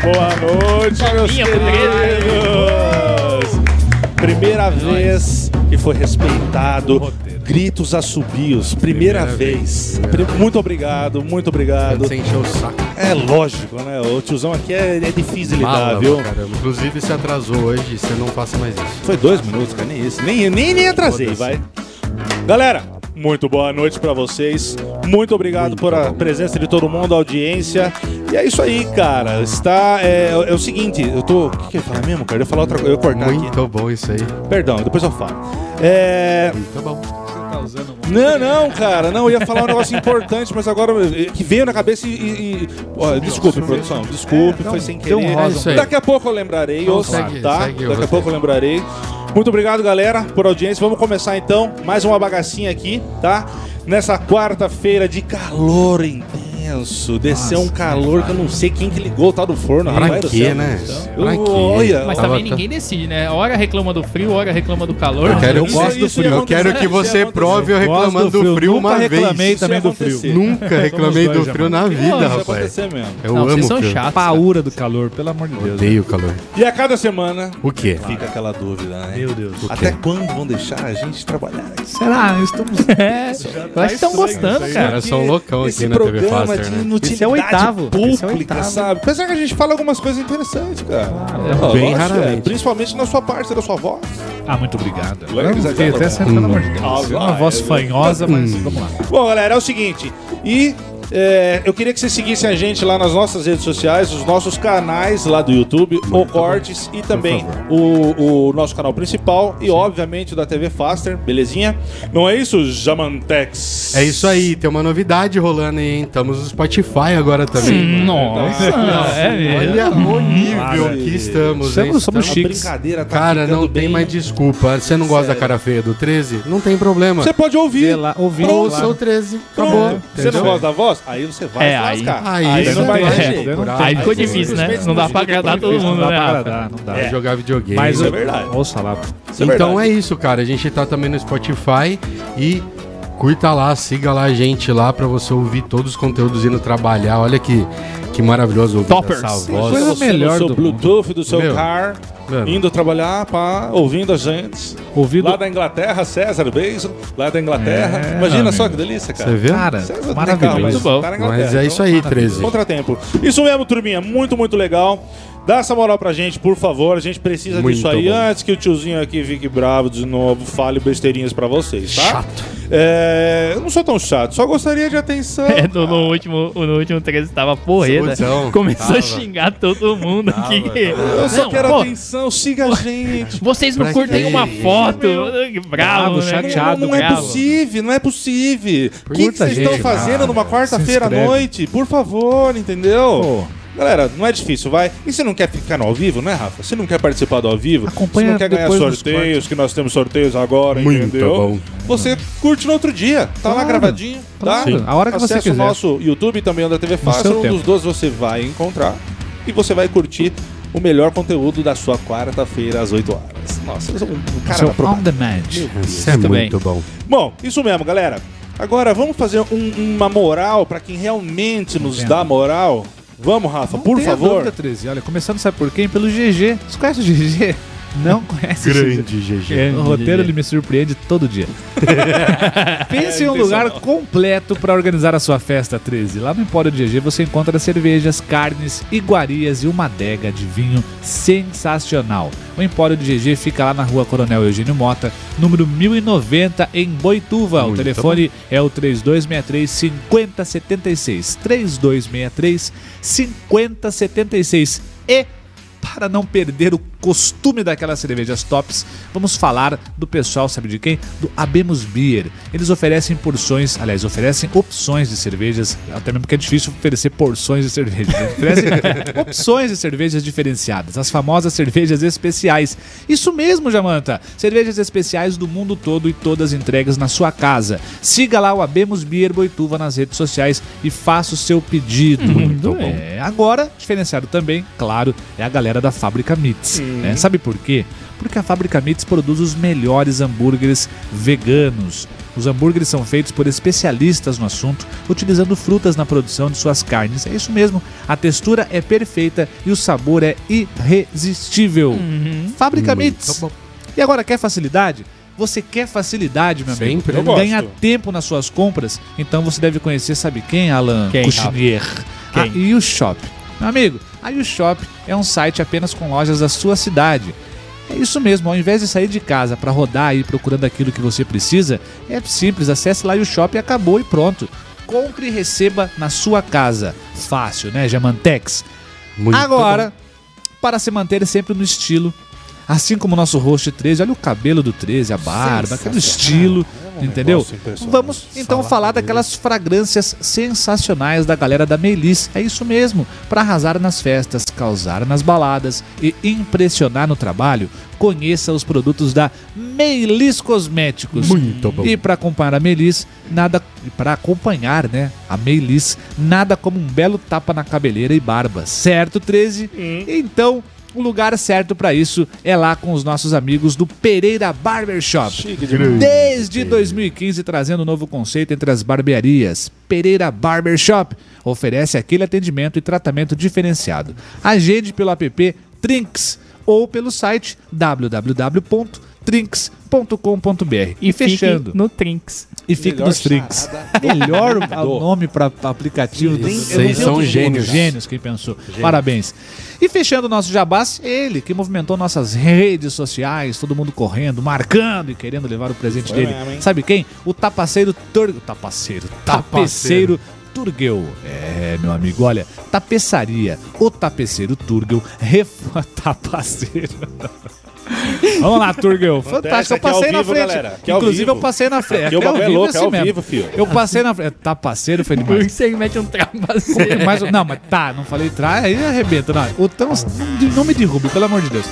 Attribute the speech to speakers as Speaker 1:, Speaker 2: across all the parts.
Speaker 1: boa noite, meus
Speaker 2: Minha
Speaker 1: queridos. Primeira vez que foi respeitado. Gritos assobios, primeira,
Speaker 3: Primeira
Speaker 1: vez.
Speaker 3: vez,
Speaker 1: Pri-
Speaker 3: primeira vez.
Speaker 1: Muito obrigado, muito obrigado.
Speaker 3: Sem encher o saco.
Speaker 1: É lógico, né? O tiozão aqui é, é difícil lidar,
Speaker 3: Mala,
Speaker 1: viu?
Speaker 3: pra caramba. Inclusive, se atrasou hoje, você não faça mais isso.
Speaker 1: Foi dois minutos, cara, nem isso. Nem, nem, nem atrasei,
Speaker 3: Foda-se.
Speaker 1: vai. Galera, muito boa noite pra vocês. Muito obrigado por a presença de todo mundo, a audiência. E é isso aí, cara. Está. É, é o seguinte, eu tô. O que, que eu ia falar mesmo, cara? Eu ia falar outra coisa. Eu ia cortar Tá aqui.
Speaker 3: Muito bom isso aí.
Speaker 1: Perdão, depois eu falo. É.
Speaker 3: Muito bom.
Speaker 4: tá usando um monte
Speaker 1: Não, não, cara, não, eu ia falar um negócio importante, mas agora eh, que veio na cabeça e. e- e- ó, desculpe, produção, desculpe, foi sem
Speaker 4: deu um
Speaker 1: querer. né?
Speaker 4: rosa,
Speaker 3: É isso aí.
Speaker 1: Daqui a pouco eu lembrarei,
Speaker 3: Então,
Speaker 1: ou
Speaker 3: segue,
Speaker 1: tá?
Speaker 3: segue
Speaker 1: Daqui a
Speaker 3: você.
Speaker 1: pouco eu lembrarei. Muito obrigado, galera, por audiência. Vamos começar então mais uma bagacinha aqui, tá? Nessa quarta-feira de calor intenso. Desceu um calor que eu não sei quem que ligou o tal do forno.
Speaker 3: Pra
Speaker 1: rapaz do
Speaker 3: quê,
Speaker 1: céu.
Speaker 3: né?
Speaker 1: Eu-
Speaker 3: Pra quê?
Speaker 1: olha, tá
Speaker 2: Mas
Speaker 3: Tava-
Speaker 2: também ninguém decide, né? Hora reclama do frio, hora reclama do calor.
Speaker 3: Eu quero, eu
Speaker 1: Isso-
Speaker 3: gosto do
Speaker 1: isso ia
Speaker 3: frio. Eu
Speaker 1: acontecer,
Speaker 3: quero que
Speaker 1: isso ia
Speaker 3: você
Speaker 1: acontecer.
Speaker 3: prove eu
Speaker 4: Gosto
Speaker 3: reclamando do frio
Speaker 4: Nunca
Speaker 3: uma
Speaker 4: reclamei
Speaker 3: vez.
Speaker 1: Isso ia
Speaker 4: também do
Speaker 1: acontecer.
Speaker 4: frio.
Speaker 3: Nunca reclamei
Speaker 4: Somos
Speaker 3: do
Speaker 4: dois,
Speaker 3: frio
Speaker 4: Jamal.
Speaker 3: na vida,
Speaker 1: isso ia
Speaker 3: rapaz.
Speaker 1: acontecer mesmo.
Speaker 3: Eu
Speaker 2: Não,
Speaker 3: amo
Speaker 2: vocês
Speaker 3: o
Speaker 2: são
Speaker 3: frio.
Speaker 2: chatos. cara.
Speaker 4: Paura do calor, pelo amor de Deus.
Speaker 3: Odeio o calor.
Speaker 1: E a cada semana
Speaker 3: O quê?
Speaker 1: fica aquela dúvida, né?
Speaker 4: Meu Deus.
Speaker 3: O
Speaker 1: Até
Speaker 3: quê?
Speaker 1: quando vão deixar a gente trabalhar?
Speaker 4: Será? Estamos.
Speaker 2: É, eu acho que estão gostando,
Speaker 3: Os
Speaker 2: cara.
Speaker 3: caras são loucão
Speaker 1: é Esse
Speaker 3: aqui na TV
Speaker 1: programa
Speaker 3: Faster,
Speaker 1: de
Speaker 3: né?
Speaker 1: inutilidade
Speaker 4: Esse é o oitavo.
Speaker 1: pública,
Speaker 4: Esse é o oitavo.
Speaker 1: sabe? Apesar que a gente fala algumas coisas interessantes, cara.
Speaker 2: Claro.
Speaker 1: Ó,
Speaker 3: Bem
Speaker 1: lógico,
Speaker 3: raramente.
Speaker 1: é, Principalmente na sua parte, da sua voz.
Speaker 4: Ah, muito obrigado.
Speaker 1: Agora
Speaker 4: Eu
Speaker 1: eles
Speaker 4: fiquei
Speaker 1: acabaram.
Speaker 4: até certo, pelo amor de Deus.
Speaker 1: Hum.
Speaker 4: É uma voz fanhosa, mas vamos lá.
Speaker 1: Bom, galera, é o seguinte. E é, eu queria que vocês seguissem a gente lá nas nossas redes sociais, os nossos canais lá do YouTube, o Cortes e também o, o nosso canal principal e, obviamente, o da TV Faster, belezinha? Não é isso, Jamantex?
Speaker 3: É isso aí, tem uma novidade rolando aí, hein? Estamos no Spotify agora também.
Speaker 2: Hum, Nossa, é mesmo.
Speaker 3: Olha o nível
Speaker 1: Cara,
Speaker 3: que estamos,
Speaker 4: Somos-
Speaker 3: hein?
Speaker 4: somos
Speaker 1: A
Speaker 3: Estamos-
Speaker 4: chiques.
Speaker 1: brincadeira tá
Speaker 3: Cara,
Speaker 1: ficando
Speaker 3: não tem
Speaker 1: bem-
Speaker 3: mais desculpa. Você não gosta da cara feia do 13? Não tem problema.
Speaker 1: Você pode ouvir.
Speaker 4: Vê lá, ouvindo
Speaker 3: Ouça o
Speaker 4: lá.
Speaker 3: 13, acabou.
Speaker 1: Pronto. Você não
Speaker 3: tá Entendeu?
Speaker 1: gosta da voz? Aí você vai
Speaker 2: É,
Speaker 1: se
Speaker 2: aí-
Speaker 1: lascar.
Speaker 3: Aí, você
Speaker 1: não
Speaker 3: não
Speaker 1: vai
Speaker 3: tem É
Speaker 1: ter
Speaker 2: jeito.
Speaker 1: jeito.
Speaker 4: Não
Speaker 2: Aí ficou
Speaker 1: Aí,
Speaker 2: difícil, né?
Speaker 1: simplesmente
Speaker 2: Não dá
Speaker 1: não
Speaker 2: pra agradar todo
Speaker 4: Não
Speaker 2: mundo,
Speaker 4: dá
Speaker 2: né?
Speaker 4: pra
Speaker 2: Rafa?
Speaker 4: agradar, não dá.
Speaker 3: Vai Jogar videogame.
Speaker 4: Mas
Speaker 1: Isso é
Speaker 4: eu-
Speaker 1: verdade.
Speaker 4: Ouça lá.
Speaker 1: Isso é
Speaker 3: É. então é
Speaker 1: verdade.
Speaker 3: isso, cara. A gente tá também no Spotify e curta lá, siga lá a gente lá pra você ouvir todos os conteúdos indo trabalhar. Olha que, que maravilhoso ouvir
Speaker 2: Toppers.
Speaker 3: essa
Speaker 2: Sim,
Speaker 3: voz.
Speaker 4: coisa
Speaker 1: você
Speaker 4: melhor
Speaker 1: do seu
Speaker 4: do
Speaker 1: Bluetooth, do seu
Speaker 3: Meu.
Speaker 1: car,
Speaker 3: Mano.
Speaker 1: indo trabalhar, pá, ouvindo a gente.
Speaker 4: Ouvido.
Speaker 1: Lá da Inglaterra, César, beijo. Lá da Inglaterra. Imagina só que delícia, cara.
Speaker 3: É, Você viu?
Speaker 4: Cara,
Speaker 1: César tem carro, mas
Speaker 4: maravilhoso.
Speaker 2: bom.
Speaker 1: tá na Inglaterra,
Speaker 3: Mas é
Speaker 1: então-
Speaker 3: isso aí, 13.
Speaker 1: Contratempo. Isso mesmo, turminha. Muito, muito legal. Dá essa moral pra gente, por favor. A gente precisa
Speaker 3: Muito
Speaker 1: disso aí
Speaker 3: bom.
Speaker 1: antes que o tiozinho aqui fique bravo de novo, fale besteirinhas pra vocês, tá?
Speaker 3: Chato.
Speaker 1: É, eu não sou tão chato, só gostaria de atenção.
Speaker 2: É, no, no último, no último 13 tava porreta.
Speaker 3: Sabuzão.
Speaker 2: Começou a
Speaker 3: Tava.
Speaker 2: xingar todo mundo aqui.
Speaker 1: Eu só
Speaker 2: Não,
Speaker 1: quero
Speaker 2: pô,
Speaker 1: atenção, siga a gente.
Speaker 2: Vocês não
Speaker 3: Pra
Speaker 2: curtem
Speaker 3: quê?
Speaker 2: uma foto. Bravo,
Speaker 4: Bravo,
Speaker 2: né?
Speaker 4: chateado,
Speaker 1: não, não é
Speaker 2: bravo.
Speaker 1: possível, não é possível. O que que
Speaker 4: Curta a
Speaker 1: vocês estão
Speaker 4: gente,
Speaker 1: fazendo
Speaker 4: cara.
Speaker 1: numa quarta-feira à
Speaker 4: Se inscreve.
Speaker 1: noite? Por favor, entendeu?
Speaker 4: Pô.
Speaker 1: Galera, não é difícil, vai. E você não quer ficar no ao vivo, né, Rafa? Você não quer participar do ao vivo?
Speaker 4: Acompanha
Speaker 1: você não quer ganhar
Speaker 4: depois dos
Speaker 1: sorteios, que nós temos sorteios agora,
Speaker 3: Muito
Speaker 1: entendeu?
Speaker 3: bom.
Speaker 1: Você curte no outro dia, tá lá
Speaker 4: Claro,
Speaker 1: gravadinho, tá?
Speaker 4: claro, Sim. a hora que você
Speaker 1: Acessa o
Speaker 4: quiser.
Speaker 1: nosso YouTube também da TV Fácil,
Speaker 4: seu
Speaker 1: um
Speaker 4: tempo.
Speaker 1: dos dois você vai encontrar e você vai curtir o melhor conteúdo da sua quarta-feira às 8 horas. Nossa, eu sou um um cara
Speaker 4: Seu
Speaker 1: da propaganda.
Speaker 4: on the match.
Speaker 3: Isso é
Speaker 2: Muito bem.
Speaker 3: muito bom.
Speaker 1: Bom, isso mesmo, galera. Agora vamos fazer um- uma moral pra quem realmente nos
Speaker 4: Entendo.
Speaker 1: dá moral. Vamos, Rafa, por
Speaker 4: Não tenha
Speaker 1: favor.
Speaker 4: Dúvida, 13. Olha, começando, sabe por quem? Pelo GG. Você conhece o GG? Não conhece o GG.
Speaker 3: Grande GG.
Speaker 4: É, O roteiro ele me surpreende todo dia. Pense em um lugar completo para organizar a sua festa 13. Lá no Empório do GG você encontra cervejas, carnes, iguarias e uma adega de vinho sensacional. O Empório do GG fica lá na rua Coronel Eugênio Mota, número 1090, em Boituva. o
Speaker 3: Muito
Speaker 4: telefone é o 3263-5076. 3263-5076. E para não perder o costume daquelas cervejas tops, vamos falar do pessoal, sabe de quem? Do Abemos Beer. Eles oferecem porções, aliás, oferecem opções de cervejas, até mesmo porque é difícil oferecer porções de cerveja. Eles oferecem opções de cervejas diferenciadas, as famosas cervejas especiais. Isso mesmo, Jamanta! Cervejas especiais do mundo todo e todas entregues na sua casa. Siga lá o Abemos Beer Boituva nas redes sociais e faça o seu pedido. Muito
Speaker 3: bom.
Speaker 4: é, agora, diferenciado também, claro, é a galera da Fábrica Meats. né? Sabe por quê? Porque a Fábrica Meats produz os melhores hambúrgueres veganos. Os hambúrgueres são feitos por especialistas no assunto, utilizando frutas na produção de suas carnes. É isso mesmo, a textura é perfeita e o sabor é irresistível. Fábrica Meats.
Speaker 3: bom.
Speaker 4: E agora, quer facilidade? Você quer facilidade, meu amigo?
Speaker 3: Sempre.
Speaker 1: Eu gosto.
Speaker 4: Ganhar tempo nas suas compras? Então você deve conhecer, sabe quem, Alan?
Speaker 2: Quem,
Speaker 4: Cochinier.
Speaker 2: Rafa?
Speaker 4: A YouShop. Ah, Meu amigo, a YouShop é um site apenas com lojas da sua cidade. É isso mesmo, ao invés de sair de casa para rodar aí procurando aquilo que você precisa, é simples, acesse lá o shop e acabou e pronto. Compre e receba na sua casa. Fácil, né, Jamantex?
Speaker 3: Muito
Speaker 4: Agora, para se manter sempre no estilo, assim como o nosso rosto 13, olha o cabelo do 13, a barba, aquele estilo, entendeu?
Speaker 1: negócio impressionante.
Speaker 4: Vamos então falar daquelas fragrâncias sensacionais da galera da Melis. É isso mesmo, para arrasar nas festas, causar nas baladas e impressionar no trabalho, conheça os produtos da Melis Cosméticos.
Speaker 3: Muito bom.
Speaker 4: E para acompanhar a Melis, nada para acompanhar, né? A Melis, nada como um belo tapa na cabeleira e barba, certo 13? Então, o lugar certo para isso é lá com os nossos amigos do Pereira Barbershop.
Speaker 1: Chique demais.
Speaker 4: Desde 2015, trazendo um novo conceito entre as barbearias. Pereira Barbershop oferece aquele atendimento e tratamento diferenciado. Agende pelo app Trinks ou pelo site www.trinks.com.br. E
Speaker 2: fique
Speaker 4: fechando.
Speaker 2: no Trinks.
Speaker 4: E fica
Speaker 1: Melhor
Speaker 4: nos Trinks.
Speaker 1: charada do
Speaker 4: Melhor
Speaker 1: mundo.
Speaker 4: nome para aplicativo do
Speaker 3: Vocês
Speaker 4: eu não lembro
Speaker 3: são
Speaker 4: do nome.
Speaker 3: gênios.
Speaker 4: Gênios, quem pensou. Parabéns. E fechando o nosso jabás, ele que movimentou nossas redes sociais, todo mundo correndo, marcando e querendo levar o presente
Speaker 1: Foi
Speaker 4: dele.
Speaker 1: mesmo, hein?
Speaker 4: Sabe quem? O tapaceiro Tur... Tapaceiro. Tapaceiro. Turgel, é meu amigo, olha, tapeçaria, o tapeceiro Turgel, refor... tapaceiro. Vamos lá, Turgel,
Speaker 1: Acontece,
Speaker 4: fantástico, eu
Speaker 1: aqui é ao
Speaker 4: passei na
Speaker 1: vivo,
Speaker 4: frente.
Speaker 1: galera, aqui é ao
Speaker 4: Inclusive, eu
Speaker 1: vivo.
Speaker 4: passei na frente.
Speaker 1: Aqui o
Speaker 4: Até
Speaker 1: bagulho é louco, é
Speaker 4: assim
Speaker 1: ao
Speaker 4: mesmo.
Speaker 1: vivo, filho.
Speaker 4: Eu passei na frente. Tá parceiro, foi demais.
Speaker 2: Você mete um trapaceiro.
Speaker 4: Mas, não, mas tá, não falei traz, aí arrebenta. Não, o tão, não, de- não me derrube, pelo amor de Deus.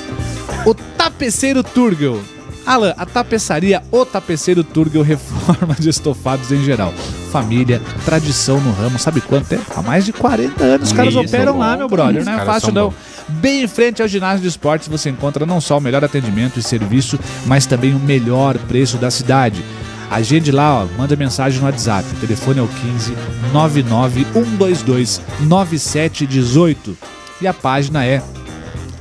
Speaker 4: O tapeceiro Turgel. Alan, a tapeçaria O Tapeceiro Turgel reforma de estofados em geral. Família, tradição no ramo, sabe quanto é? Há mais de 40 anos os caras
Speaker 3: Isso,
Speaker 4: operam
Speaker 3: bom.
Speaker 4: lá, meu brother.
Speaker 3: Os
Speaker 4: Não é
Speaker 3: caras
Speaker 4: fácil
Speaker 3: são
Speaker 4: não.
Speaker 3: bons.
Speaker 4: Bem em frente ao ginásio de esportes você encontra não só o melhor atendimento e serviço, mas também o melhor preço da cidade. Agende lá, ó, manda mensagem no WhatsApp. O telefone é o 15 99 122 9718. E a página é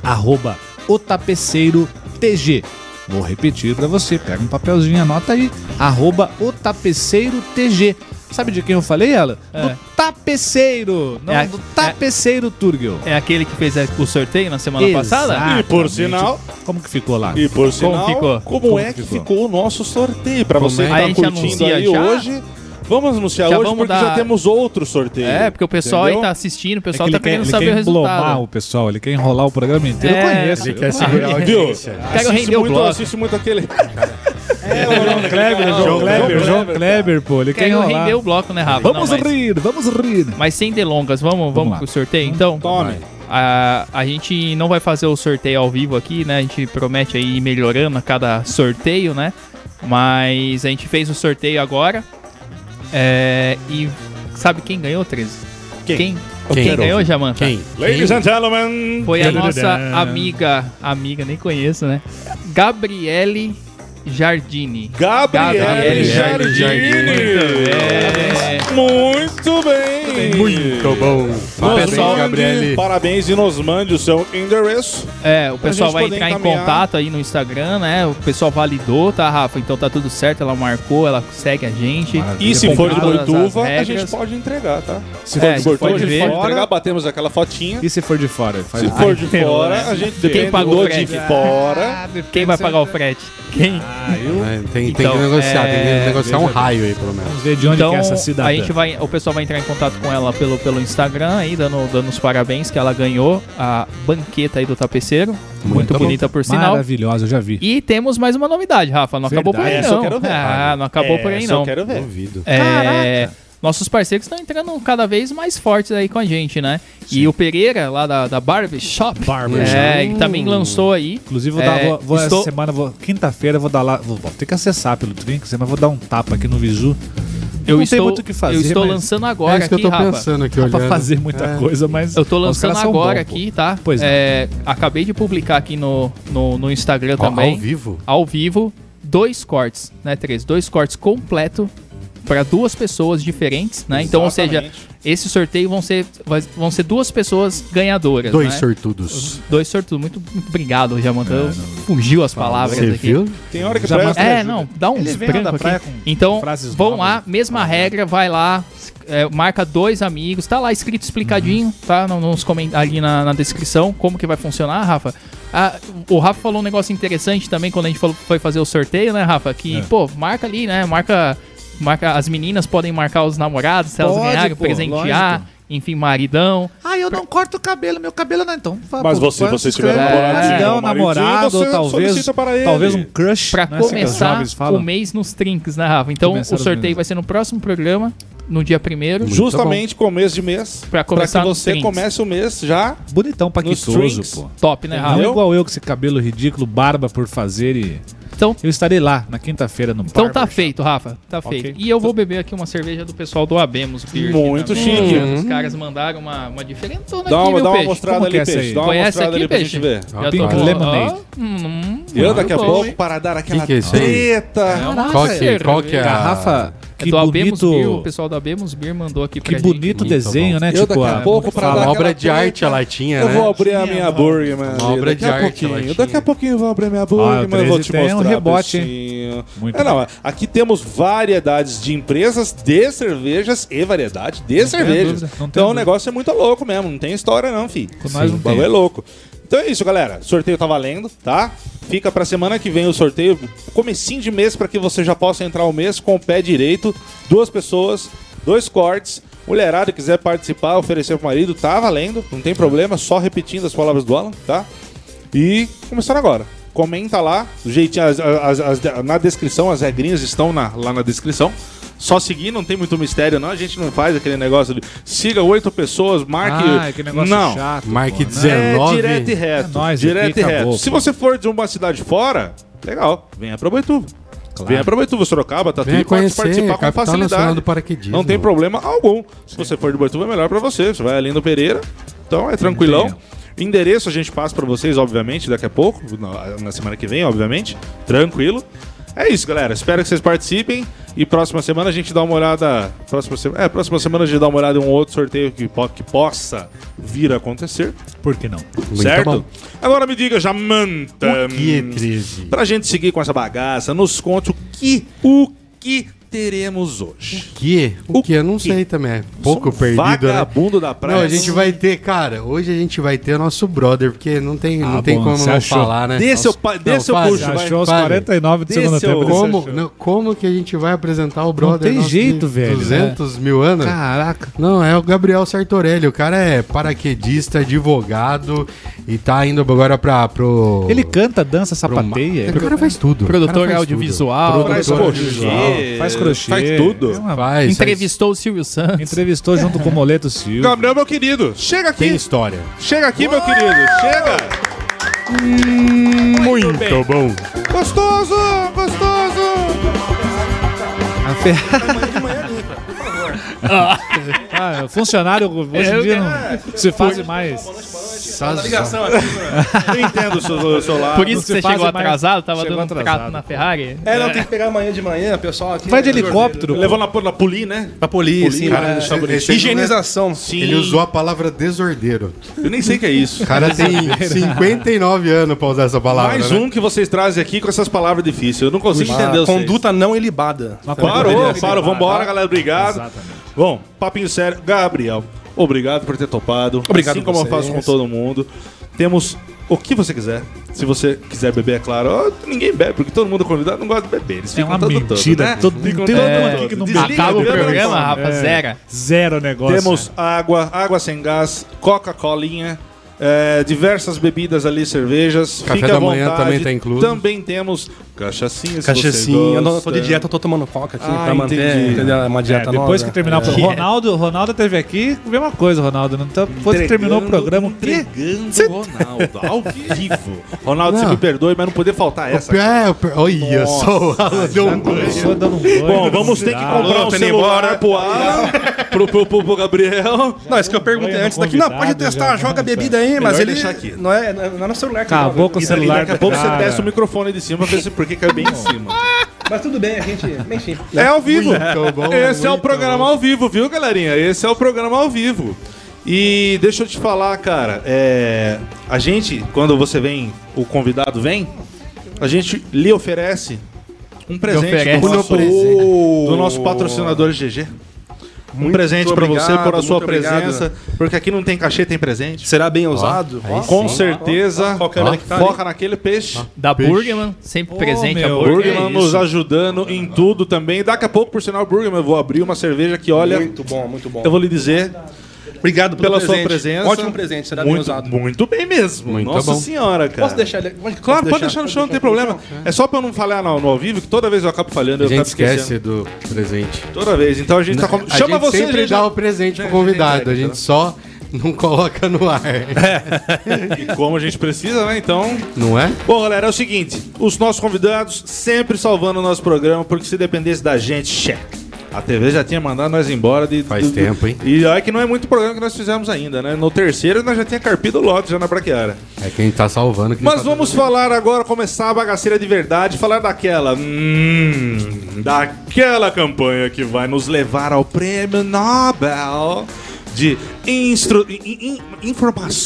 Speaker 4: arroba o tapeceiro TG. Vou repetir para você, pega um papelzinho, anota aí, arroba o tapeceiro TG. Sabe de quem eu falei, ela?
Speaker 2: É.
Speaker 4: Do tapeceiro, não
Speaker 2: É a-
Speaker 4: do tapeceiro Turgel.
Speaker 2: É aquele que fez o sorteio na semana passada?
Speaker 1: E por sinal,
Speaker 4: Como que ficou lá?
Speaker 1: E por sinal,
Speaker 2: ficou?
Speaker 1: como,
Speaker 4: Como
Speaker 1: é que
Speaker 4: ficou?
Speaker 1: ficou? o nosso sorteio? Pra
Speaker 3: Como
Speaker 1: você
Speaker 3: é?
Speaker 1: que
Speaker 2: Aí a
Speaker 1: tá
Speaker 2: gente
Speaker 1: curtindo
Speaker 2: anuncia
Speaker 1: aí
Speaker 2: já?
Speaker 1: hoje, vamos anunciar
Speaker 2: Já
Speaker 1: hoje
Speaker 2: vamos
Speaker 1: porque
Speaker 2: dar-
Speaker 1: já temos outro sorteio.
Speaker 2: É, porque o pessoal
Speaker 1: Entendeu?
Speaker 2: aí tá assistindo, o
Speaker 4: É que
Speaker 2: pessoal
Speaker 4: ele
Speaker 2: tá
Speaker 4: quer,
Speaker 2: querendo
Speaker 4: ele
Speaker 2: saber
Speaker 4: quer
Speaker 2: o
Speaker 4: emplomar
Speaker 2: resultado.
Speaker 4: o pessoal, ele quer enrolar o programa inteiro.
Speaker 2: É,
Speaker 4: eu conheço.
Speaker 3: Ele quer
Speaker 4: eu
Speaker 3: segurar a
Speaker 1: Viu?
Speaker 3: audiência.
Speaker 2: tá- Pega o
Speaker 1: Assiste
Speaker 2: rei- o
Speaker 1: muito,
Speaker 2: bloco.
Speaker 1: assiste muito aquele.
Speaker 4: João É, Kleber, João
Speaker 1: né?
Speaker 4: Kleber, né? João Kleber, pô, ele quer
Speaker 2: Quer
Speaker 4: enrolar.
Speaker 2: render o bloco, né, Rafa?
Speaker 4: Vamos
Speaker 2: Não, mas-
Speaker 4: rir, vamos rir.
Speaker 2: Mas sem delongas, vamos, vamos,
Speaker 4: lá.
Speaker 2: pro sorteio então?
Speaker 1: Tome.
Speaker 2: A, a gente não vai fazer o sorteio ao vivo aqui, né? A gente promete aí ir melhorando a cada sorteio, né? Mas a gente fez o sorteio agora. É, e sabe quem ganhou, 13?
Speaker 1: Quem?
Speaker 2: Quem,
Speaker 3: Quem?
Speaker 2: ganhou, Jamanta?
Speaker 3: Quem?
Speaker 1: Ladies and gentlemen.
Speaker 2: Foi a
Speaker 4: Tadadã.
Speaker 2: nossa amiga, amiga, nem conheço, né? Gabriele Jardini.
Speaker 1: Gabriele
Speaker 2: Gabriele
Speaker 1: Jardini.
Speaker 2: É,
Speaker 1: Muito bem.
Speaker 3: Muito bom.
Speaker 1: Nos
Speaker 3: Parabéns,
Speaker 1: mande-
Speaker 3: Gabriele.
Speaker 1: Parabéns e nos mande o seu endereço.
Speaker 2: é, o pessoal
Speaker 1: gente
Speaker 2: vai
Speaker 1: poder
Speaker 2: entrar em
Speaker 1: encaminhar.
Speaker 2: contato aí no Instagram, né? O pessoal validou, tá, Rafa? Então tá tudo certo, ela marcou, ela segue a gente.
Speaker 4: Maravilha.
Speaker 1: E se for de
Speaker 2: Todas as
Speaker 1: Boituva, a
Speaker 2: regras.
Speaker 1: gente pode entregar, tá?
Speaker 4: Se
Speaker 2: É, se
Speaker 1: Boituva,
Speaker 2: for
Speaker 1: a
Speaker 2: de
Speaker 1: gente pode
Speaker 4: fora-
Speaker 1: entregar, batemos aquela fotinha.
Speaker 4: E se for de fora? Faz
Speaker 1: Se for de fora, a gente depende
Speaker 2: pagou o
Speaker 1: do de
Speaker 2: frete?
Speaker 1: fora.
Speaker 2: Quem vai pagar o frete? Quem?
Speaker 4: Ah, eu
Speaker 3: É, Tem, tem
Speaker 2: Então,
Speaker 3: que negociar, tem
Speaker 2: é,
Speaker 3: que negociar um raio aí, pelo menos.
Speaker 4: vamos ver de onde
Speaker 2: Então,
Speaker 4: que é essa cidade.
Speaker 2: a gente vai, o pessoal vai entrar em contato com ela pelo, pelo Instagram aí, dando, dando os parabéns que ela ganhou a banqueta aí do tapeceiro. Muito,
Speaker 3: bom.
Speaker 2: bonita, por sinal.
Speaker 4: Maravilhosa, eu já vi.
Speaker 2: E temos mais uma novidade, Rafa. Não acabou por aí,
Speaker 1: Verdade. Essa eu
Speaker 2: não.
Speaker 1: quero ver,
Speaker 2: ah,
Speaker 1: Fábio.
Speaker 2: não acabou por aí,
Speaker 1: Essa
Speaker 2: não.
Speaker 1: É, Eu quero ver.
Speaker 3: Duvido.
Speaker 2: É, nossos parceiros estão entrando cada vez mais fortes aí com a gente, né? E o Pereira, lá da, da Barbie Shop,
Speaker 4: Barbershop.
Speaker 2: é, que também lançou aí.
Speaker 4: Inclusive, vou
Speaker 2: É,
Speaker 4: dar, vou, vou
Speaker 2: estou-
Speaker 4: essa semana, vou- quinta-feira, vou dar lá. Vou, vou ter que acessar pelo Trinks, mas vou dar um tapa aqui no Visu.
Speaker 2: Eu
Speaker 4: não
Speaker 2: estou,
Speaker 4: tem muito o que fazer.
Speaker 2: eu estou
Speaker 4: mas
Speaker 2: lançando agora
Speaker 3: é isso que eu
Speaker 2: aqui,
Speaker 3: tô
Speaker 2: Rafa.
Speaker 3: pensando aqui
Speaker 4: Dá pra
Speaker 3: olhando.
Speaker 4: fazer muita
Speaker 3: É.
Speaker 4: coisa, mas.
Speaker 2: Eu tô
Speaker 4: os
Speaker 2: lançando
Speaker 4: caras são
Speaker 2: agora
Speaker 4: bons, pô.
Speaker 2: aqui, tá?
Speaker 4: Pois
Speaker 2: é. Acabei de publicar aqui no, no, no Instagram
Speaker 3: Ó,
Speaker 2: também.
Speaker 3: Ao vivo.
Speaker 2: Ao vivo. dois cortes, né, três, dois cortes completo para duas pessoas diferentes, né? Então, ou seja,
Speaker 1: Exatamente.
Speaker 2: esse sorteio vão ser vai- vão ser duas pessoas ganhadoras,
Speaker 3: Dois
Speaker 2: né?
Speaker 3: sortudos.
Speaker 2: Dois sortudos. Muito, muito obrigado, Jamantão. Fugiu as palavras
Speaker 3: É, Você
Speaker 2: aqui.
Speaker 3: viu?
Speaker 1: Tem hora que
Speaker 4: Já
Speaker 1: presta.
Speaker 4: mostra-
Speaker 2: É,
Speaker 4: ajuda.
Speaker 2: não, dá um
Speaker 4: Eles vêm lá da
Speaker 2: branco
Speaker 4: praia
Speaker 2: aqui.
Speaker 4: com
Speaker 2: Então,
Speaker 4: frases
Speaker 2: vão
Speaker 4: novas, Ah, é.
Speaker 2: lá, mesma regra, vai lá, é, marca dois amigos, tá lá escrito explicadinho,
Speaker 3: Uhum.
Speaker 2: tá? no- Nos comen- ali na, na descrição, como que vai funcionar, Rafa. Ah, o Rafa falou um negócio interessante também quando a gente falou- foi fazer o sorteio, né, Rafa? Que,
Speaker 3: É.
Speaker 2: pô, marca ali, né? Marca, marca. As meninas podem marcar os namorados, se elas
Speaker 4: Pode,
Speaker 2: ganharem,
Speaker 4: pô,
Speaker 2: presentear,
Speaker 4: lógico.
Speaker 2: enfim, maridão.
Speaker 4: Ah, eu não corto o cabelo, meu cabelo não, então. fa-
Speaker 1: Mas
Speaker 4: pô,
Speaker 1: você-
Speaker 4: faz-
Speaker 1: você tiver
Speaker 4: escreve-
Speaker 1: namorado,
Speaker 4: É,
Speaker 1: tiver
Speaker 4: dá um
Speaker 1: um
Speaker 4: namorado,
Speaker 1: marido,
Speaker 4: ou
Speaker 1: você
Speaker 4: talvez,
Speaker 1: solicita para ele.
Speaker 4: talvez um crush.
Speaker 2: Pra
Speaker 4: né, que os
Speaker 2: começar
Speaker 4: jovens
Speaker 2: o
Speaker 4: falam.
Speaker 2: mês nos trinks, né, Rafa? Então
Speaker 4: Começar
Speaker 2: o
Speaker 4: os
Speaker 2: sorteio
Speaker 4: trinks.
Speaker 2: vai ser no próximo programa, no dia primeiro.
Speaker 1: Justamente começo de mês.
Speaker 2: Pra começar
Speaker 1: que
Speaker 2: nos
Speaker 1: você
Speaker 2: 30.
Speaker 1: comece o mês já.
Speaker 4: Bonitão,
Speaker 1: Nos
Speaker 4: paquitoso,
Speaker 1: drinks.
Speaker 4: pô.
Speaker 2: Top, né,
Speaker 4: Não
Speaker 2: Rafa?
Speaker 4: é
Speaker 1: Eu?
Speaker 4: igual eu com esse cabelo ridículo, barba por fazer e.
Speaker 2: Então,
Speaker 4: Eu estarei lá na quinta-feira no
Speaker 2: então tá
Speaker 4: Barber.
Speaker 2: feito, Rafa. Tá
Speaker 4: Ok.
Speaker 2: feito. E eu vou beber aqui uma cerveja do pessoal do Abemos Beer. aqui
Speaker 1: Muito
Speaker 2: também.
Speaker 1: chique.
Speaker 2: Hum. Os caras mandaram uma, uma diferentona
Speaker 1: Dá
Speaker 2: aqui,
Speaker 1: uma,
Speaker 2: meu
Speaker 1: dá uma
Speaker 2: peixe.
Speaker 1: mostrada
Speaker 4: Como
Speaker 1: ali,
Speaker 4: que é essa
Speaker 1: peixe.
Speaker 4: aí?
Speaker 1: Dá uma
Speaker 2: Conhece
Speaker 1: mostrada
Speaker 2: aqui,
Speaker 1: ali pra gente
Speaker 2: peixe?
Speaker 1: ver.
Speaker 2: Já
Speaker 4: Pink
Speaker 2: com-
Speaker 4: Lemonade.
Speaker 2: tá, Ó, hum,
Speaker 1: Eu
Speaker 2: muito
Speaker 1: daqui a
Speaker 2: bom,
Speaker 1: pouco,
Speaker 2: hein?
Speaker 1: para dar aquela
Speaker 3: Que que é isso aí?
Speaker 1: treta.
Speaker 2: Caraca,
Speaker 3: Qual que,
Speaker 2: cerveja.
Speaker 3: qual que é a...
Speaker 4: Garrafa,
Speaker 2: um É
Speaker 4: que
Speaker 2: do Abemos Beer, o
Speaker 4: bonito.
Speaker 2: pessoal do Abemos Beer mandou aqui pra
Speaker 4: Que
Speaker 2: gente.
Speaker 4: bonito
Speaker 3: Muito
Speaker 4: desenho,
Speaker 3: bom.
Speaker 4: né?
Speaker 1: Eu
Speaker 4: Tipo,
Speaker 1: daqui a pouco, pra dar
Speaker 3: Uma
Speaker 1: aquela
Speaker 3: obra de
Speaker 1: treta,
Speaker 3: arte a latinha,
Speaker 1: Eu
Speaker 3: né?
Speaker 1: vou abrir a minha burger, mano.
Speaker 3: Uma obra
Speaker 1: daqui
Speaker 3: de
Speaker 1: a
Speaker 3: arte,
Speaker 1: pouquinho.
Speaker 3: latinha.
Speaker 1: Daqui a pouquinho eu vou abrir a minha burger,
Speaker 4: Ah, o
Speaker 1: mas eu vou te
Speaker 4: 13 tem um
Speaker 1: mostrar.
Speaker 4: rebote, hein?
Speaker 1: peixinho.
Speaker 4: Muito
Speaker 1: é, não, aqui temos variedades de empresas, de cervejas e variedade de cervejas.
Speaker 4: dúvida, não tenho
Speaker 1: então o
Speaker 4: dúvida.
Speaker 1: negócio é muito louco mesmo, não tem história não, fi.
Speaker 4: Com nós não
Speaker 1: o bagulho
Speaker 4: tem.
Speaker 1: é louco. Então é isso, galera. O sorteio tá valendo, tá? Fica pra semana que vem o sorteio, comecinho de mês pra que você já possa entrar o mês com o pé direito, duas pessoas, dois cortes. Mulherada quiser participar, oferecer pro marido, tá valendo, não tem problema, só repetindo as palavras do Alan, tá? E começando agora. Comenta lá, do jeitinho, as- as- as- na descrição, as regrinhas estão na- lá na descrição. Só seguir, não tem muito mistério, não. A gente não faz aquele negócio de siga oito pessoas, marque.
Speaker 4: Ah, que negócio
Speaker 1: não.
Speaker 4: chato.
Speaker 3: Mark
Speaker 4: pô, né?
Speaker 3: 19.
Speaker 1: É direto e reto.
Speaker 4: É nóis,
Speaker 1: direto
Speaker 4: aqui
Speaker 1: e reto.
Speaker 4: acabou,
Speaker 1: Se
Speaker 4: pô.
Speaker 1: você for de uma cidade fora, legal, venha pra Boituva.
Speaker 4: Claro.
Speaker 1: Venha pra Boituva, Sorocaba, tá
Speaker 3: Venha
Speaker 1: tudo pode
Speaker 3: conhecer,
Speaker 1: participar com
Speaker 3: capital
Speaker 1: facilidade.
Speaker 3: nacional do paraquedismo.
Speaker 1: Não tem problema algum. Se você for de Boituva, é melhor pra você. Você vai ali no Pereira, então é tranquilão.
Speaker 4: Entendo.
Speaker 1: Endereço a gente passa pra vocês, obviamente, daqui a pouco, na, na semana que vem, obviamente. Tranquilo. É isso, galera. Espero que vocês participem. E próxima semana a gente dá uma olhada. Próxima se- É, próxima semana a gente dá uma olhada em um outro sorteio que, po- que possa vir a acontecer.
Speaker 4: Por que não?
Speaker 3: Muito
Speaker 1: certo?
Speaker 3: bom.
Speaker 1: Agora me diga, Jamanta.
Speaker 3: Que é 13.
Speaker 1: Pra gente seguir com essa bagaça, nos conte o que, o que teremos hoje.
Speaker 3: Que? O,
Speaker 1: O
Speaker 3: que? Eu não
Speaker 1: quê?
Speaker 3: sei também. é Pouco
Speaker 1: Sou um
Speaker 3: perdido, né?
Speaker 1: Vagabundo da praia.
Speaker 3: Não, a gente vai ter, cara, hoje a gente vai ter o nosso brother, porque não tem, não
Speaker 4: Ah,
Speaker 3: tem
Speaker 4: bom,
Speaker 3: como
Speaker 4: você
Speaker 3: não
Speaker 4: achou.
Speaker 3: falar, né?
Speaker 1: Dê seu, pa- dê
Speaker 3: Não,
Speaker 1: seu
Speaker 3: fale,
Speaker 1: puxo,
Speaker 4: Já
Speaker 1: vai.
Speaker 4: achou aos
Speaker 3: Fale.
Speaker 4: 49 do
Speaker 1: Desse
Speaker 4: segundo
Speaker 1: eu-
Speaker 4: tempo. desse
Speaker 3: Como,
Speaker 4: eu-
Speaker 3: não, como que a gente vai apresentar o brother?
Speaker 4: tem
Speaker 3: nosso
Speaker 4: jeito,
Speaker 3: de
Speaker 4: velho,
Speaker 3: 200 mil anos?
Speaker 4: Caraca.
Speaker 3: Não, é o Gabriel Sartorelli. O cara é paraquedista, advogado e tá indo agora pra, pro.
Speaker 4: Ele canta, dança,
Speaker 3: pro ma-
Speaker 4: sapateia.
Speaker 3: O cara faz tudo. O cara
Speaker 2: Produtor
Speaker 3: faz
Speaker 2: audiovisual,
Speaker 3: tudo.
Speaker 1: Faz
Speaker 3: Produtor
Speaker 1: crochê.
Speaker 3: audiovisual.
Speaker 4: Faz crochê.
Speaker 1: Faz tudo.
Speaker 4: É uma-
Speaker 3: Faz,
Speaker 2: entrevistou o Silvio Santos.
Speaker 4: Entrevistou junto com o Moleto Silva.
Speaker 1: Gabriel, meu querido, chega aqui.
Speaker 3: faz- Tem história.
Speaker 1: Chega aqui, meu querido. Chega.
Speaker 3: Muito, bom.
Speaker 1: Gostoso, gostoso.
Speaker 4: A Fer- Ah, funcionário hoje
Speaker 1: É,
Speaker 4: em dia não se faz
Speaker 1: Tá
Speaker 4: mais.
Speaker 1: né?
Speaker 3: Sazão.
Speaker 1: Eu entendo o seu, o seu lado.
Speaker 2: Por isso
Speaker 4: Não
Speaker 2: que
Speaker 4: se
Speaker 2: você
Speaker 4: faz
Speaker 2: chegou
Speaker 4: mais-
Speaker 2: atrasado, tava
Speaker 4: chegou
Speaker 2: dando um
Speaker 4: atrasado.
Speaker 2: trato na Ferrari.
Speaker 5: É, não, tem que pegar amanhã de manhã, pessoal. Aqui, é
Speaker 4: Vai de helicóptero.
Speaker 1: Levou na, na poli, né?
Speaker 5: Pra polícia,
Speaker 3: é.
Speaker 1: Cara, deixa bonitinho.
Speaker 5: né? é Higienização.
Speaker 3: Ele usou a palavra desordeiro.
Speaker 1: Eu nem sei o que é isso.
Speaker 3: O cara tem 59 anos pra usar essa palavra.
Speaker 1: Mais
Speaker 3: né?
Speaker 1: um que vocês trazem aqui com essas palavras difíceis. Eu não consigo
Speaker 5: Uma
Speaker 1: entender. vocês.
Speaker 5: Conduta não ilibada.
Speaker 4: Uma
Speaker 1: Parou,
Speaker 4: conduta
Speaker 1: parou. Vambora, galera. Obrigado.
Speaker 4: Exatamente.
Speaker 1: Bom, papinho sério. Gabriel, obrigado por ter topado.
Speaker 5: Obrigado
Speaker 1: Assim como eu
Speaker 5: vocês.
Speaker 1: faço com todo mundo. Temos o que você quiser. Se você quiser beber, é claro. Ó, ninguém bebe, porque todo mundo convidado não gosta de beber. Eles
Speaker 4: É
Speaker 1: ficam
Speaker 4: uma
Speaker 1: todo
Speaker 4: mentira.
Speaker 1: Todo, né?
Speaker 4: Todo-
Speaker 1: Ficam
Speaker 4: tem
Speaker 1: todo
Speaker 4: todo
Speaker 1: mundo
Speaker 4: aqui que não
Speaker 1: Desliga
Speaker 4: bebe.
Speaker 1: a
Speaker 2: Acaba o
Speaker 1: câmera,
Speaker 2: programa,
Speaker 1: não.
Speaker 2: Rafa, zera.
Speaker 4: Zero negócio.
Speaker 1: Temos água, água sem gás, Coca-Colinha, é, diversas bebidas ali, cervejas.
Speaker 3: Café
Speaker 1: Fica à
Speaker 3: da manhã
Speaker 1: vontade.
Speaker 3: também tá incluso.
Speaker 1: Também temos cachaçinha, se
Speaker 5: Cachaçinha.
Speaker 1: você
Speaker 5: Eu não eu
Speaker 1: gosta.
Speaker 5: tô de dieta, eu tô tomando coca aqui
Speaker 1: Ah,
Speaker 5: pra manter
Speaker 1: entendi.
Speaker 5: entendeu? uma
Speaker 4: É,
Speaker 5: dieta nova.
Speaker 4: depois que terminar o programa. Ronaldo, Ronaldo teve aqui, mesma coisa, Ronaldo. Não tá, depois que terminou o programa, o quê?
Speaker 1: Entregando o Ronaldo, ao vivo. Ronaldo, você
Speaker 3: Não.
Speaker 1: me perdoe, mas não poder faltar essa.
Speaker 3: É, o per- olha só, o Alan deu um banho.
Speaker 4: Começou dando um banho.
Speaker 1: Bom, vamos ter é que comprar um
Speaker 5: tô indo
Speaker 1: celular
Speaker 5: embora.
Speaker 1: pro Alan, pro, pro, pro, pro Gabriel.
Speaker 5: Não, isso que eu perguntei
Speaker 4: Banho no
Speaker 5: antes daqui. Não,
Speaker 4: convidado,
Speaker 5: pode testar,
Speaker 4: já.
Speaker 5: joga a bebida aí, mas ele.
Speaker 1: deixar aqui.
Speaker 5: Não é, não é não é no celular que
Speaker 4: Acabou com o
Speaker 1: E
Speaker 4: celular.
Speaker 1: daqui a pouco
Speaker 4: cara.
Speaker 1: você testa o microfone de cima pra ver se por que caiu bem em cima.
Speaker 5: Mas tudo bem, a gente. Enfim.
Speaker 1: É ao vivo.
Speaker 3: Muito bom,
Speaker 1: Esse é o
Speaker 3: muito
Speaker 1: programa
Speaker 3: bom.
Speaker 1: ao vivo, viu, galerinha? Esse é o programa ao vivo. E deixa eu te falar, cara, é, a gente, quando você vem, o convidado vem, a gente lhe oferece um presente
Speaker 2: oferece.
Speaker 1: do, nosso,
Speaker 5: presente.
Speaker 1: do nosso patrocinador GG. Um
Speaker 5: Muito
Speaker 1: presente pra você
Speaker 5: obrigado,
Speaker 1: por a sua
Speaker 5: muito obrigado.
Speaker 1: presença, porque aqui não tem cachê, tem presente.
Speaker 5: Será bem usado?
Speaker 3: aí
Speaker 5: Ó,
Speaker 1: Com
Speaker 3: sim.
Speaker 1: certeza,
Speaker 5: Qual câmera que tá ali?
Speaker 1: foca naquele peixe.
Speaker 2: Da
Speaker 3: Peixe.
Speaker 2: Burgerman, sempre
Speaker 4: Ô,
Speaker 2: presente
Speaker 4: meu,
Speaker 2: a
Speaker 1: O
Speaker 2: Burgerman.
Speaker 1: Burgerman nos ajudando em tudo também. Daqui a pouco, por sinal, Burgerman, eu vou abrir uma cerveja que, olha,
Speaker 5: Muito bom, muito bom.
Speaker 1: eu vou lhe dizer
Speaker 5: Obrigado pelo
Speaker 1: pela sua
Speaker 5: presente.
Speaker 1: presença.
Speaker 5: Ótimo presente, será bem
Speaker 1: muito,
Speaker 5: usado.
Speaker 1: Muito bem mesmo.
Speaker 3: Muito
Speaker 1: Nossa
Speaker 3: bom.
Speaker 1: senhora, cara.
Speaker 5: Posso deixar ele? Claro,
Speaker 1: Claro, pode deixar no chão, não tem problema.
Speaker 5: então?
Speaker 1: É só pra eu não falhar no, no ao vivo, que toda vez eu acabo falhando,
Speaker 3: A
Speaker 1: eu
Speaker 3: gente
Speaker 1: acabo esquecendo.
Speaker 3: esquece do presente.
Speaker 1: Toda vez. Então a gente tá com...
Speaker 3: a
Speaker 1: Chama
Speaker 3: gente
Speaker 1: você,
Speaker 3: sempre
Speaker 1: gente. né?
Speaker 3: dá o presente pro convidado, a gente só não coloca no ar,
Speaker 1: É. E como a gente precisa, né? Então.
Speaker 3: não é?
Speaker 1: Bom, galera, é o seguinte: os nossos convidados sempre salvando o nosso programa, porque se dependesse da gente, checa. A TV já tinha mandado nós embora de.
Speaker 3: Faz
Speaker 1: do- do-
Speaker 3: tempo, hein?
Speaker 1: E olha que não é muito programa que nós fizemos ainda, né? No terceiro nós já tinha carpido o lote já na braquiara.
Speaker 3: É quem tá salvando. Quem
Speaker 1: Mas
Speaker 3: tá...
Speaker 1: vamos falar agora, começar a bagaceira de verdade, falar daquela. Hum, daquela campanha que vai nos levar ao prêmio Nobel de instru- in- in-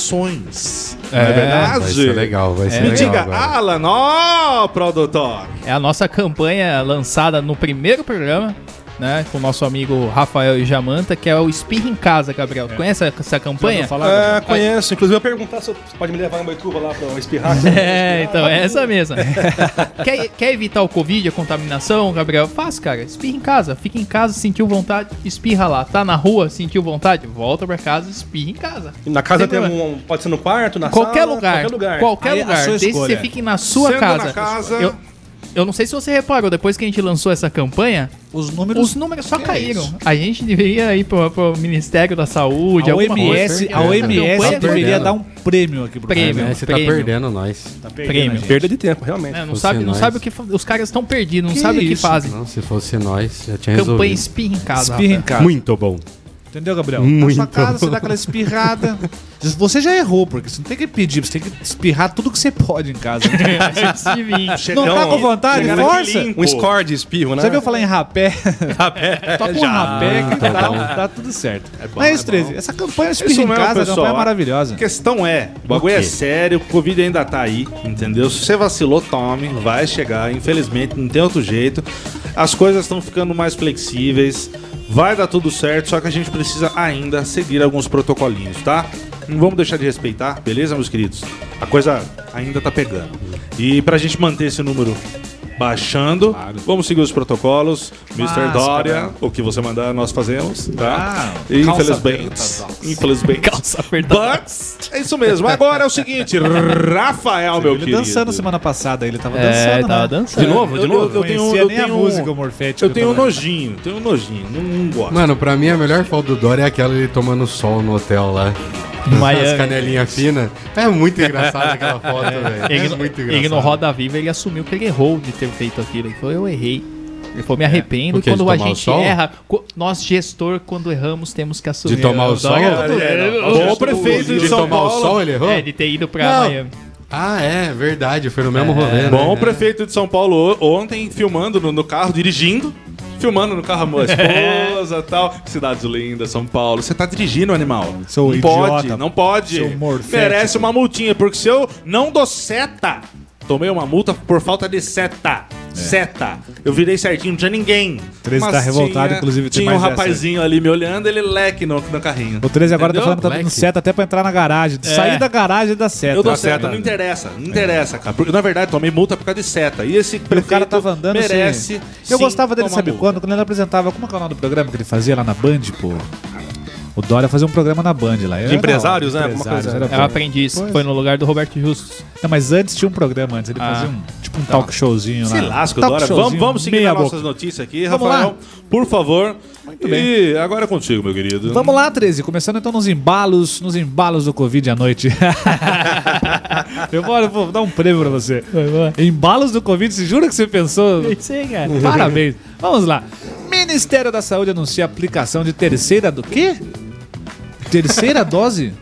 Speaker 1: informações. Não É, verdade?
Speaker 3: Vai ser legal, vai ser
Speaker 1: É. Me
Speaker 3: legal
Speaker 1: diga, ah,
Speaker 3: agora.
Speaker 1: Alan, ó, produtor.
Speaker 2: É a nossa campanha lançada no primeiro programa, né? Com o nosso amigo Rafael e Jamanta, que é o Espirra em Casa, Gabriel.
Speaker 4: É.
Speaker 2: Conhece essa- essa campanha?
Speaker 5: Ah, conheço. Inclusive, eu ia perguntar se eu- você pode me levar em Boituva lá pra eu espirrar.
Speaker 2: É, então, é essa mesma. quer, quer evitar o Covid, a contaminação, Gabriel? Faz, cara. Espirra em casa. Fica em casa, sentiu vontade, espirra lá. Tá na rua, sentiu vontade, volta pra casa, espirra em casa.
Speaker 5: Na casa
Speaker 2: Sem
Speaker 5: tem
Speaker 2: problema.
Speaker 5: um. Pode ser no quarto, na
Speaker 2: Qualquer
Speaker 5: sala,
Speaker 2: lugar.
Speaker 5: Qualquer lugar.
Speaker 2: Qualquer
Speaker 4: Aí é a
Speaker 2: lugar.
Speaker 4: sua
Speaker 2: Desde que
Speaker 4: escolha.
Speaker 2: você fique na sua
Speaker 1: Sendo
Speaker 2: casa.
Speaker 1: na casa-
Speaker 2: Eu, eu não sei se você reparou, depois que a gente lançou essa campanha,
Speaker 4: Os números.
Speaker 2: os números só
Speaker 4: Que é
Speaker 2: caíram.
Speaker 4: isso?
Speaker 2: a gente deveria ir pro, pro Ministério da Saúde,
Speaker 4: a
Speaker 2: Tipo, alguma
Speaker 4: OMS,
Speaker 2: coisa. É.
Speaker 4: a OMS
Speaker 2: Campanha-
Speaker 3: tá perdendo.
Speaker 4: deveria dar um prêmio aqui pro
Speaker 2: Prêmio.
Speaker 4: cara.
Speaker 3: É, você tá
Speaker 2: prêmio.
Speaker 3: perdendo nós.
Speaker 5: Tá perdendo,
Speaker 2: prêmio.
Speaker 5: né? Perda de tempo, realmente.
Speaker 2: É, não
Speaker 3: Você
Speaker 2: sabe, não
Speaker 3: nós.
Speaker 2: sabe o que fa- os caras estão perdidos, não
Speaker 4: Que
Speaker 2: sabem o que
Speaker 4: isso,
Speaker 2: fazem.
Speaker 3: Não, se fosse nós, já tinha
Speaker 2: Campanha
Speaker 3: resolvido.
Speaker 2: espirra em casa.
Speaker 4: Espirra em
Speaker 2: rapaz.
Speaker 4: casa.
Speaker 3: Muito bom.
Speaker 4: Entendeu, Gabriel?
Speaker 3: Muito.
Speaker 4: Na sua casa, você dá aquela espirrada. Você já errou, porque você não tem que pedir, você tem que espirrar tudo que você pode em casa. né?
Speaker 2: Antes de vir.
Speaker 4: Não
Speaker 1: Chegamos.
Speaker 4: tá com vontade?
Speaker 1: Chegaram
Speaker 4: Força!
Speaker 1: aqui É, limpo.
Speaker 5: Um score de espirro, né?
Speaker 4: Já viu falar em rapé? rapé. Toca um rapé que dá, um- dá tudo certo. Não é isso, 13. Essa campanha espirra
Speaker 1: Isso
Speaker 4: em
Speaker 1: mesmo,
Speaker 4: casa, a campanha é
Speaker 1: pessoal.
Speaker 4: maravilhosa.
Speaker 1: A questão é, o bagulho é sério, o Covid ainda tá aí, entendeu? Se você vacilou, tome, vai chegar, infelizmente, não tem outro jeito. As coisas estão ficando mais flexíveis, vai dar tudo certo, só que a gente precisa ainda seguir alguns protocolinhos, tá? Não vamos deixar de respeitar, beleza, meus queridos? A coisa ainda tá pegando. E pra gente manter esse número baixando, vamos seguir os protocolos. Mr.
Speaker 4: Máscara.
Speaker 1: Dória, o que você mandar, nós fazemos, tá?
Speaker 4: Ah,
Speaker 1: infelizmente,
Speaker 4: calça apertada.
Speaker 1: infelizmente.
Speaker 2: Calça apertada.
Speaker 1: Bucks. É isso mesmo. Agora é o seguinte, Rafael, meu
Speaker 4: Ele
Speaker 1: querido.
Speaker 4: dançando semana passada, ele tava
Speaker 2: É,
Speaker 4: dançando.
Speaker 2: tava
Speaker 4: né?
Speaker 2: dançando.
Speaker 5: De novo, de
Speaker 1: Eu-
Speaker 5: novo.
Speaker 1: eu- tenho-
Speaker 4: Conhecia
Speaker 1: eu
Speaker 4: nem a
Speaker 1: tenho-
Speaker 4: música morfética.
Speaker 1: Eu tenho um
Speaker 4: também.
Speaker 1: nojinho, tenho um nojinho. Não, não gosto.
Speaker 3: Mano, pra mim a melhor foto do Dória é aquela ele tomando sol no hotel lá. As
Speaker 2: Miami.
Speaker 3: canelinhas finas. É muito engraçada aquela foto, velho.
Speaker 2: Ele,
Speaker 3: É
Speaker 2: no-
Speaker 3: muito
Speaker 2: ele no
Speaker 3: engraçado.
Speaker 2: Roda Viva, ele assumiu que ele errou de ter feito aquilo. Ele falou, eu errei. Ele falou, me arrependo.
Speaker 3: É. O quê? De
Speaker 2: Quando a
Speaker 3: tomar o
Speaker 2: gente
Speaker 3: sol?
Speaker 2: erra, co- nós, gestor, quando erramos, temos que assumir.
Speaker 3: De tomar o
Speaker 2: Eu-
Speaker 3: sol?
Speaker 2: eu- eu-
Speaker 1: Bom prefeito de
Speaker 3: De
Speaker 1: São
Speaker 3: tomar o
Speaker 1: Paulo.
Speaker 3: sol, ele errou?
Speaker 2: É, de ter ido pra
Speaker 3: Não.
Speaker 2: Miami.
Speaker 3: Ah, é, verdade. Foi no mesmo rolê, né?
Speaker 1: Bom prefeito de São Paulo o- ontem filmando no, no carro, dirigindo. Filmando no carro a esposa tal. Cidades lindas, São Paulo. Você tá dirigindo, animal.
Speaker 4: Seu
Speaker 1: não
Speaker 4: idiota.
Speaker 1: pode, não pode.
Speaker 4: Seu morfético.
Speaker 1: Merece uma multinha, porque se eu não dou seta, tomei uma multa por falta de seta. Seta. Eu virei certinho, não tinha ninguém.
Speaker 4: 13 É. tá
Speaker 1: Mas
Speaker 4: revoltado, inclusive, tem
Speaker 1: Tinha um
Speaker 4: mais essa aí.
Speaker 1: rapazinho ali me olhando, ele leque no, no carrinho.
Speaker 4: O 13 agora tá
Speaker 1: Entendeu? É.
Speaker 4: falando que tá dando
Speaker 3: Moleque.
Speaker 4: seta até pra entrar na garagem. Sair da garagem e da seta.
Speaker 1: Eu dou
Speaker 4: Tá
Speaker 1: seta, não interessa, não interessa, cara. Porque, na verdade, tomei multa por causa de seta. E esse
Speaker 4: O
Speaker 1: prefeito
Speaker 4: cara tava andando sem-
Speaker 1: merece. sim,
Speaker 4: Eu gostava dele,
Speaker 1: tomar
Speaker 4: sabe
Speaker 1: multa.
Speaker 4: quando? Quando ele apresentava. Como é que é o nome do programa que ele fazia lá na Band, pô? O Dória fazia um programa na Band lá. Era-
Speaker 5: empresários, né? Alguma
Speaker 4: empresários,
Speaker 5: coisa.
Speaker 4: era
Speaker 2: É um aprendiz.
Speaker 4: Pois.
Speaker 2: Foi no lugar do Roberto Justus.
Speaker 4: Não, mas antes tinha um programa antes. Ele
Speaker 2: Ah.
Speaker 4: fazia um, tipo um
Speaker 1: Tá.
Speaker 4: talk showzinho lá.
Speaker 1: Se lasca,
Speaker 4: Talk
Speaker 1: Dora.
Speaker 4: Tá showzinho,
Speaker 1: Vamos, vamos seguir
Speaker 4: meia
Speaker 1: as nossas
Speaker 4: boca.
Speaker 1: notícias aqui,
Speaker 4: Vamos
Speaker 1: Rafael.
Speaker 4: lá.
Speaker 1: Por favor. e
Speaker 4: bem.
Speaker 1: agora é contigo, meu querido.
Speaker 4: Vamos lá, 13. Começando então nos embalos, nos embalos do Covid à noite. eu, vou, eu vou dar um prêmio pra você. Embalos do Covid, você jura que você pensou?
Speaker 2: Sim, cara.
Speaker 4: Parabéns. Vamos lá. Ministério da Saúde anuncia a aplicação de terceira do quê? Terceira dose?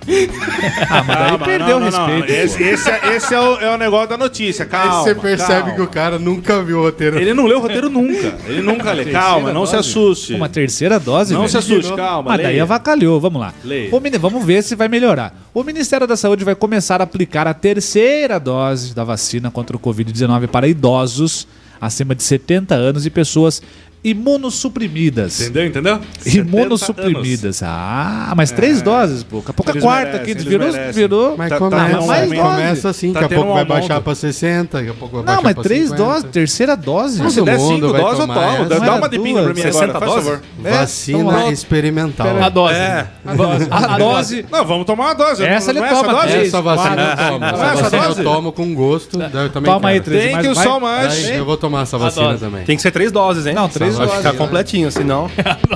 Speaker 4: Ah, mas daí
Speaker 1: Calma,
Speaker 4: perdeu
Speaker 1: não,
Speaker 4: o
Speaker 1: não, não.
Speaker 4: respeito.
Speaker 1: Esse, esse é, esse é o, é o negócio da notícia,
Speaker 3: Aí
Speaker 1: calma.
Speaker 3: você percebe
Speaker 1: calma.
Speaker 3: que o cara nunca viu o roteiro.
Speaker 1: Ele não leu o roteiro nunca. Ele nunca lê.
Speaker 4: Terceira
Speaker 1: Calma, não se
Speaker 4: dose?
Speaker 1: assuste.
Speaker 4: Uma terceira dose?
Speaker 1: Não
Speaker 4: velho?
Speaker 1: se assuste, calma.
Speaker 4: Ah, daí
Speaker 1: leia.
Speaker 4: avacalhou, vamos lá.
Speaker 1: Leia.
Speaker 4: O mini- vamos ver se vai melhorar. O Ministério da Saúde vai começar a aplicar a terceira dose da vacina contra o Covid-19 para idosos acima de 70 anos e pessoas imunossuprimidas.
Speaker 1: Entendeu, entendeu? 70 anos.
Speaker 4: Imunossuprimidas. Ah, mas três doses, pô. Daqui a pouco
Speaker 1: É.
Speaker 4: a
Speaker 1: Eles
Speaker 4: quarta
Speaker 1: merecem,
Speaker 4: que
Speaker 1: eles
Speaker 4: virou.
Speaker 1: merecem.
Speaker 4: virou...
Speaker 3: Mas
Speaker 1: Tá- tá
Speaker 3: começa,
Speaker 4: tendo um aumento.
Speaker 3: começa assim,
Speaker 1: Tá
Speaker 3: daqui a
Speaker 1: tendo
Speaker 3: pouco
Speaker 1: um
Speaker 3: vai
Speaker 1: aumento.
Speaker 3: baixar pra 60, daqui a pouco vai
Speaker 4: Não,
Speaker 3: baixar
Speaker 4: mas
Speaker 3: pra
Speaker 4: três
Speaker 3: 50.
Speaker 4: doses, terceira dose.
Speaker 3: Mas
Speaker 1: Se
Speaker 3: Todo
Speaker 1: der
Speaker 3: mundo
Speaker 1: cinco
Speaker 3: vai
Speaker 1: doses, eu
Speaker 3: tomar
Speaker 1: tomo. Dá-
Speaker 3: essa.
Speaker 1: Dá uma
Speaker 4: Mas
Speaker 1: de pinga pra mim agora,
Speaker 5: 60
Speaker 1: faz
Speaker 5: doses?
Speaker 1: favor.
Speaker 4: então
Speaker 3: Vacina
Speaker 4: logo-
Speaker 3: experimental.
Speaker 2: A dose.
Speaker 1: É.
Speaker 2: A dose.
Speaker 4: A dose.
Speaker 1: Não, vamos tomar uma dose.
Speaker 4: Essa
Speaker 1: não
Speaker 4: ele
Speaker 1: é
Speaker 4: toma,
Speaker 1: essa dose?
Speaker 3: Essa vacina eu tomo.
Speaker 1: Não é
Speaker 3: Essa
Speaker 1: essa
Speaker 3: vacina
Speaker 1: dose?
Speaker 3: eu tomo com gosto. né? Eu também
Speaker 4: Toma aí,
Speaker 3: quero.
Speaker 4: três.
Speaker 1: Thank
Speaker 4: mas
Speaker 1: you
Speaker 4: é vai-
Speaker 1: so much.
Speaker 3: Aí, Eu vou tomar essa vacina
Speaker 2: dose.
Speaker 3: também.
Speaker 5: Tem que ser três doses, hein?
Speaker 4: Não, três
Speaker 5: Vai
Speaker 4: doses.
Speaker 5: ficar tá completinho, senão.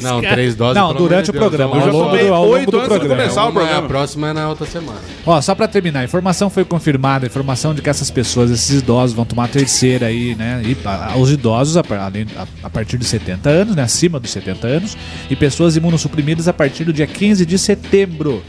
Speaker 3: Não, três doses.
Speaker 4: Não,
Speaker 3: pelo amor
Speaker 4: durante
Speaker 3: de
Speaker 4: o
Speaker 3: Deus,
Speaker 4: programa.
Speaker 3: é
Speaker 1: Eu
Speaker 3: uma
Speaker 1: já
Speaker 3: loucura.
Speaker 1: tomei
Speaker 4: ao longo
Speaker 1: oito
Speaker 4: do
Speaker 1: antes de
Speaker 4: programa.
Speaker 1: começar
Speaker 3: É
Speaker 1: o
Speaker 3: uma,
Speaker 1: programa.
Speaker 3: A próxima é na outra semana.
Speaker 4: Ó, só pra terminar, a informação foi confirmada, a informação de que essas pessoas, esses idosos vão tomar a terceira aí, né? E pa- os idosos a, par- além- a- a partir dos 70 anos, né? Acima dos 70 anos, e pessoas imunossuprimidas a partir do dia 15 de setembro.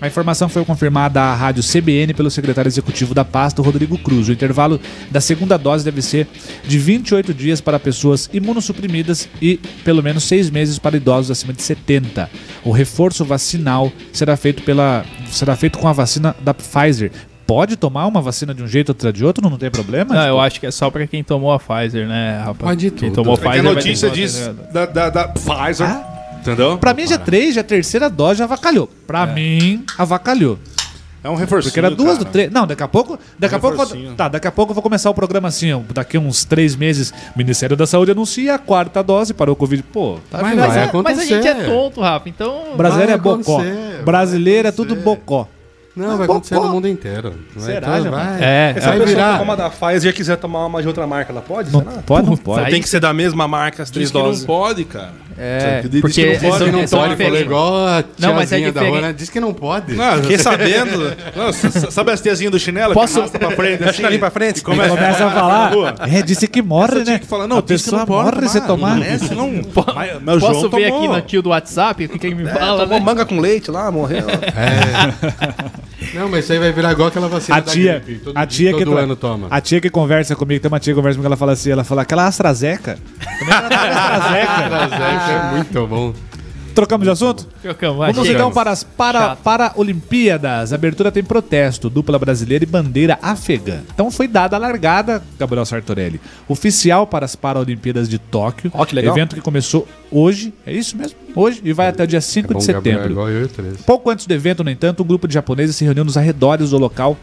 Speaker 4: A informação foi confirmada à rádio CBN pelo secretário executivo da pasta, Rodrigo Cruz. O intervalo da segunda dose deve ser de 28 dias para pessoas imunossuprimidas e pelo menos seis meses para idosos acima de 70. O reforço vacinal será feito, pela, será feito com a vacina da Pfizer. Pode tomar uma vacina de um jeito, outra de outro, não tem problema? Tipo,
Speaker 2: Não, eu acho que é só pra quem tomou a Pfizer, né, rapaz?
Speaker 3: Mas de
Speaker 2: Quem
Speaker 3: tudo.
Speaker 2: tomou
Speaker 3: É que a
Speaker 1: Porque a
Speaker 2: Pfizer vai ter
Speaker 1: notícia
Speaker 2: que-
Speaker 1: diz da, da, da Pfizer.
Speaker 4: Ah.
Speaker 1: Entendeu?
Speaker 4: Pra mim, já é três, já terceira dose, já avacalhou. Pra
Speaker 2: É.
Speaker 4: mim, avacalhou.
Speaker 1: É um reforço.
Speaker 4: Porque era duas do três. Não, daqui a pouco. Daqui a pouco,
Speaker 1: Reforcinho.
Speaker 4: tá, daqui a pouco eu vou começar o programa assim, ó, daqui uns três meses, o Ministério da Saúde anuncia a quarta dose para o Covid. Pô, tá
Speaker 3: Mas
Speaker 4: vendo?
Speaker 3: vai
Speaker 2: Mas, é- mas a
Speaker 3: acontecer.
Speaker 2: gente é tonto, Rafa, então...
Speaker 4: Brasileiro é
Speaker 3: vai
Speaker 4: bocó.
Speaker 3: acontecer,
Speaker 4: Brasileiro é
Speaker 3: vai
Speaker 4: tudo
Speaker 3: acontecer.
Speaker 4: bocó.
Speaker 3: Não, vai acontecer no mundo inteiro. Vai,
Speaker 4: Será,
Speaker 3: então,
Speaker 4: já,
Speaker 3: vai.
Speaker 2: É,
Speaker 5: Se a
Speaker 3: vai
Speaker 5: pessoa
Speaker 3: virar.
Speaker 5: tomar da Pfizer e quiser tomar uma de outra marca, ela pode?
Speaker 4: Não
Speaker 5: Será?
Speaker 4: pode, não pode.
Speaker 2: Aí-
Speaker 5: Tem que ser da mesma marca, as três
Speaker 1: Diz que não
Speaker 5: doses.
Speaker 1: pode, cara.
Speaker 2: É,
Speaker 1: Diz que
Speaker 2: porque
Speaker 1: não
Speaker 2: eles
Speaker 1: pode,
Speaker 2: são-
Speaker 1: não
Speaker 2: eles são
Speaker 3: Olha, falou
Speaker 2: diferentes.
Speaker 3: igual a
Speaker 2: Não, mas é
Speaker 3: tiazinha da
Speaker 2: diferente.
Speaker 3: Rona. Diz que não pode.
Speaker 1: Não,
Speaker 5: Fiquei sabendo.
Speaker 1: não, s- sabe as tiazinhas do chinelo?
Speaker 2: Posso-
Speaker 1: Que arrasta pra frente,
Speaker 4: tá
Speaker 1: assim,
Speaker 5: ali pra frente?
Speaker 1: e começa,
Speaker 4: Começa a falar. É, disse que morre,
Speaker 1: Essa
Speaker 4: né?
Speaker 1: tinha que falar, não,
Speaker 4: a
Speaker 1: diz que
Speaker 4: pessoa
Speaker 1: não pode
Speaker 4: morre se tomar.
Speaker 1: Essa não... Mas- mas o
Speaker 2: Posso
Speaker 1: João
Speaker 2: ver
Speaker 1: tomou.
Speaker 2: aqui no tio do WhatsApp o que, que ele me fala,
Speaker 5: Tomou
Speaker 2: né?
Speaker 5: manga com leite lá, morreu.
Speaker 3: Não, mas isso aí vai virar igual aquela vacina
Speaker 4: A tia,
Speaker 3: da gripe. Todo,
Speaker 4: a tia
Speaker 3: dia,
Speaker 4: que
Speaker 3: todo
Speaker 4: tra-
Speaker 3: ano toma.
Speaker 4: A tia que conversa comigo, tem uma tia que conversa comigo, ela fala assim, ela fala aquela AstraZeca.
Speaker 3: Cara, Zé,
Speaker 4: Ah.
Speaker 3: isso é muito bom.
Speaker 4: Trocamos de assunto?
Speaker 2: Trocamos, vai,
Speaker 4: Vamos
Speaker 2: chega.
Speaker 4: então para as para,
Speaker 2: Chato.
Speaker 4: para Olimpíadas. Abertura tem protesto, dupla brasileira e bandeira afegã. Então foi dada a largada, Gabriel Sartorelli, oficial para as Paralimpíadas de Tóquio.
Speaker 5: Ó, que legal.
Speaker 4: Evento que começou hoje, é isso mesmo? Hoje e vai até o dia 5 de
Speaker 3: É. Gabriel, é
Speaker 4: setembro.
Speaker 3: igual eu e o três.
Speaker 4: Pouco antes do evento, no entanto, um grupo de japoneses se reuniu nos arredores do local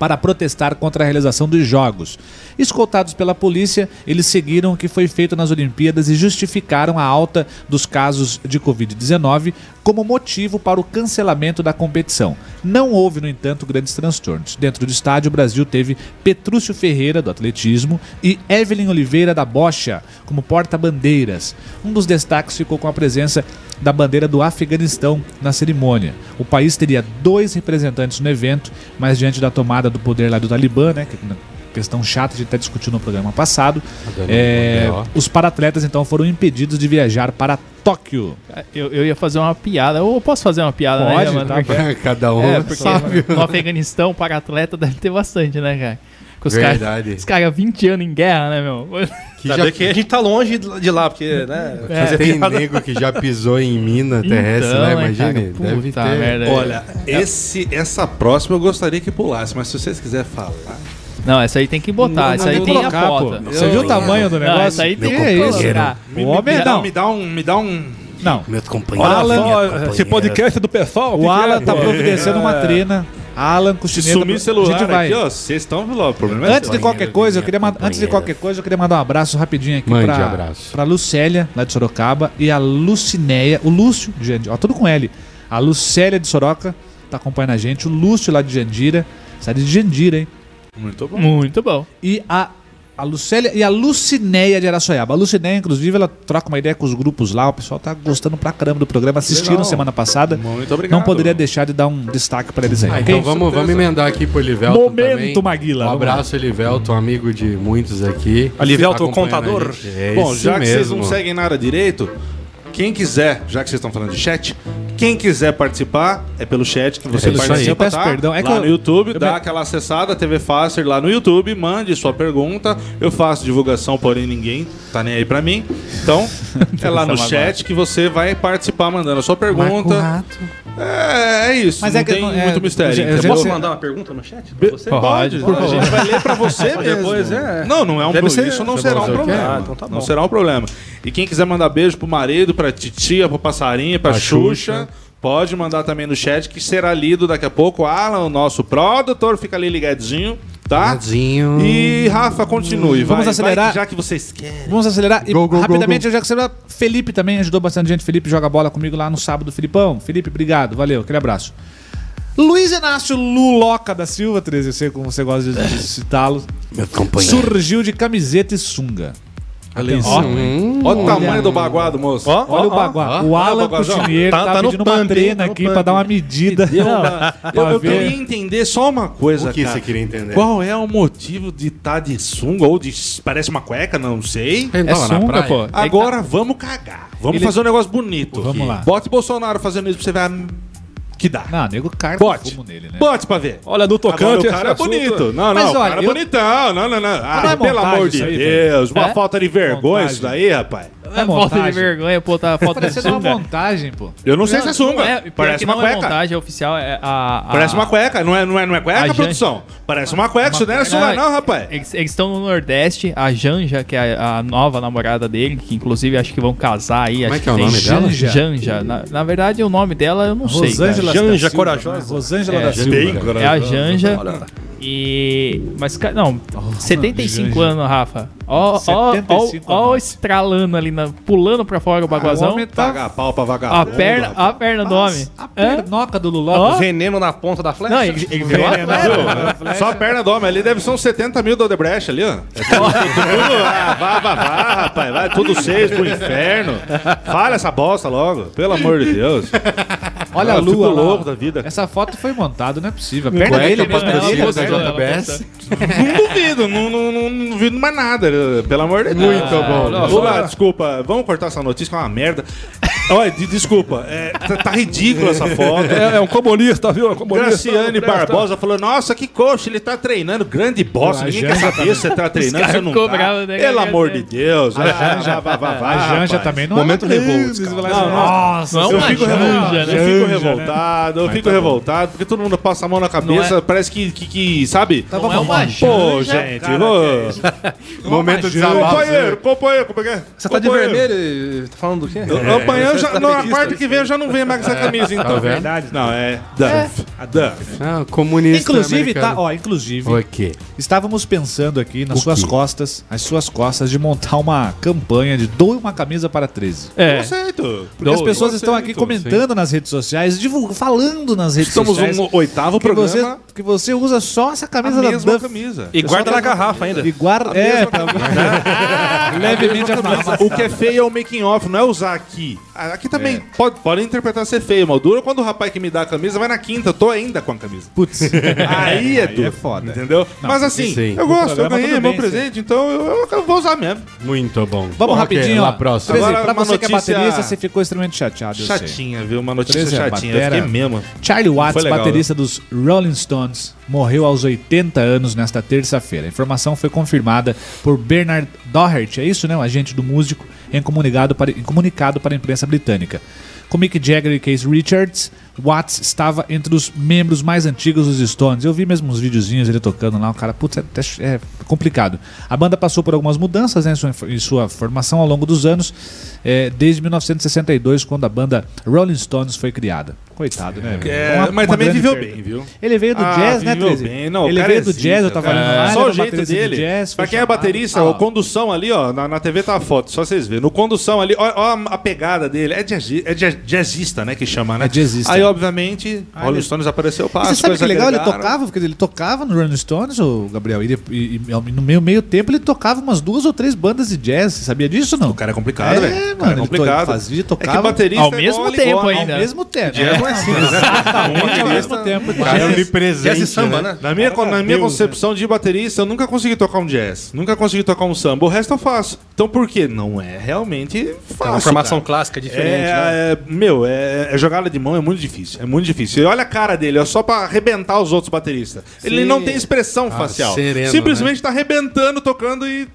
Speaker 4: para protestar contra a realização dos jogos. Escoltados pela polícia, eles seguiram o que foi feito nas Olimpíadas e justificaram a alta dos casos de Covid-19 como motivo para o cancelamento da competição. Não houve, no entanto, grandes transtornos. Dentro do estádio, o Brasil teve Petrúcio Ferreira, do atletismo, e Evelyn Oliveira, da bocha, como porta-bandeiras. Um dos destaques ficou com a presença da bandeira do Afeganistão na cerimônia. O país teria dois representantes no evento, mas diante da tomada do poder lá do Talibã, né, que é uma questão chata, a gente até discutiu no programa passado,
Speaker 3: Adorei,
Speaker 4: é,
Speaker 3: ó.
Speaker 4: os paratletas então foram impedidos de viajar para Tóquio.
Speaker 2: Eu, eu ia fazer uma piada. Eu posso fazer uma piada, né?
Speaker 4: Pode,
Speaker 2: mano?
Speaker 4: tá
Speaker 2: Porque-
Speaker 3: Cada um
Speaker 2: É, porque
Speaker 3: sabe.
Speaker 2: no Afeganistão, para atleta, deve ter bastante, né, cara? Com os caras
Speaker 3: Verdade.
Speaker 2: os cara 20 anos em guerra, né, meu?
Speaker 3: Que
Speaker 5: Ainda bem que a gente tá longe de lá, porque, né?
Speaker 2: É.
Speaker 3: Mas tem nego que já pisou em mina
Speaker 4: Então,
Speaker 3: terrestre,
Speaker 4: é,
Speaker 3: né?
Speaker 2: né, cara?
Speaker 3: Imagine. deve
Speaker 2: Puta
Speaker 3: ter.
Speaker 2: merda.
Speaker 1: Olha, esse, essa próxima eu gostaria que pulasse, mas se vocês quiserem falar...
Speaker 2: Não, essa aí tem que botar. essa aí
Speaker 4: Vou
Speaker 2: tem
Speaker 4: colocar,
Speaker 2: a
Speaker 4: pô.
Speaker 2: foto.
Speaker 4: Você viu o tamanho do negócio?
Speaker 2: Não, essa aí tem
Speaker 4: Que
Speaker 2: que
Speaker 4: isso?
Speaker 2: colocar.
Speaker 4: O homem é
Speaker 1: me, dá,
Speaker 4: não.
Speaker 1: me dá um... Me dá um...
Speaker 4: Não.
Speaker 6: Meus companheiros.
Speaker 5: Olha
Speaker 6: minha
Speaker 5: só, esse
Speaker 6: companheira.
Speaker 5: podcast é do pessoal.
Speaker 4: O Alan tá providenciando uma trena. Alan Costineta.
Speaker 1: Sumir
Speaker 4: a
Speaker 1: celular
Speaker 4: gente vai.
Speaker 1: aqui, ó. Vocês estão... O problema é
Speaker 4: Antes de qualquer coisa, eu queria mandar, antes de
Speaker 6: companheira.
Speaker 4: qualquer coisa, eu queria mandar um abraço rapidinho aqui
Speaker 3: Mande
Speaker 4: pra,
Speaker 3: abraço.
Speaker 4: pra Lucélia, lá de Sorocaba, e a Lucinéia, o Lúcio, de Jandira, ó, tudo com L. A Lucélia de Soroca tá acompanhando a gente, o Lúcio lá de Jandira, cidade de Jandira, hein?
Speaker 1: Muito bom.
Speaker 2: um- Muito bom.
Speaker 4: E a, a Lucélia e a Lucinéia de Araçoiaba. A Lucinéia, inclusive, ela troca uma ideia com os grupos lá, o pessoal tá gostando pra caramba do programa, assistiram
Speaker 1: Legal.
Speaker 4: semana passada.
Speaker 1: Muito obrigado.
Speaker 4: Não poderia deixar de dar um destaque pra eles aí.
Speaker 3: Ah,
Speaker 4: ok?
Speaker 3: então vamos, vamos emendar aqui pro Elivelton também.
Speaker 4: Momento, Maguila.
Speaker 3: Um
Speaker 4: vamos lá.
Speaker 3: abraço, Elivelton, amigo de muitos aqui.
Speaker 5: Elivelton,
Speaker 3: Acompanhando
Speaker 5: contador.
Speaker 3: a gente. É
Speaker 1: Bom,
Speaker 3: isso
Speaker 1: já que vocês
Speaker 3: mesmo.
Speaker 1: não seguem nada direito, quem quiser, já que vocês estão falando de chat, Quem quiser participar, é pelo chat que você
Speaker 3: É isso aí.
Speaker 1: participa,
Speaker 4: Eu peço
Speaker 1: tá?
Speaker 4: perdão,
Speaker 1: lá
Speaker 4: é que eu-
Speaker 1: no YouTube,
Speaker 4: eu
Speaker 1: dá
Speaker 4: me-
Speaker 1: aquela acessada, TV Faster lá no YouTube, mande sua pergunta. Eu faço divulgação, porém ninguém tá nem aí pra mim. Então, é lá no chat que você vai participar mandando a sua pergunta. É, é isso,
Speaker 4: Mas
Speaker 1: não
Speaker 4: é que
Speaker 1: tem
Speaker 4: eu- é,
Speaker 1: muito mistério.
Speaker 4: eu já- eu
Speaker 5: Eu
Speaker 1: entendeu?
Speaker 5: posso
Speaker 4: você-
Speaker 5: mandar uma pergunta no chat pra você?
Speaker 1: Pode,
Speaker 2: Pode, por
Speaker 1: a gente vai ler pra você mesmo.
Speaker 5: Depois é.
Speaker 1: Não, não é um
Speaker 5: Deve
Speaker 1: problema.
Speaker 5: ser-
Speaker 1: Isso não
Speaker 5: Tá
Speaker 1: será
Speaker 5: bom,
Speaker 1: um
Speaker 5: você
Speaker 1: problema.
Speaker 5: quer? Ah, então tá
Speaker 1: Não
Speaker 5: bom.
Speaker 1: será um problema. E quem quiser mandar beijo pro marido, pra titia, pro passarinho, pra,
Speaker 3: Pra
Speaker 1: Xuxa,
Speaker 3: Xuxa.
Speaker 1: pode mandar também no chat que será lido daqui a pouco. Alan, o nosso produtor, fica ali ligadinho, tá?
Speaker 3: Tadinho.
Speaker 1: E Rafa, continue.
Speaker 4: Vamos
Speaker 1: vai,
Speaker 4: acelerar.
Speaker 1: vai, já que vocês querem.
Speaker 4: Vamos acelerar e
Speaker 3: Go, go, go,
Speaker 4: rapidamente,
Speaker 3: go.
Speaker 4: eu já que você vai- Felipe também ajudou bastante gente. Felipe joga bola comigo lá no sábado, Filipão. Felipe, obrigado, valeu, aquele abraço. Luiz Inácio Luloca da Silva, 13, eu sei como você gosta de- de citá-lo,
Speaker 3: Meu companheiro.
Speaker 4: surgiu de camiseta e sunga.
Speaker 1: Ó, Olha o tamanho do baguado, moço.
Speaker 4: Olha o baguá.
Speaker 3: ó.
Speaker 4: o
Speaker 1: Olha
Speaker 4: Alan
Speaker 1: o baguazão.
Speaker 4: Coutinheiro tá,
Speaker 5: Tá- tá no
Speaker 4: pedindo uma
Speaker 5: pump,
Speaker 4: trena
Speaker 5: tá no
Speaker 4: aqui
Speaker 5: pump.
Speaker 4: pra dar uma medida.
Speaker 1: Eu, eu
Speaker 4: Pra ver.
Speaker 1: queria entender só uma coisa,
Speaker 3: O que
Speaker 1: cara.
Speaker 3: você queria entender?
Speaker 1: Qual é o motivo de estar de sunga ou de parece uma cueca, não sei.
Speaker 3: Então,
Speaker 2: É sunga, pô.
Speaker 1: Agora vamos cagar. Vamos
Speaker 4: Ele-
Speaker 1: fazer um negócio bonito.
Speaker 4: Vamos lá.
Speaker 1: Bote Bolsonaro fazendo isso pra você ver a- que dá.
Speaker 4: Não, nego carta
Speaker 1: Bote.
Speaker 4: fumo nele, né?
Speaker 1: Bote pra ver.
Speaker 5: Olha, do
Speaker 1: Agora,
Speaker 5: tocante.
Speaker 1: o cara é
Speaker 5: esse assunto-
Speaker 1: bonito. Não, não,
Speaker 4: Mas
Speaker 1: o cara
Speaker 4: olha,
Speaker 1: é
Speaker 4: eu-
Speaker 1: bonitão. Não, não, não. Ah,
Speaker 4: Não é
Speaker 1: pelo
Speaker 4: montagem
Speaker 1: amor de
Speaker 4: isso aí,
Speaker 1: Deus. Uma
Speaker 2: É?
Speaker 1: falta de vergonha
Speaker 4: Montagem.
Speaker 1: isso daí, rapaz.
Speaker 4: É
Speaker 2: É falta de
Speaker 4: montagem.
Speaker 2: vergonha, pô, tá falta de
Speaker 4: Parecendo uma
Speaker 2: sunga.
Speaker 4: montagem, pô.
Speaker 1: Eu não, sei se é
Speaker 2: Não
Speaker 1: sunga.
Speaker 2: é, pior
Speaker 1: Parece
Speaker 2: que
Speaker 1: uma
Speaker 2: não é
Speaker 1: cueca.
Speaker 2: montagem, é oficial. É a, a-
Speaker 1: Parece uma cueca. Não é, não é, não é
Speaker 2: A
Speaker 1: cueca,
Speaker 2: gente-
Speaker 1: produção? Parece uma cueca. Isso não é sua, não, rapaz.
Speaker 2: Eles eles estão no Nordeste, a Janja, que é a, a nova namorada dele, que inclusive acho que vão casar aí.
Speaker 3: Como
Speaker 2: acho
Speaker 3: é que é o
Speaker 2: tem-
Speaker 3: nome dela?
Speaker 2: Janja. Janja. Na, na verdade, o nome dela eu não sei.
Speaker 4: Rosângela
Speaker 5: cara.
Speaker 4: da
Speaker 5: Janja
Speaker 4: Silva,
Speaker 5: corajosa.
Speaker 4: né? Rosângela
Speaker 2: É,
Speaker 4: da Silva.
Speaker 1: bem
Speaker 4: cara.
Speaker 2: Cara. É a Janja. E. Mas, cara, não, 75
Speaker 4: Janja.
Speaker 2: anos, Rafa. Ó, ó,
Speaker 4: 75
Speaker 2: ó, ó,
Speaker 4: anos.
Speaker 2: estralando ali, na, pulando pra
Speaker 3: Ah,
Speaker 2: fora o
Speaker 4: O
Speaker 2: baguazão.
Speaker 4: homem tá...
Speaker 1: Pagar pau pra
Speaker 2: A
Speaker 1: vagabundo.
Speaker 2: perna,
Speaker 1: rapaz.
Speaker 2: a perna do homem.
Speaker 4: A pernoca do tá Luló.
Speaker 2: Ó.
Speaker 5: Veneno na ponta da flecha.
Speaker 2: Não, ele, ele virou
Speaker 4: Veneno.
Speaker 2: atleta.
Speaker 1: Só a perna do homem ali deve ser uns 70 mil do Odebrecht ali, ó. É tudo, tudo, ah, vá, vá, vá, rapaz. Vai tudo seis pro inferno. Fala essa bosta logo. Pelo amor de Deus.
Speaker 4: Olha a
Speaker 1: Eu fico
Speaker 4: lua lá.
Speaker 1: louco da vida.
Speaker 4: Essa foto foi montada, não é possível. A perna
Speaker 3: Cueca,
Speaker 4: dele mesmo.
Speaker 2: patrocínio
Speaker 4: ela-
Speaker 3: patrocínio
Speaker 2: ela- ela-
Speaker 3: da JBS.
Speaker 1: Não duvido, não, não, não, não duvido mais nada. Pelo amor de Deus.
Speaker 3: Muito bom.
Speaker 1: Vamos lá, desculpa. Vamos cortar essa notícia que é uma merda. Olha, de- desculpa. É, tá, tá ridícula essa foto.
Speaker 5: É, é um comunista, viu? É um comunista.
Speaker 1: Graciane
Speaker 5: Não presta.
Speaker 1: Barbosa falou: Nossa, que coxa, ele tá treinando. Grande bosta.
Speaker 4: A
Speaker 1: Ninguém quer
Speaker 4: Janja
Speaker 1: saber se você tá treinando, se você não
Speaker 2: ficou
Speaker 1: tá.
Speaker 2: bravo, né,
Speaker 1: Pelo
Speaker 2: Graciane?
Speaker 1: amor de Deus. né? A Janja,
Speaker 4: A Janja também não
Speaker 5: Momento
Speaker 4: é.
Speaker 5: revolto,
Speaker 4: Eles
Speaker 5: cara.
Speaker 4: vão lá assim,
Speaker 1: Não, não.
Speaker 4: Nossa,
Speaker 2: Não é
Speaker 1: Eu
Speaker 2: uma
Speaker 1: fico,
Speaker 2: Janja,
Speaker 1: revoltado, eu
Speaker 2: né?
Speaker 1: fico
Speaker 4: Janja, né?
Speaker 1: revoltado, eu fico revoltado, porque todo mundo passa a mão na cabeça, parece que, que, que, sabe?
Speaker 2: Não é uma
Speaker 1: Pô,
Speaker 2: Janja,
Speaker 1: gente,
Speaker 2: cara,
Speaker 1: ô,
Speaker 3: Momento de
Speaker 1: companheiro,
Speaker 3: desabafo.
Speaker 1: companheiro, como é que é?
Speaker 5: Você tá de
Speaker 1: Companheiro.
Speaker 5: vermelho e tá falando do quê?
Speaker 1: Eu- Amanhã, eu já,
Speaker 5: Você tá
Speaker 1: na
Speaker 5: petista,
Speaker 1: quarta que vem, eu já não venho mais com essa camisa, então.
Speaker 3: vendo?
Speaker 1: Não, é Duff. Duff.
Speaker 3: Ah, comunista
Speaker 4: Inclusive, tá,
Speaker 3: americano.
Speaker 4: ó, inclusive,
Speaker 3: O quê?
Speaker 4: estávamos pensando aqui nas
Speaker 3: O
Speaker 4: suas
Speaker 3: quê?
Speaker 4: costas, as suas costas, de montar uma campanha de doe uma camisa para 13.
Speaker 2: É.
Speaker 1: Conceito.
Speaker 4: Porque as
Speaker 2: Doe.
Speaker 4: pessoas estão aqui
Speaker 1: Sim.
Speaker 4: comentando nas redes sociais, divulgando, falando nas redes
Speaker 1: Estamos
Speaker 4: sociais.
Speaker 1: no oitavo
Speaker 4: que
Speaker 1: programa.
Speaker 4: você, que você usa só essa
Speaker 1: a
Speaker 4: camisa da
Speaker 1: mesma
Speaker 4: Duff.
Speaker 1: camisa.
Speaker 5: E guarda
Speaker 4: Pessoal,
Speaker 5: na
Speaker 4: tá-
Speaker 5: garrafa ainda.
Speaker 4: E guarda. É,
Speaker 1: tá.
Speaker 4: pra... levemente
Speaker 1: O que é feio é o making off, não é usar aqui. Ah, Aqui também pode, podem interpretar ser feio, Maldura. Quando o rapaz que me dá a camisa vai na quinta, eu tô ainda com a camisa.
Speaker 4: Putz.
Speaker 1: Aí é duro.
Speaker 4: foda.
Speaker 1: Entendeu? Mas assim,
Speaker 3: sim.
Speaker 1: eu gosto, eu
Speaker 4: programa
Speaker 1: ganhei
Speaker 4: tudo
Speaker 1: meu
Speaker 4: bem,
Speaker 1: presente, então eu, eu vou usar mesmo.
Speaker 3: Muito bom.
Speaker 4: Vamos rapidinho,
Speaker 3: lá
Speaker 4: ó.
Speaker 3: próximo.
Speaker 4: 13,
Speaker 1: Agora,
Speaker 4: pra
Speaker 1: uma
Speaker 4: você que é
Speaker 1: notícia-
Speaker 4: baterista, você ficou extremamente chateado. eu sei.
Speaker 1: Chatinha, viu? Uma notícia
Speaker 4: 13 é
Speaker 1: chatinha. Eu
Speaker 4: batera.
Speaker 1: fiquei mesmo.
Speaker 4: Charlie Watts,
Speaker 1: Foi legal,
Speaker 4: baterista dos Rolling Stones, morreu aos 80 anos nesta terça-feira. A informação foi confirmada por Bernard Doherty, é isso, né? O agente do músico, em comunicado para, em comunicado para a imprensa britânica. Com Mick Jagger e Keith Richards, Watts estava entre os membros mais antigos dos Stones. Eu vi mesmo uns videozinhos ele tocando lá, o cara, putz, é, até ch- é complicado. A banda passou por algumas mudanças né, em, sua, em sua formação ao longo dos anos, eh, desde 1962, quando a banda Rolling Stones foi criada. Coitado, né? velho?
Speaker 1: É,
Speaker 4: Uma-
Speaker 1: mas
Speaker 4: uma
Speaker 1: também
Speaker 4: grande
Speaker 1: viveu
Speaker 4: perda.
Speaker 1: bem, viu?
Speaker 4: Ele veio do
Speaker 1: Ah,
Speaker 4: jazz, né,
Speaker 1: viveu
Speaker 4: 13?
Speaker 1: bem. Não, o
Speaker 4: ele
Speaker 1: cara
Speaker 4: veio
Speaker 1: é
Speaker 4: do
Speaker 1: zica,
Speaker 4: jazz, eu tava
Speaker 1: cara.
Speaker 4: olhando lá. ele
Speaker 1: Só
Speaker 4: era
Speaker 1: o jeito
Speaker 4: baterista de
Speaker 1: dele.
Speaker 4: Jazz,
Speaker 1: pra
Speaker 4: foi Ah.
Speaker 1: quem é
Speaker 4: chamado.
Speaker 1: baterista, o condução ali, ó, na, na TV tá a foto, só vocês verem. No condução ali, ó, ó a pegada dele. É, jazzi, é jazz- jazzista, né, que chama, né?
Speaker 4: É jazzista.
Speaker 1: Aí, obviamente, Rolling Stones apareceu,
Speaker 4: E
Speaker 1: passa,
Speaker 4: Você sabe
Speaker 1: coisas
Speaker 4: que legal? Ele
Speaker 1: agregaram.
Speaker 4: tocava, porque ele tocava no Rolling Stones, o Gabriel, e, de- e- e ao- no meio, meio tempo ele tocava umas duas ou três bandas de jazz. Você sabia disso não?
Speaker 1: O cara é complicado,
Speaker 4: É,
Speaker 1: velho. O cara
Speaker 4: mano,
Speaker 1: é
Speaker 4: ele to-
Speaker 1: complicado.
Speaker 4: fazia,
Speaker 1: É que
Speaker 4: tocava
Speaker 1: baterista
Speaker 2: Ao
Speaker 1: é
Speaker 2: mesmo
Speaker 1: igual-
Speaker 2: tempo
Speaker 1: igual-
Speaker 2: ainda.
Speaker 4: ao mesmo tempo. É,
Speaker 5: Jazz não
Speaker 1: é
Speaker 5: mais
Speaker 1: assim,
Speaker 5: simples, né?
Speaker 1: Exatamente,
Speaker 5: Uma
Speaker 1: ao
Speaker 5: orquestra-
Speaker 1: mesmo tempo.
Speaker 3: Cara,
Speaker 5: Jazz-
Speaker 3: onipresente,
Speaker 5: jazz e samba, né?
Speaker 1: Na minha, na minha concepção de baterista, eu nunca consegui tocar um jazz. Nunca consegui tocar um samba. O resto eu faço. Então por que? Não é realmente
Speaker 5: É
Speaker 1: fácil.
Speaker 5: uma formação
Speaker 1: cara.
Speaker 5: clássica diferente, né?
Speaker 1: é, é, meu, é, é jogada de mão é muito difícil. É muito difícil. E olha a cara dele, é só pra arrebentar os outros bateristas. Ele
Speaker 3: Sim.
Speaker 1: não tem expressão
Speaker 5: Ah,
Speaker 1: facial.
Speaker 3: sereno,
Speaker 1: Simplesmente
Speaker 5: né?
Speaker 1: tá arrebentando, tocando e.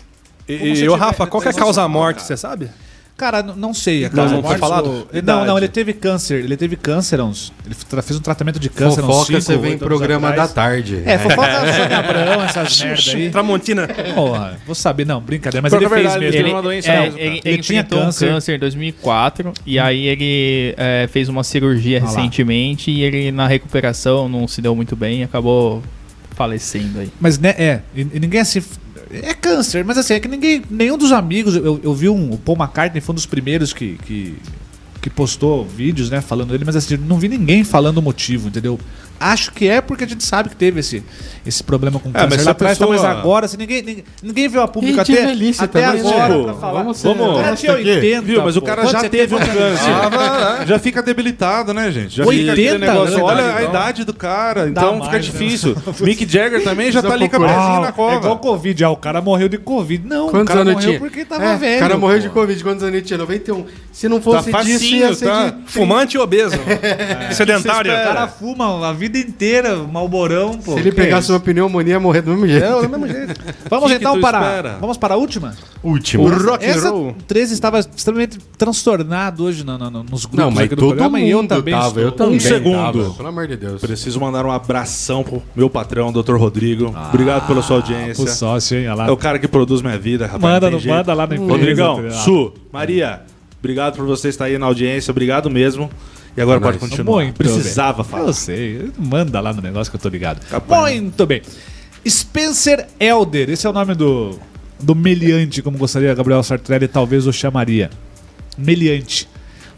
Speaker 5: E, e o Rafa, qual que é a causa morte, você sabe?
Speaker 4: Cara, n- não sei. A
Speaker 5: Não,
Speaker 4: causa
Speaker 5: não foi
Speaker 4: morte,
Speaker 5: falado?
Speaker 4: o- ele- Não,
Speaker 5: Idade.
Speaker 4: não, ele teve câncer. Ele teve câncer há uns. Ele tra- fez um tratamento de câncer há uns
Speaker 3: Fofoca,
Speaker 4: cinco,
Speaker 3: você vem em
Speaker 4: oito
Speaker 3: programa
Speaker 4: anos
Speaker 3: da
Speaker 4: atrás.
Speaker 3: tarde.
Speaker 4: É, fofoca Sônia Abrão, essas merda aí.
Speaker 5: Tramontina.
Speaker 4: Porra, vou saber. Não, brincadeira, mas
Speaker 1: Pior
Speaker 4: ele
Speaker 1: que é
Speaker 4: fez
Speaker 1: verdade,
Speaker 4: mesmo.
Speaker 1: teve
Speaker 2: Ele,
Speaker 1: uma doença
Speaker 2: é,
Speaker 1: mesmo, cara.
Speaker 2: ele,
Speaker 4: Ele
Speaker 2: ele
Speaker 4: tinha
Speaker 2: enfrentou
Speaker 4: câncer.
Speaker 2: um câncer em 2004 e aí ele é, fez uma cirurgia
Speaker 4: lá.
Speaker 2: recentemente e ele na recuperação não se deu muito bem e acabou falecendo aí.
Speaker 4: Mas né, é, e, e ninguém assim. É câncer, mas assim, é que ninguém. Nenhum dos amigos. Eu, eu vi um. O Paul McCartney foi um dos primeiros que. que que postou vídeos, né, falando dele, mas assim, não vi ninguém falando o motivo, entendeu? Acho que é porque a gente sabe que teve esse, esse problema com o câncer
Speaker 1: É, mas se
Speaker 4: lá
Speaker 1: a
Speaker 4: atrás, tá, mas
Speaker 1: pessoa-
Speaker 4: agora, assim, ninguém, ninguém, ninguém veio a público
Speaker 3: Gente, é
Speaker 4: até,
Speaker 3: velhice
Speaker 4: até
Speaker 3: também, né?
Speaker 4: agora pra
Speaker 1: Pô,
Speaker 4: falar.
Speaker 3: vamos ser
Speaker 4: O cara
Speaker 1: vamos-
Speaker 4: tinha
Speaker 3: honestos aqui.
Speaker 4: 80,
Speaker 1: Viu, mas o
Speaker 4: pô.
Speaker 1: cara
Speaker 4: Quanto
Speaker 1: já
Speaker 4: você
Speaker 1: teve um
Speaker 4: tem?
Speaker 1: câncer.
Speaker 5: Ah,
Speaker 1: Já fica debilitado, né, gente? Já
Speaker 4: 80
Speaker 1: fica aquele negócio.
Speaker 4: anos,
Speaker 1: Olha
Speaker 4: então.
Speaker 1: a idade do cara, então fica
Speaker 4: mais, né?
Speaker 1: difícil. Mick Jagger também já tá ali com a pezinha na
Speaker 4: É
Speaker 1: cova.
Speaker 4: igual Covid. Ah, o cara morreu de Covid. Não, o
Speaker 3: Quantos
Speaker 4: cara
Speaker 3: anos
Speaker 4: morreu
Speaker 3: tinha?
Speaker 4: porque tava
Speaker 3: É,
Speaker 4: velho.
Speaker 3: O cara morreu
Speaker 4: pô.
Speaker 3: de Covid. Quantos anos ele tinha? 91. Se não fosse disso, ia
Speaker 1: Tá facinho,
Speaker 3: ser
Speaker 1: tá?
Speaker 3: de...
Speaker 5: Fumante e obeso.
Speaker 4: É.
Speaker 5: Sedentário.
Speaker 4: O cara fuma a vida inteira, malborão, pô.
Speaker 3: Se ele
Speaker 4: Que
Speaker 3: pegasse
Speaker 4: é
Speaker 3: uma pneumonia, ia morrer do mesmo jeito.
Speaker 5: Não, do mesmo jeito.
Speaker 4: isso? Vamos
Speaker 1: que
Speaker 4: então
Speaker 1: tu
Speaker 4: para.
Speaker 1: espera?
Speaker 4: Vamos para a última?
Speaker 3: Último.
Speaker 5: Ur- Rock and
Speaker 4: Essa
Speaker 5: roll.
Speaker 4: 13 estava extremamente transtornado hoje no, no- no- nos grupos
Speaker 3: Não, mas
Speaker 4: aqui do
Speaker 3: todo
Speaker 4: programa, e
Speaker 3: mundo
Speaker 4: eu também
Speaker 3: tava.
Speaker 4: estou.
Speaker 3: Eu também
Speaker 1: Um segundo.
Speaker 3: tava, pelo amor de Deus.
Speaker 1: Preciso mandar um abração pro meu patrão, Dr. Rodrigo.
Speaker 4: Ah,
Speaker 1: Obrigado pela sua audiência.
Speaker 4: Pro sócio,
Speaker 3: assim,
Speaker 4: hein? Olha lá.
Speaker 1: É o cara que produz minha vida, rapaz. não
Speaker 4: Manda,
Speaker 1: tem
Speaker 4: no-
Speaker 1: jeito.
Speaker 4: manda lá na empresa.
Speaker 1: Rodrigão,
Speaker 4: tá ligado?
Speaker 1: Su, Maria, obrigado por você estar aí na audiência. Obrigado mesmo. E agora pode continuar.
Speaker 4: Muito
Speaker 1: Precisava
Speaker 4: bem.
Speaker 1: falar.
Speaker 4: Eu sei. Manda lá no negócio que eu tô ligado.
Speaker 1: Capaz. né?
Speaker 4: Muito bem. Spencer Elder. Esse é o nome do, do meliante, como gostaria Gabriel Sartorelli talvez o chamaria. Meliante.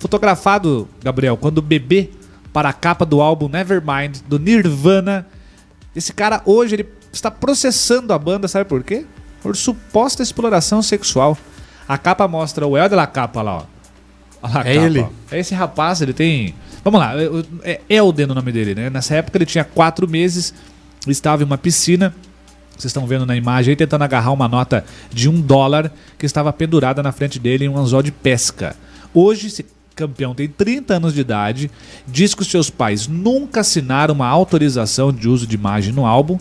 Speaker 4: Fotografado, Gabriel, quando bebê para a capa do álbum Nevermind, do Nirvana. Esse cara hoje ele está processando a banda, sabe por quê? Por suposta exploração sexual. A capa mostra o El de la Capa lá, ó. Olha lá a
Speaker 3: É
Speaker 4: capa,
Speaker 3: ele.
Speaker 4: ó. É esse rapaz, ele tem. Vamos lá, eu- é Elden o nome dele, né? Nessa época ele tinha quatro meses, estava em uma piscina. Vocês estão vendo na imagem aí, tentando agarrar uma nota de um dólar que estava pendurada na frente dele em um anzol de pesca. Hoje, esse campeão tem 30 anos de idade, diz que os seus pais nunca assinaram uma autorização de uso de imagem no álbum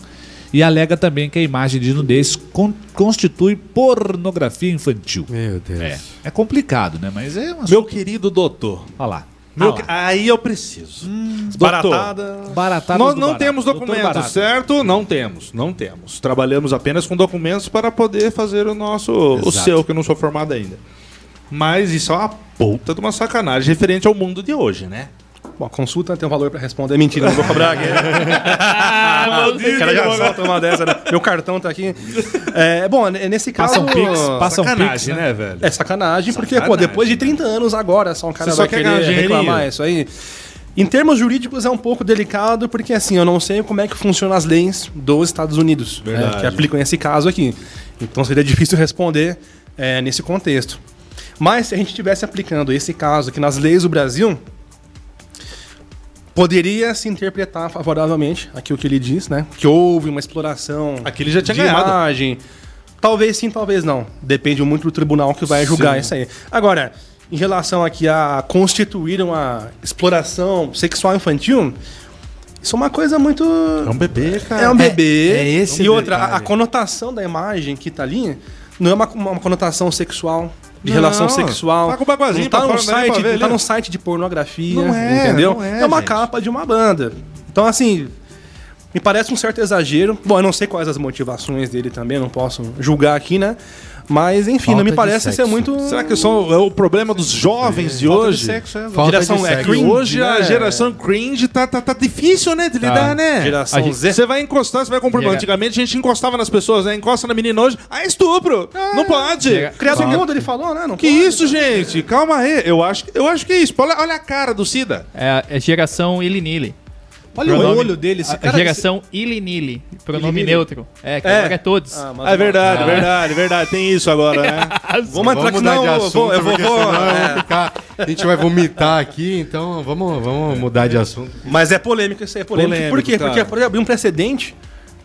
Speaker 4: e alega também que a imagem de nudez con- constitui pornografia infantil.
Speaker 3: Meu Deus.
Speaker 4: É, é complicado, né? Mas é uma
Speaker 1: Meu querido doutor.
Speaker 4: Olha lá.
Speaker 1: meu
Speaker 4: Olha
Speaker 1: que-
Speaker 4: lá.
Speaker 1: Aí eu preciso. doutor,
Speaker 5: Baratada.
Speaker 4: Baratadas
Speaker 1: nós
Speaker 4: do
Speaker 1: não
Speaker 4: Tá barato.
Speaker 1: temos
Speaker 4: Doutor é
Speaker 1: documentos,
Speaker 4: Barato.
Speaker 1: certo? Não temos, não temos. Trabalhamos apenas com documentos para poder fazer o nosso, o
Speaker 4: Exato.
Speaker 1: seu, que eu não sou formado ainda. Mas isso é uma puta de uma sacanagem referente ao mundo de hoje, né?
Speaker 5: Bom, a consulta tem um valor pra responder. É mentira, não vou cobrar aqui. o cara já solta uma dessa, né? Meu cartão tá aqui. É, bom, n- nesse caso...
Speaker 4: Passa um pix, passa um pix,
Speaker 1: Sacanagem,
Speaker 4: né?
Speaker 1: né, velho?
Speaker 5: É sacanagem, porque, pô,
Speaker 1: Sacanagem,
Speaker 5: depois de 30 anos agora, só um cara
Speaker 1: Você só
Speaker 5: vai
Speaker 1: quer
Speaker 5: querer
Speaker 1: ganhar dinheirinho.
Speaker 5: reclamar isso aí. Em termos jurídicos é um pouco delicado, porque assim, eu não sei como é que funcionam as leis dos Estados Unidos, né,
Speaker 1: Verdade.
Speaker 5: que aplicam esse caso aqui. Então seria difícil responder é, nesse contexto. Mas se a gente estivesse aplicando esse caso aqui nas leis do Brasil, poderia se interpretar favoravelmente aqui o que ele diz, né? Que houve uma exploração
Speaker 1: Aqui ele já tinha
Speaker 5: de
Speaker 1: ganhado.
Speaker 5: imagem. Talvez sim, talvez não. Depende muito do tribunal que vai julgar isso aí. Agora, em relação aqui a constituir uma exploração sexual infantil, isso é uma coisa muito.
Speaker 1: É um bebê, cara.
Speaker 5: É um bebê.
Speaker 3: é esse
Speaker 5: e
Speaker 3: o
Speaker 5: outra, a, a
Speaker 3: detalhe.
Speaker 5: conotação da imagem que tá ali não é uma, uma conotação sexual, de relação
Speaker 1: Não,
Speaker 5: sexual.
Speaker 1: tá com o baguazinho
Speaker 5: não tá
Speaker 1: pra
Speaker 5: num
Speaker 1: fora, não dá nem
Speaker 5: site,
Speaker 1: pra ver
Speaker 5: não tá
Speaker 1: ali.
Speaker 5: num site de pornografia,
Speaker 1: Não é,
Speaker 5: entendeu?
Speaker 1: não é,
Speaker 5: é, uma
Speaker 1: gente.
Speaker 5: capa de uma banda. Então, assim, me parece um certo exagero. Bom, eu não sei quais as motivações dele também, não posso julgar aqui, né? Mas, enfim,
Speaker 3: Falta
Speaker 5: não me
Speaker 3: de
Speaker 5: parece ser
Speaker 3: sexo.
Speaker 5: muito.
Speaker 1: Será que são, é o problema dos jovens de
Speaker 5: falta de
Speaker 1: hoje?
Speaker 5: sexo, é,
Speaker 3: Falta
Speaker 5: geração
Speaker 3: de
Speaker 5: é
Speaker 3: sexo.
Speaker 1: E
Speaker 5: cringe,
Speaker 1: hoje
Speaker 5: né?
Speaker 1: a geração cringe tá, tá, tá difícil, né, de lidar, né?
Speaker 5: Geração
Speaker 2: A gente-
Speaker 5: Z.
Speaker 1: Você vai encostar, você vai comprar.
Speaker 2: Chega.
Speaker 1: Antigamente a gente encostava nas pessoas, né? Encosta na menina hoje. Ah, estupro! não pode!
Speaker 2: Chega.
Speaker 5: Criado no mundo, ele falou, né? Não
Speaker 1: Que
Speaker 5: pode.
Speaker 1: isso, gente? Calma aí. Eu acho, eu acho que é isso. Olha, olha a cara do Cida.
Speaker 2: É, é geração Ilinili.
Speaker 4: Olha o
Speaker 2: Pronome-
Speaker 4: olho dele, esse
Speaker 2: a-
Speaker 4: cara.
Speaker 2: É geração Ilinili, pronome
Speaker 5: Ilinili.
Speaker 2: neutro. É, que
Speaker 5: É.
Speaker 2: agora é todos.
Speaker 5: Ah, mas
Speaker 1: Ah, é verdade, verdade, verdade. Tem isso agora, né?
Speaker 5: Vamos entrar com não, eu vou, eu vou,
Speaker 3: porque senão eu vou ficar- a gente vai vomitar aqui, então vamos, vamos mudar de assunto.
Speaker 5: Mas é polêmico isso aí, é polêmico. Por
Speaker 1: Polêmico,
Speaker 5: quê?
Speaker 1: cara.
Speaker 5: Porque pode abrir um precedente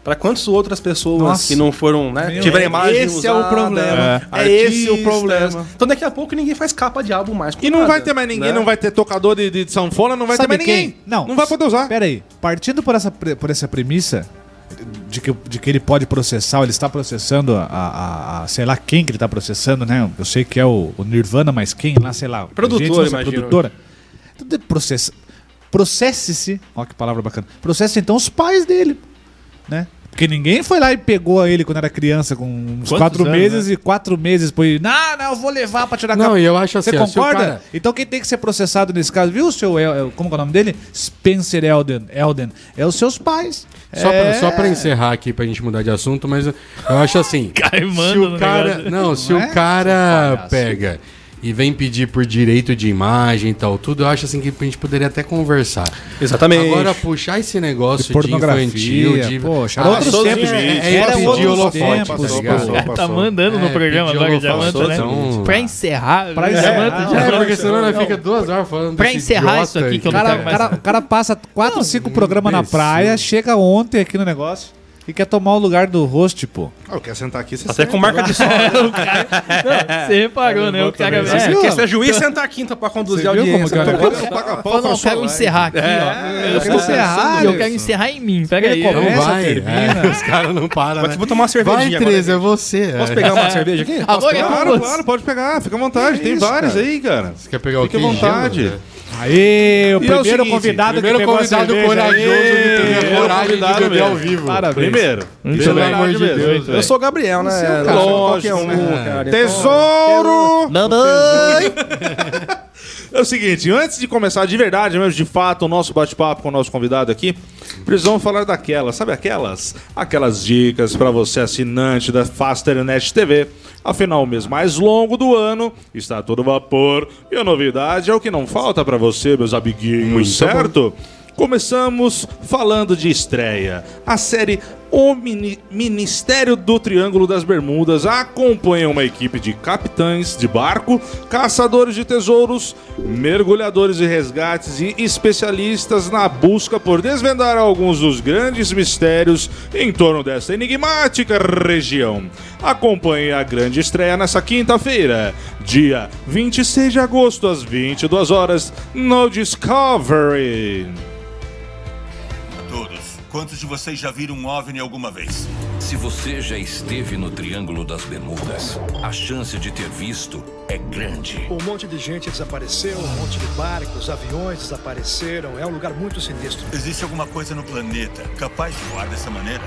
Speaker 5: para quantas outras pessoas
Speaker 4: Nossa.
Speaker 5: que não foram, né?
Speaker 4: Meu,
Speaker 5: tiveram
Speaker 4: é-
Speaker 5: imagem
Speaker 1: esse é o
Speaker 5: usada,
Speaker 1: problema. É.
Speaker 5: artistas.
Speaker 1: Esse é o problema.
Speaker 5: Então daqui a pouco ninguém faz capa de álbum mais. com
Speaker 1: E não
Speaker 5: nada,
Speaker 1: vai ter mais ninguém,
Speaker 5: né?
Speaker 1: não vai ter tocador de, de sanfona, não vai
Speaker 4: Sabe
Speaker 1: ter mais
Speaker 4: quem?
Speaker 1: ninguém.
Speaker 4: Não.
Speaker 1: Não vai poder usar.
Speaker 4: Pera aí, partindo por essa, pre- por essa premissa de que, de que ele pode processar, ou ele está processando a, a- a- sei lá quem que ele está processando, né? Eu sei que é o, o Nirvana, mas quem lá, sei lá.
Speaker 5: Produtora,
Speaker 4: gente, nossa,
Speaker 5: imagino.
Speaker 4: Produtora. Então, de- processa- Processe-se, ó que palavra bacana, processe então os pais dele, né? Porque ninguém foi lá e pegou ele quando era criança, com uns
Speaker 2: Quantos
Speaker 4: quatro
Speaker 2: anos,
Speaker 4: meses, e quatro meses depois, não, não, eu vou levar pra tirar
Speaker 3: né? Não,
Speaker 4: capa."
Speaker 3: e eu acho assim,
Speaker 4: Você
Speaker 3: ó, se o
Speaker 4: concorda?
Speaker 3: cara-
Speaker 4: Então quem tem que ser processado nesse caso, viu, seu El- El- como que é o nome dele? Spencer Elden, Elden. É os seus pais.
Speaker 3: Só,
Speaker 4: é...
Speaker 3: pra, só pra encerrar aqui, pra gente mudar de assunto, mas eu eu acho assim.
Speaker 2: Caimando
Speaker 3: se
Speaker 2: no
Speaker 3: o cara,
Speaker 2: negócio.
Speaker 3: não, se
Speaker 4: é?
Speaker 3: o cara pega e vem pedir por direito de imagem e tal, tudo, eu acho assim que a gente poderia até conversar.
Speaker 5: Exatamente.
Speaker 3: Agora, puxar esse negócio de,
Speaker 4: pornografia,
Speaker 3: infantil, de.
Speaker 4: poxa, era outros
Speaker 3: isso
Speaker 1: tempos,
Speaker 3: é-
Speaker 1: gente.
Speaker 3: É, é
Speaker 1: Era
Speaker 3: pedir
Speaker 1: outros
Speaker 3: holofote,
Speaker 1: tempos,
Speaker 3: tá
Speaker 1: passou,
Speaker 3: ligado?
Speaker 1: passou.
Speaker 2: Tá mandando
Speaker 3: É,
Speaker 2: no programa
Speaker 3: pediu
Speaker 2: agora, já
Speaker 3: alô,
Speaker 2: manda,
Speaker 3: passou,
Speaker 2: né?
Speaker 3: então-
Speaker 2: Pra encerrar,
Speaker 4: Pra
Speaker 2: já
Speaker 4: encerrar.
Speaker 2: manda, já
Speaker 3: É,
Speaker 2: manda.
Speaker 3: porque senão ela fica duas horas falando
Speaker 2: Pra
Speaker 3: desse
Speaker 2: encerrar isso
Speaker 3: idiota
Speaker 2: aqui que eu
Speaker 4: O
Speaker 2: não
Speaker 4: cara,
Speaker 2: quero
Speaker 4: o
Speaker 2: mais.
Speaker 4: cara, o cara passa quatro, cinco programas na
Speaker 3: imbecil.
Speaker 4: praia, chega ontem aqui no negócio e quer tomar o lugar do host, pô.
Speaker 1: Ah, quer sentar aqui, você
Speaker 5: Até com marca de né? sol.
Speaker 2: Não, Você reparou, né? O cara
Speaker 5: É,
Speaker 2: é,
Speaker 5: porque se é juiz sentar quinta pra conduzir a
Speaker 4: Você viu como
Speaker 5: audiência.
Speaker 4: que é o
Speaker 5: né?
Speaker 4: negócio?
Speaker 2: Falou, não, eu quero encerrar aqui, ó. Eu
Speaker 4: quero
Speaker 2: tô
Speaker 4: encerrar,
Speaker 2: pensando, Eu quero
Speaker 4: Alisson.
Speaker 2: encerrar em mim, pera
Speaker 4: Ele
Speaker 2: aí.
Speaker 4: começa,
Speaker 3: Não vai,
Speaker 4: termina.
Speaker 3: é, os caras não param,
Speaker 5: Mas
Speaker 3: né?
Speaker 5: vou tomar uma
Speaker 3: Vai,
Speaker 5: cervejinha agora.
Speaker 3: Tereza, é você.
Speaker 5: Posso
Speaker 3: é.
Speaker 5: pegar uma cerveja aqui? Posso
Speaker 2: Agora é
Speaker 5: pegar?
Speaker 2: com
Speaker 1: Claro,
Speaker 2: você.
Speaker 1: claro, pode pegar, fica à vontade. Tem vários aí, cara.
Speaker 3: Quer pegar o
Speaker 1: Fique à
Speaker 3: quê? Gelo,
Speaker 1: vontade.
Speaker 3: né?
Speaker 4: Aê, o
Speaker 1: E é o
Speaker 4: primeiro
Speaker 1: seguinte,
Speaker 4: convidado
Speaker 3: Primeiro
Speaker 4: que pegou a
Speaker 3: convidado
Speaker 4: cerveja.
Speaker 3: corajoso
Speaker 4: Aê,
Speaker 3: que teve a
Speaker 1: primeiro
Speaker 3: coragem de
Speaker 1: é convidado
Speaker 3: beber
Speaker 1: mesmo.
Speaker 3: ao vivo.
Speaker 4: Parabéns.
Speaker 1: Primeiro.
Speaker 2: Pelo
Speaker 1: Verdade
Speaker 3: amor de
Speaker 1: mesmo.
Speaker 3: Deus, velho.
Speaker 5: Eu sou o Gabriel, né?
Speaker 1: cara.
Speaker 5: Não sou qualquer
Speaker 1: Lógico,
Speaker 5: um, cara. Então,
Speaker 1: Tesouro!
Speaker 5: Mamãe!
Speaker 1: É o seguinte, antes de começar de verdade, mesmo de fato, o nosso bate-papo com o nosso convidado aqui, precisamos falar daquelas, sabe aquelas? Aquelas dicas para você assinante da Fasternet TV. Afinal, o mês mais longo do ano está a todo vapor e a novidade é o que não falta para você, meus amiguinhos, certo? Começamos falando de estreia. A série O Mini- Ministério do Triângulo das Bermudas acompanha uma equipe de capitães de barco, caçadores de tesouros, mergulhadores de resgates e especialistas na busca por desvendar alguns dos grandes mistérios em torno desta enigmática região. Acompanhe a grande estreia nessa quinta-feira, dia 26 de agosto, às 22 horas, no Discovery.
Speaker 6: Todos, quantos de vocês já viram um OVNI alguma vez?
Speaker 7: Se você já esteve no Triângulo das Bermudas, a chance de ter visto é grande.
Speaker 8: Um monte de gente desapareceu, um monte de barcos, aviões desapareceram. É um lugar muito sinistro.
Speaker 6: Existe alguma coisa no planeta capaz de voar dessa maneira?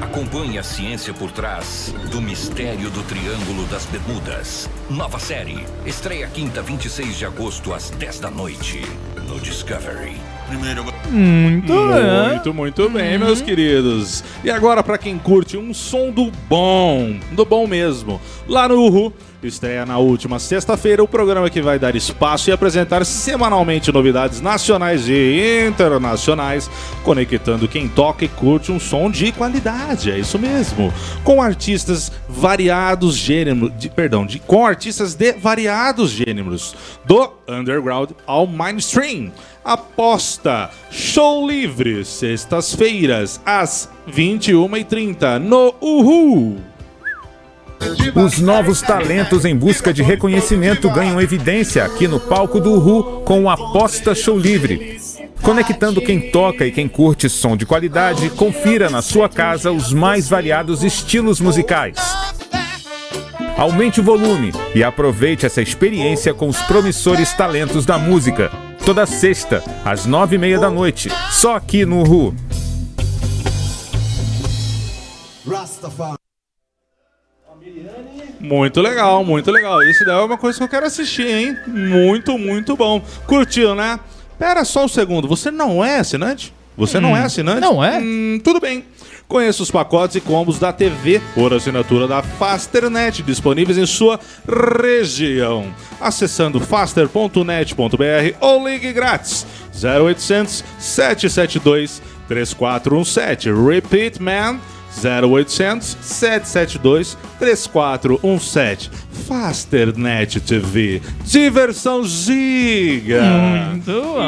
Speaker 7: Acompanhe a ciência por trás do mistério do Triângulo das Bermudas. Nova série. Estreia quinta, 26 de agosto, às 10 da noite, no Discovery.
Speaker 6: Primeiro, eu go-
Speaker 1: Muito, muito bem, Uhum. meus queridos. E agora, pra quem curte um som do bom, do bom mesmo, lá no Uhu. Estreia na última sexta-feira o programa que vai dar espaço e apresentar semanalmente novidades nacionais e internacionais, conectando quem toca e curte um som de qualidade. É isso mesmo. Com artistas variados gêneros, de, perdão, de, com artistas de variados gêneros, do underground ao mainstream. Aposta Show Livre, sextas-feiras, às 21h30, no Uhul.
Speaker 9: Os novos talentos em busca de reconhecimento ganham evidência aqui no palco do Uhu com o Aposta Show Livre. Conectando quem toca e quem curte som de qualidade, confira na sua casa os mais variados estilos musicais. Aumente o volume e aproveite essa experiência com os promissores talentos da música. Toda sexta, às nove e meia da noite, só aqui no Uhu.
Speaker 1: Muito legal, muito legal. Isso daí é uma coisa que eu quero assistir, hein? Muito, muito bom. Curtiu, né? Pera só um segundo, você não é assinante? Você não é assinante?
Speaker 2: não é?
Speaker 1: Hum, tudo bem. Conheça os pacotes e combos da TV por assinatura da Fasternet, disponíveis em sua região. Acessando faster.net.br ou ligue grátis 0800 772 3417. Repeat, man. 0800 772 3417. Fasternet TV. Diversão giga.
Speaker 2: Muito bom.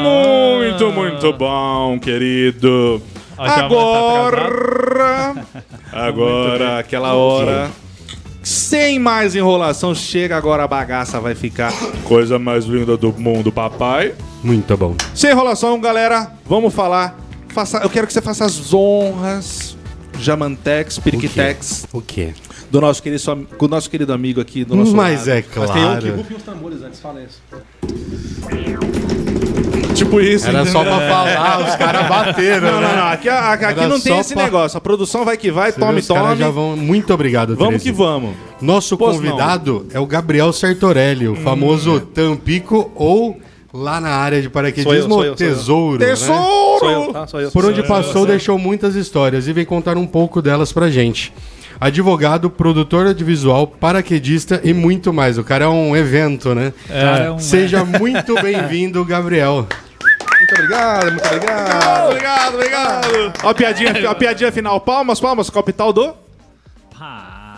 Speaker 1: Muito, muito bom, querido.
Speaker 2: Ó, já
Speaker 1: Agora, agora aquela hora. Sem mais enrolação, chega agora a bagaça vai ficar coisa mais linda do mundo, papai.
Speaker 3: Muito bom.
Speaker 1: Sem enrolação, galera, vamos falar. Faça, eu quero que você faça as honras, Jamantex, Piriquitex,
Speaker 3: O quê?
Speaker 1: do nosso querido, sua- com o nosso querido amigo aqui do nosso
Speaker 3: Mas
Speaker 1: lado.
Speaker 3: é claro.
Speaker 5: Tem um que rufem os tambores antes, fala isso.
Speaker 1: Tipo isso.
Speaker 3: Era
Speaker 1: entendeu?
Speaker 3: só pra falar, os caras bateram. né?
Speaker 1: Não, não, não. Aqui, a- a- aqui
Speaker 3: Era
Speaker 1: não tem
Speaker 3: só
Speaker 1: esse
Speaker 3: pra-
Speaker 1: negócio. A produção vai que vai,
Speaker 3: Você vê,
Speaker 1: tome,
Speaker 3: os caras
Speaker 1: tome.
Speaker 3: já vão- Muito obrigado,
Speaker 1: Vamos que
Speaker 3: Terezinha.
Speaker 1: vamos.
Speaker 3: Nosso
Speaker 1: Pois
Speaker 3: convidado é o Gabriel Sartorelli,
Speaker 5: Hum.
Speaker 3: o famoso Tampico ou lá na área de
Speaker 5: Sou eu,
Speaker 3: paraquedismo
Speaker 5: sou eu, sou eu.
Speaker 3: Tesouro. né?
Speaker 5: Sou
Speaker 1: Tesouro!
Speaker 5: eu, tá? Sou eu.
Speaker 3: Por onde
Speaker 5: Sou eu.
Speaker 3: passou, deixou muitas histórias e vem contar um pouco delas pra gente. Advogado, produtor audiovisual, paraquedista e muito mais. O cara é um evento, né?
Speaker 2: Cara, é um-
Speaker 3: Seja muito bem-vindo, Gabriel.
Speaker 5: Muito obrigado, muito obrigado.
Speaker 1: Ah, Obrigado, obrigado. Ó Ah. a piadinha, ó a piadinha final. Palmas, palmas. Capital do...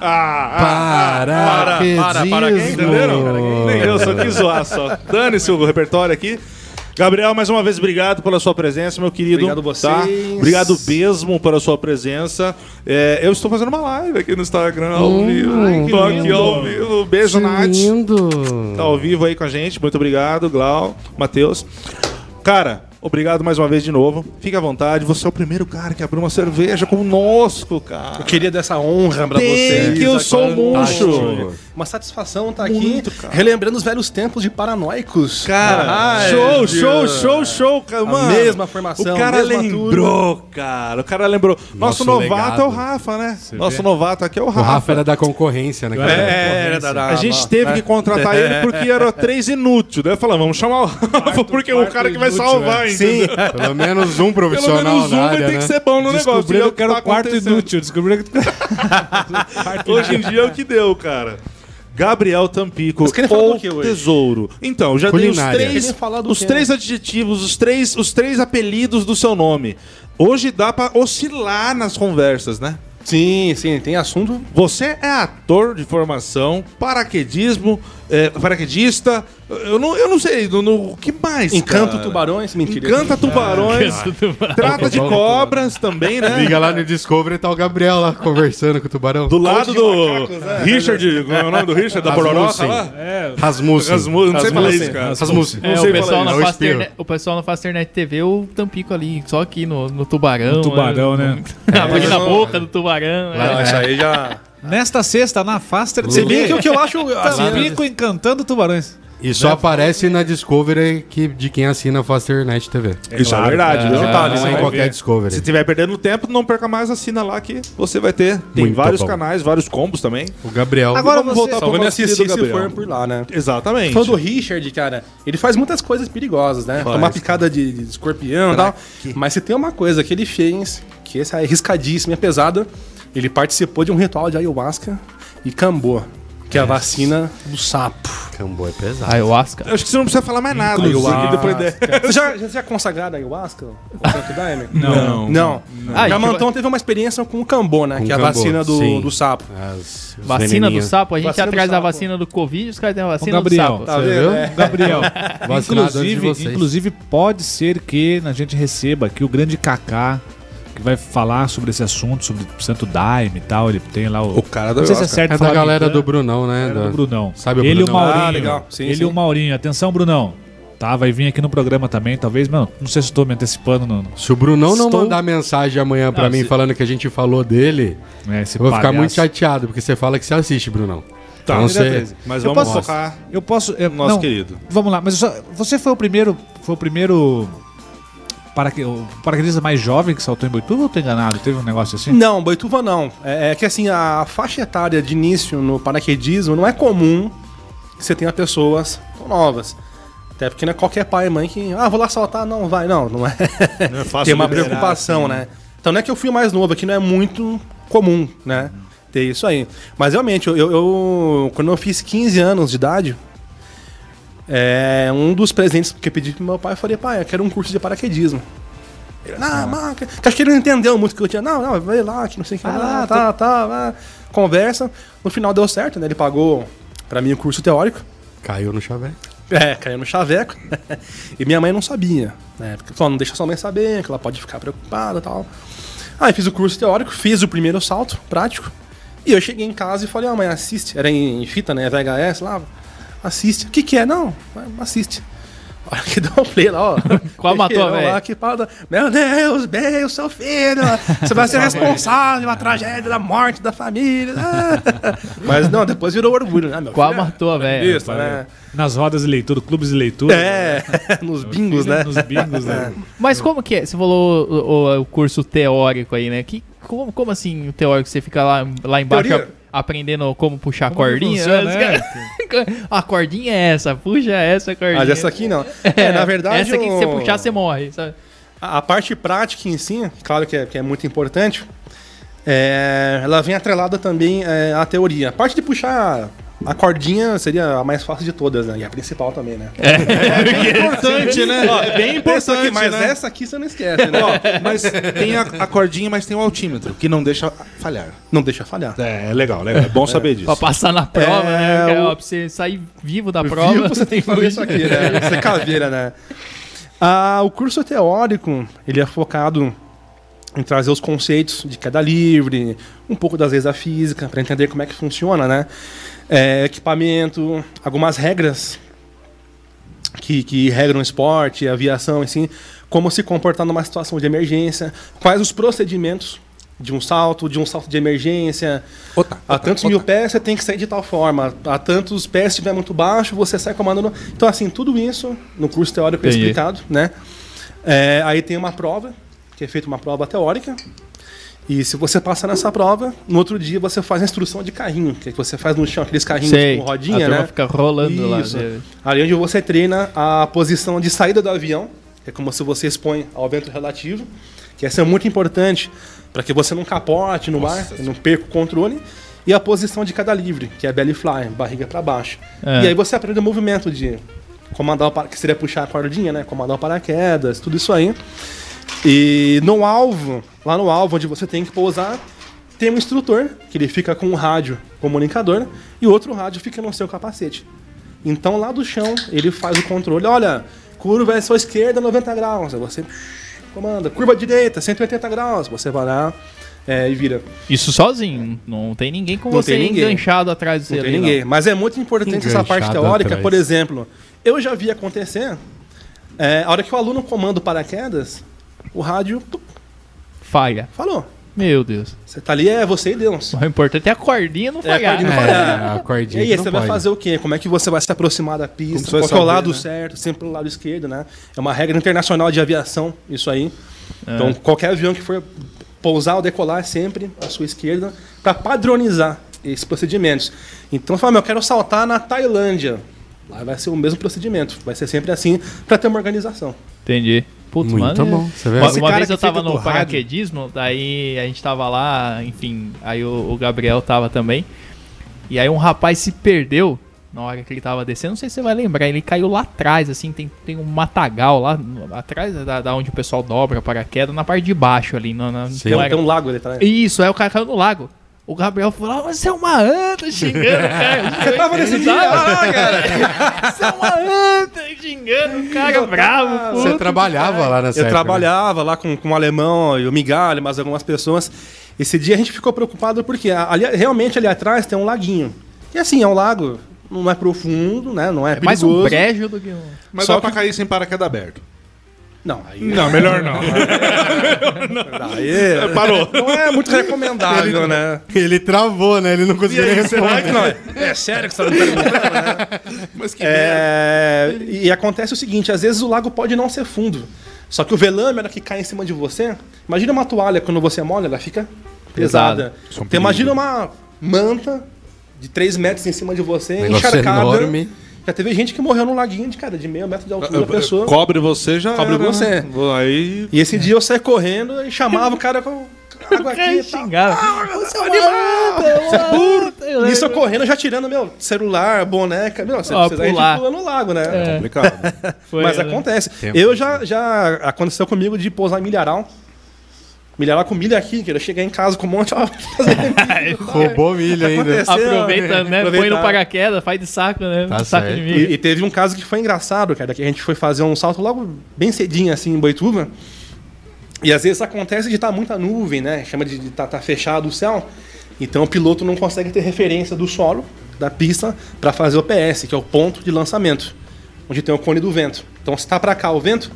Speaker 1: Ah, ah.
Speaker 3: Paraquedismo.
Speaker 1: Entenderam? Nem eu, só quis zoar só. Dane-se o repertório aqui. Gabriel, mais uma vez, obrigado pela sua presença, meu querido. tá?
Speaker 5: Obrigado a vocês.
Speaker 1: Obrigado mesmo pela sua presença. É, eu estou fazendo uma live aqui no Instagram, ao vivo. Tô aqui ao vivo. Beijo, Nath.
Speaker 3: Lindo.
Speaker 1: Tá ao vivo aí com a gente. Muito obrigado, Glau, Matheus. Cara, obrigado mais uma vez de novo. Fique à vontade. Você é o primeiro cara que abriu uma cerveja conosco, cara.
Speaker 5: Eu queria dessa honra pra
Speaker 1: Tem
Speaker 5: vocês.
Speaker 1: que eu sou
Speaker 5: Agora,
Speaker 1: murcho.
Speaker 5: fantástico. Uma satisfação estar aqui,
Speaker 1: Muito, cara.
Speaker 5: relembrando os velhos tempos de paranoicos. Ah,
Speaker 1: Cara,
Speaker 5: Ai,
Speaker 1: show,
Speaker 5: Deus.
Speaker 1: show, show, show, cara. Mano,
Speaker 5: mesma formação,
Speaker 1: O cara
Speaker 5: mesma
Speaker 1: lembrou, cara. O cara lembrou. Nosso,
Speaker 3: Nosso
Speaker 1: novato
Speaker 3: legado.
Speaker 1: é o Rafa, né? Nosso novato aqui é o
Speaker 3: O
Speaker 1: Rafa.
Speaker 3: Rafa era da concorrência, né? cara?
Speaker 5: É, era da- da-
Speaker 1: A gente teve que contratar ele porque era três inútil. Daí eu falei, vamos chamar o Rafa, porque é o cara que vai salvar,
Speaker 5: Sim,
Speaker 1: entendeu?
Speaker 3: Pelo menos um
Speaker 1: Pelo
Speaker 3: profissional
Speaker 1: menos um
Speaker 3: na
Speaker 1: vai
Speaker 3: área,
Speaker 1: ter
Speaker 3: né?
Speaker 1: que ser bom no negócio. e é
Speaker 4: Descobriram
Speaker 1: o
Speaker 4: que era
Speaker 1: tá
Speaker 4: o quarto
Speaker 1: acontecendo.
Speaker 4: inútil. Descobriram que.
Speaker 1: Hoje em dia é o que deu, cara. Gabriel Tampico
Speaker 5: Vocês querem falar
Speaker 1: ou
Speaker 5: do quê hoje?
Speaker 1: Tesouro. Então, já
Speaker 3: Culinária.
Speaker 1: dei os três,
Speaker 5: Querem falar do é.
Speaker 1: os
Speaker 5: quê?
Speaker 1: três adjetivos, os três, os três apelidos do seu nome. Hoje dá pra oscilar nas conversas, né?
Speaker 5: sim, sim, tem assunto.
Speaker 1: Você é ator de formação, paraquedismo, é, paraquedista. Eu não, eu não sei, no, no- o que mais?
Speaker 5: Encanto
Speaker 1: cara?
Speaker 5: tubarões, mentira.
Speaker 1: Encanta ah, tubarões, trata de cobras também, né?
Speaker 3: Liga lá no Discovery e tá o Gabriel lá conversando com o tubarão.
Speaker 1: Do lado do Richard, como é o nome do Richard? Da Pororoca
Speaker 3: Rasmussen.
Speaker 1: lá?
Speaker 3: Rasmussen.
Speaker 1: Rasmussen, não sei falar isso,
Speaker 5: Rasmussen.
Speaker 1: cara.
Speaker 3: Rasmussen.
Speaker 1: Não
Speaker 2: É,
Speaker 1: sei
Speaker 2: o, pessoal
Speaker 1: falar
Speaker 2: na
Speaker 3: isso. É o
Speaker 2: Fasternet-
Speaker 3: espirro.
Speaker 2: o pessoal na Fasternet TV, o Tampico ali, só aqui no, no Tubarão.
Speaker 4: Tubarão, né?
Speaker 2: Abrindo a boca do Tubarão. né?
Speaker 5: Não, isso aí já.
Speaker 4: Nesta sexta, na Faster
Speaker 5: Se bem que o que eu acho. Assim,
Speaker 4: Tampico encantando tubarões.
Speaker 3: E só aparece na Discovery que, de quem assina a Fasternet TV.
Speaker 1: Isso é verdade, viu?
Speaker 3: Tá, não
Speaker 1: Você
Speaker 3: em
Speaker 1: vai
Speaker 3: qualquer
Speaker 1: ver. Se
Speaker 3: Discovery.
Speaker 1: tiver perdendo tempo, não perca mais, assina lá que você vai ter. Tem
Speaker 3: Muito
Speaker 1: vários
Speaker 3: bom.
Speaker 1: canais, vários combos também.
Speaker 3: O Gabriel.
Speaker 1: Agora vamos
Speaker 4: você-
Speaker 1: voltar
Speaker 5: só vou
Speaker 1: pro
Speaker 5: me
Speaker 1: nosso
Speaker 5: assistir
Speaker 1: querido
Speaker 5: se
Speaker 1: Gabriel.
Speaker 5: for por lá, né?
Speaker 1: Exatamente.
Speaker 5: Falando do Richard, cara, ele faz muitas coisas perigosas, né? Tomar picada de, de escorpião e tal. Mas se tem uma coisa que ele fez, que essa é arriscadíssima e é pesada, ele participou de um ritual de ayahuasca e cambô, que é a vacina do sapo.
Speaker 3: Cambo é pesado.
Speaker 2: Ayahuasca.
Speaker 1: Eu Acho que você não precisa falar mais nada.
Speaker 5: Ayahuasca.
Speaker 1: Porque depois de-
Speaker 5: Você já, já, já consagrado a ayahuasca? O Santo Daime?
Speaker 1: Não.
Speaker 5: Não.
Speaker 2: Ah,
Speaker 5: Jamantão teve uma experiência com o cambô, né?
Speaker 3: Com
Speaker 5: que é a
Speaker 3: cambô,
Speaker 5: vacina do,
Speaker 3: sim.
Speaker 5: do sapo.
Speaker 3: As- os
Speaker 2: Vacina do
Speaker 3: veneninhos.
Speaker 2: sapo, a gente
Speaker 5: Vacina do
Speaker 2: atrás da
Speaker 5: sapo.
Speaker 2: vacina do Covid, os caras têm a vacina do
Speaker 4: Gabriel.
Speaker 2: sapo.
Speaker 5: Tá
Speaker 3: Você
Speaker 5: vendo?
Speaker 3: viu?
Speaker 5: É.
Speaker 4: Gabriel.
Speaker 3: Vacinado antes de
Speaker 4: inclusive,
Speaker 3: vocês.
Speaker 4: inclusive, pode ser que a gente receba aqui o grande Kaká, que vai falar sobre esse assunto, sobre Santo Daime e tal. Ele tem lá o.
Speaker 1: O cara da
Speaker 4: não sei se é
Speaker 1: Ayahuasca.
Speaker 4: certo
Speaker 3: É da
Speaker 4: falar
Speaker 3: galera
Speaker 4: Mikan,
Speaker 3: do Brunão, né?
Speaker 4: galera
Speaker 3: Da-
Speaker 4: do Brunão.
Speaker 3: Sabe o
Speaker 4: ele e o
Speaker 3: Brunão?
Speaker 4: Maurinho.
Speaker 5: Ah, legal. Sim,
Speaker 4: ele e
Speaker 5: sim.
Speaker 4: o Maurinho. Atenção, Brunão. Tá, vai vir aqui no programa também, talvez. Mano, não sei se estou me antecipando. Não,
Speaker 3: Se o Brunão não
Speaker 4: Estou-
Speaker 3: mandar mensagem amanhã pra
Speaker 2: Ah,
Speaker 3: mim
Speaker 2: se-
Speaker 3: falando que a gente falou dele,
Speaker 4: né, esse
Speaker 3: eu vou ficar
Speaker 4: palhaço.
Speaker 3: muito chateado, porque você fala que você assiste, Brunão. Tá, então, você...
Speaker 1: Mas
Speaker 4: Eu
Speaker 1: vamos
Speaker 4: posso-
Speaker 1: focar
Speaker 4: Eu posso. Eu,
Speaker 1: no nosso
Speaker 4: não,
Speaker 1: querido.
Speaker 4: Vamos lá, mas eu só- você foi o primeiro. Foi o primeiro. Paraque, o paraquedista mais jovem que saltou em Boituva ou tô enganado? Teve um negócio assim?
Speaker 5: Não, Boituva não. É, é que assim, a faixa etária de início no paraquedismo não é comum que você tenha pessoas tão novas. Até porque não é qualquer pai e mãe que. Ah, vou lá saltar. Não, vai. Não, não é.
Speaker 1: Não é fácil
Speaker 5: Tem uma
Speaker 1: liberar,
Speaker 5: preocupação, né? Então não é que eu fui o mais novo, aqui não é muito comum, né? Ter isso aí. Mas realmente, eu, eu- eu- quando eu fiz 15 anos de idade, é, um dos presentes que eu pedi pro meu pai, eu falei, pai, eu quero um curso de paraquedismo. Ele, não, mas que- que acho que ele não entendeu muito o que eu tinha. Não, não, vai lá, que não sei o que lá, tá, tá, tá. Conversa. No final deu certo, né? Ele pagou pra mim o curso teórico.
Speaker 3: Caiu no chaveco.
Speaker 5: É, caiu no chaveco. e minha mãe não sabia, né? Porque falou, não deixa sua mãe saber, que ela pode ficar preocupada e tal. Aí fiz o curso teórico, fiz o primeiro salto prático. E eu cheguei em casa e falei, ah, mãe, assiste. Era em fita, né? VHS lá. Assiste. O que que é? Não, assiste. Olha que dá um play lá, ó.
Speaker 2: Qual matou,
Speaker 5: Mexerão
Speaker 2: velho?
Speaker 5: lá, que parada. Meu Deus, bem, o seu filho. Você vai ser responsável pela tragédia da morte da família. Mas não, depois virou orgulho, né, meu
Speaker 2: Qual
Speaker 5: filho? é
Speaker 2: matou a velha?
Speaker 5: Isso, né?
Speaker 4: Nas rodas de leitura, clubes de leitura.
Speaker 5: É, nos bingos, né?
Speaker 4: Nos bingos, né?
Speaker 2: Mas como que é? Você falou o, o- o curso teórico aí, né? Que, como, como assim o teórico? Você fica lá, lá embaixo
Speaker 5: Teoria.
Speaker 2: a- aprendendo como puxar
Speaker 4: Como
Speaker 2: a
Speaker 4: que
Speaker 2: cordinha?
Speaker 4: funciona, é?
Speaker 2: a cordinha é essa, puxa essa cordinha.
Speaker 5: Mas essa aqui não. É, na verdade.
Speaker 2: Essa aqui,
Speaker 5: o-
Speaker 2: se você puxar, você morre, sabe?
Speaker 5: A a parte prática em si, claro que é, que é muito importante, é, ela vem atrelada também é, à teoria. A parte de puxar a cordinha seria a mais fácil de todas, né? E a principal também, né? É,
Speaker 1: Importante, né? É bem importante,
Speaker 5: mas
Speaker 1: né?
Speaker 5: essa aqui você não esquece, né? Ó,
Speaker 1: Mas tem a, a cordinha, mas tem o altímetro, que não deixa falhar.
Speaker 5: não deixa falhar.
Speaker 1: É, legal, legal. É bom saber disso.
Speaker 2: Pra passar na prova, né?
Speaker 5: É, o-
Speaker 2: Ó, Pra você sair vivo da prova.
Speaker 5: Vivo, você tem que fazer isso aqui, né? Você é caveira, né? Ah, o curso teórico, ele é focado em trazer os conceitos de queda livre, um pouco das leis da física, para entender como é que funciona, né? É, equipamento, algumas regras que, que regram o esporte, a aviação, assim, como se comportar numa situação de emergência, quais os procedimentos de um salto, de um salto de emergência. a tantos mil pés você tem que sair de tal forma, a tantos pés se estiver muito baixo, você sai comandando. Então, assim, tudo isso no curso teórico é
Speaker 2: Entendi.
Speaker 5: explicado, né? É, aí tem uma prova, que é feita uma prova teórica. E se você passar nessa prova, no outro dia você faz a instrução de carrinho, que é que você faz no chão, aqueles carrinhos
Speaker 2: Sei,
Speaker 5: com rodinha,
Speaker 2: a turma
Speaker 5: né?
Speaker 2: fica rolando
Speaker 5: Isso.
Speaker 2: lá. né?
Speaker 5: Ali onde você treina a posição de saída do avião, que é como se você expõe ao vento relativo, que essa é muito importante para que você não capote no mar, não perca o controle. E a posição de cada livre, que é belly fly, barriga para baixo.
Speaker 2: É.
Speaker 5: E aí você aprende o movimento de comandar o para... que seria puxar a cordinha, né? Comandar o paraquedas, tudo isso aí. E no alvo, lá no alvo onde você tem que pousar, tem um instrutor, que ele fica com um rádio comunicador, e outro rádio fica no seu capacete. Então lá do chão, ele faz o controle. Olha, curva é sua esquerda 90 graus. Aí você psh, comanda. Curva direita 180 graus. Você vai lá é, e vira.
Speaker 2: Isso sozinho, não tem ninguém com
Speaker 5: Não
Speaker 2: você
Speaker 5: tem ninguém.
Speaker 2: enganchado atrás de você
Speaker 5: Não tem
Speaker 2: ali,
Speaker 5: ninguém. Mas é muito importante essa parte
Speaker 3: Enganchado
Speaker 5: teórica.
Speaker 3: atrás.
Speaker 5: Por exemplo, eu já vi acontecer, é, a hora que o aluno comanda o paraquedas, o rádio tup,
Speaker 2: Falha.
Speaker 5: falou.
Speaker 2: Meu Deus.
Speaker 5: Você tá ali, é você e Deus.
Speaker 2: O importante é a cordinha não
Speaker 5: É, a
Speaker 2: falhar.
Speaker 5: cordinha não
Speaker 3: É,
Speaker 5: falhar.
Speaker 3: a
Speaker 5: E
Speaker 3: cordinha.
Speaker 5: aí,
Speaker 3: que
Speaker 5: você
Speaker 3: não
Speaker 5: vai
Speaker 3: pode.
Speaker 5: fazer o quê? Como é que você vai se aproximar da pista?
Speaker 1: você vai
Speaker 5: Qual que é o
Speaker 1: saber,
Speaker 5: lado
Speaker 1: né?
Speaker 5: certo? Sempre pelo lado esquerdo, né? É uma regra internacional de aviação, isso aí. Então, qualquer avião que for pousar ou decolar, é sempre à sua esquerda, para padronizar esses procedimentos. Então, você fala, meu, eu quero saltar na Tailândia. Lá vai ser o mesmo procedimento. Vai ser sempre assim, para ter uma organização.
Speaker 2: Entendi. Putz,
Speaker 3: Muito
Speaker 2: mano.
Speaker 3: bom. Você vê?
Speaker 2: Uma,
Speaker 4: Esse
Speaker 2: uma
Speaker 4: cara
Speaker 2: vez
Speaker 4: que
Speaker 2: eu tava
Speaker 4: fica
Speaker 2: no
Speaker 4: do rádio.
Speaker 2: paraquedismo, daí a gente tava lá, enfim, aí o, o Gabriel tava também. E aí um rapaz se perdeu na hora que ele tava descendo, não sei se você vai lembrar, ele caiu lá atrás, assim, tem, tem um matagal lá no- atrás da, da onde o pessoal dobra paraquedas, na parte de baixo ali. Na, na,
Speaker 5: Tem,
Speaker 2: não
Speaker 5: um-
Speaker 2: era-
Speaker 5: tem um lago ali atrás.
Speaker 2: Isso, aí o cara caiu no lago. O Gabriel falou, ah, mas você é uma anta xingando, o cara. Você
Speaker 5: tava nesse dia Ah, lá,
Speaker 2: cara. Você é uma anta xingando, o cara bravo.
Speaker 3: Você
Speaker 2: puto.
Speaker 3: trabalhava lá nessa
Speaker 5: Eu
Speaker 3: época, né?
Speaker 5: trabalhava lá com, com o alemão e o migalho, mais algumas pessoas. Esse dia a gente ficou preocupado porque a- ali- realmente ali atrás tem um laguinho. E assim, é um lago, não é profundo, né? Não é,
Speaker 2: É
Speaker 5: perigoso.
Speaker 2: mais um brejo do que um...
Speaker 1: Mas
Speaker 5: Só
Speaker 1: só pra
Speaker 5: que-
Speaker 1: cair sem paraquedas aberto.
Speaker 5: Não, aí,
Speaker 1: Não, melhor não.
Speaker 5: aí
Speaker 1: Parou.
Speaker 5: não é muito recomendável, né?
Speaker 3: Ele travou, né? Ele não conseguiu nem
Speaker 5: Será
Speaker 3: responder.
Speaker 5: que não é? É sério que você tá me perguntando, né?
Speaker 1: Mas que
Speaker 5: É, e acontece o seguinte, às vezes o lago pode não ser fundo. Só que o velame, era que cai em cima de você. Imagina uma toalha, quando você molha, ela fica pesada.
Speaker 1: Isso é um
Speaker 5: Então, imagina uma manta de 3 metros em cima de você,
Speaker 3: Negócio
Speaker 5: encharcada.
Speaker 3: enorme.
Speaker 5: Já teve gente que morreu num laguinho de, cara, de meio metro de altura da pessoa.
Speaker 1: Cobre você já.
Speaker 5: Cobre
Speaker 1: era,
Speaker 5: você.
Speaker 1: né? Aí.
Speaker 5: E esse dia eu saí correndo e chamava o cara com água aqui
Speaker 2: tá
Speaker 5: e tal.
Speaker 2: Ah, é né?
Speaker 5: Nisso eu correndo, já tirando meu celular, boneca. Meu, você,
Speaker 2: Ó,
Speaker 5: você vai
Speaker 2: pular. É,
Speaker 5: pulando no lago, né?
Speaker 1: Complicado.
Speaker 2: Foi,
Speaker 5: Mas
Speaker 2: né?
Speaker 5: acontece. Eu já, já aconteceu comigo de pousar em milharal. Milharal com milha aqui, que eu chegar em casa com um monte
Speaker 2: É,
Speaker 5: de
Speaker 3: Roubou milho ainda.
Speaker 2: Aproveita, né? Põe no
Speaker 5: Aproveitar.
Speaker 2: paraquedas, faz de saco, né?
Speaker 3: Tá
Speaker 2: saco
Speaker 3: certo.
Speaker 2: de milho.
Speaker 5: E, e teve um caso que foi engraçado, cara, que a gente foi fazer um salto logo bem cedinho, assim, em Boituva. E às vezes acontece de estar muita nuvem, né? Chama de estar fechado o céu. Então o piloto não consegue ter referência do solo, da pista, para fazer o PS, que é o ponto de lançamento, onde tem o cone do vento. Então se está para cá o vento,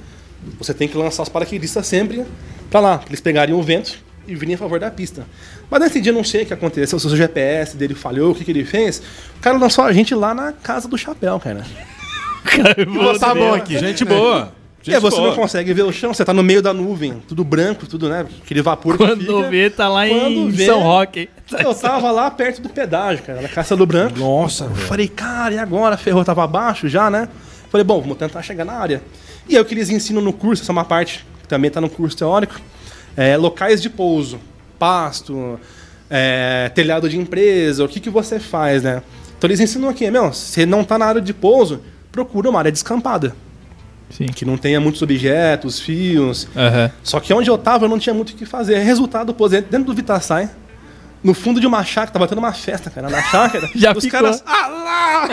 Speaker 5: você tem que lançar os paraquedistas sempre para lá, pra eles pegarem o vento e virem a favor da pista. Mas nesse dia eu não sei o que aconteceu, se o GPS dele falhou, o que, que ele fez. O cara lançou a gente lá na casa do chapéu, cara.
Speaker 3: Tá bom aqui.
Speaker 1: Gente boa. É,
Speaker 5: E aí É, você não consegue ver o chão, você tá no meio da nuvem, tudo branco, tudo, né? Aquele vapor que
Speaker 2: Quando
Speaker 5: fica.
Speaker 2: vê, tá lá em
Speaker 5: Quando vê-
Speaker 2: São Roque.
Speaker 5: Eu tava lá perto do pedágio, cara, na Caça do Branco. Nossa, velho. Falei, cara, e agora? Ferrou tava abaixo já, né? Falei, bom, vamos tentar chegar na área. E é o que eles ensinam no curso, essa é uma parte que também tá no curso teórico. é, locais de pouso, pasto, é, telhado de empresa, o que, que você faz, né? Então eles ensinam aqui, meu, se não tá na área de pouso, procura uma área descampada.
Speaker 2: Sim.
Speaker 5: Que não tenha muitos objetos, fios, só que onde eu tava, eu não tinha muito o que fazer. Resultado, pô, dentro do Vitassai, no fundo de uma chácara, tava tendo uma festa, cara, na chácara.
Speaker 2: Já
Speaker 5: os
Speaker 2: ficou.
Speaker 5: caras. Ah, lá!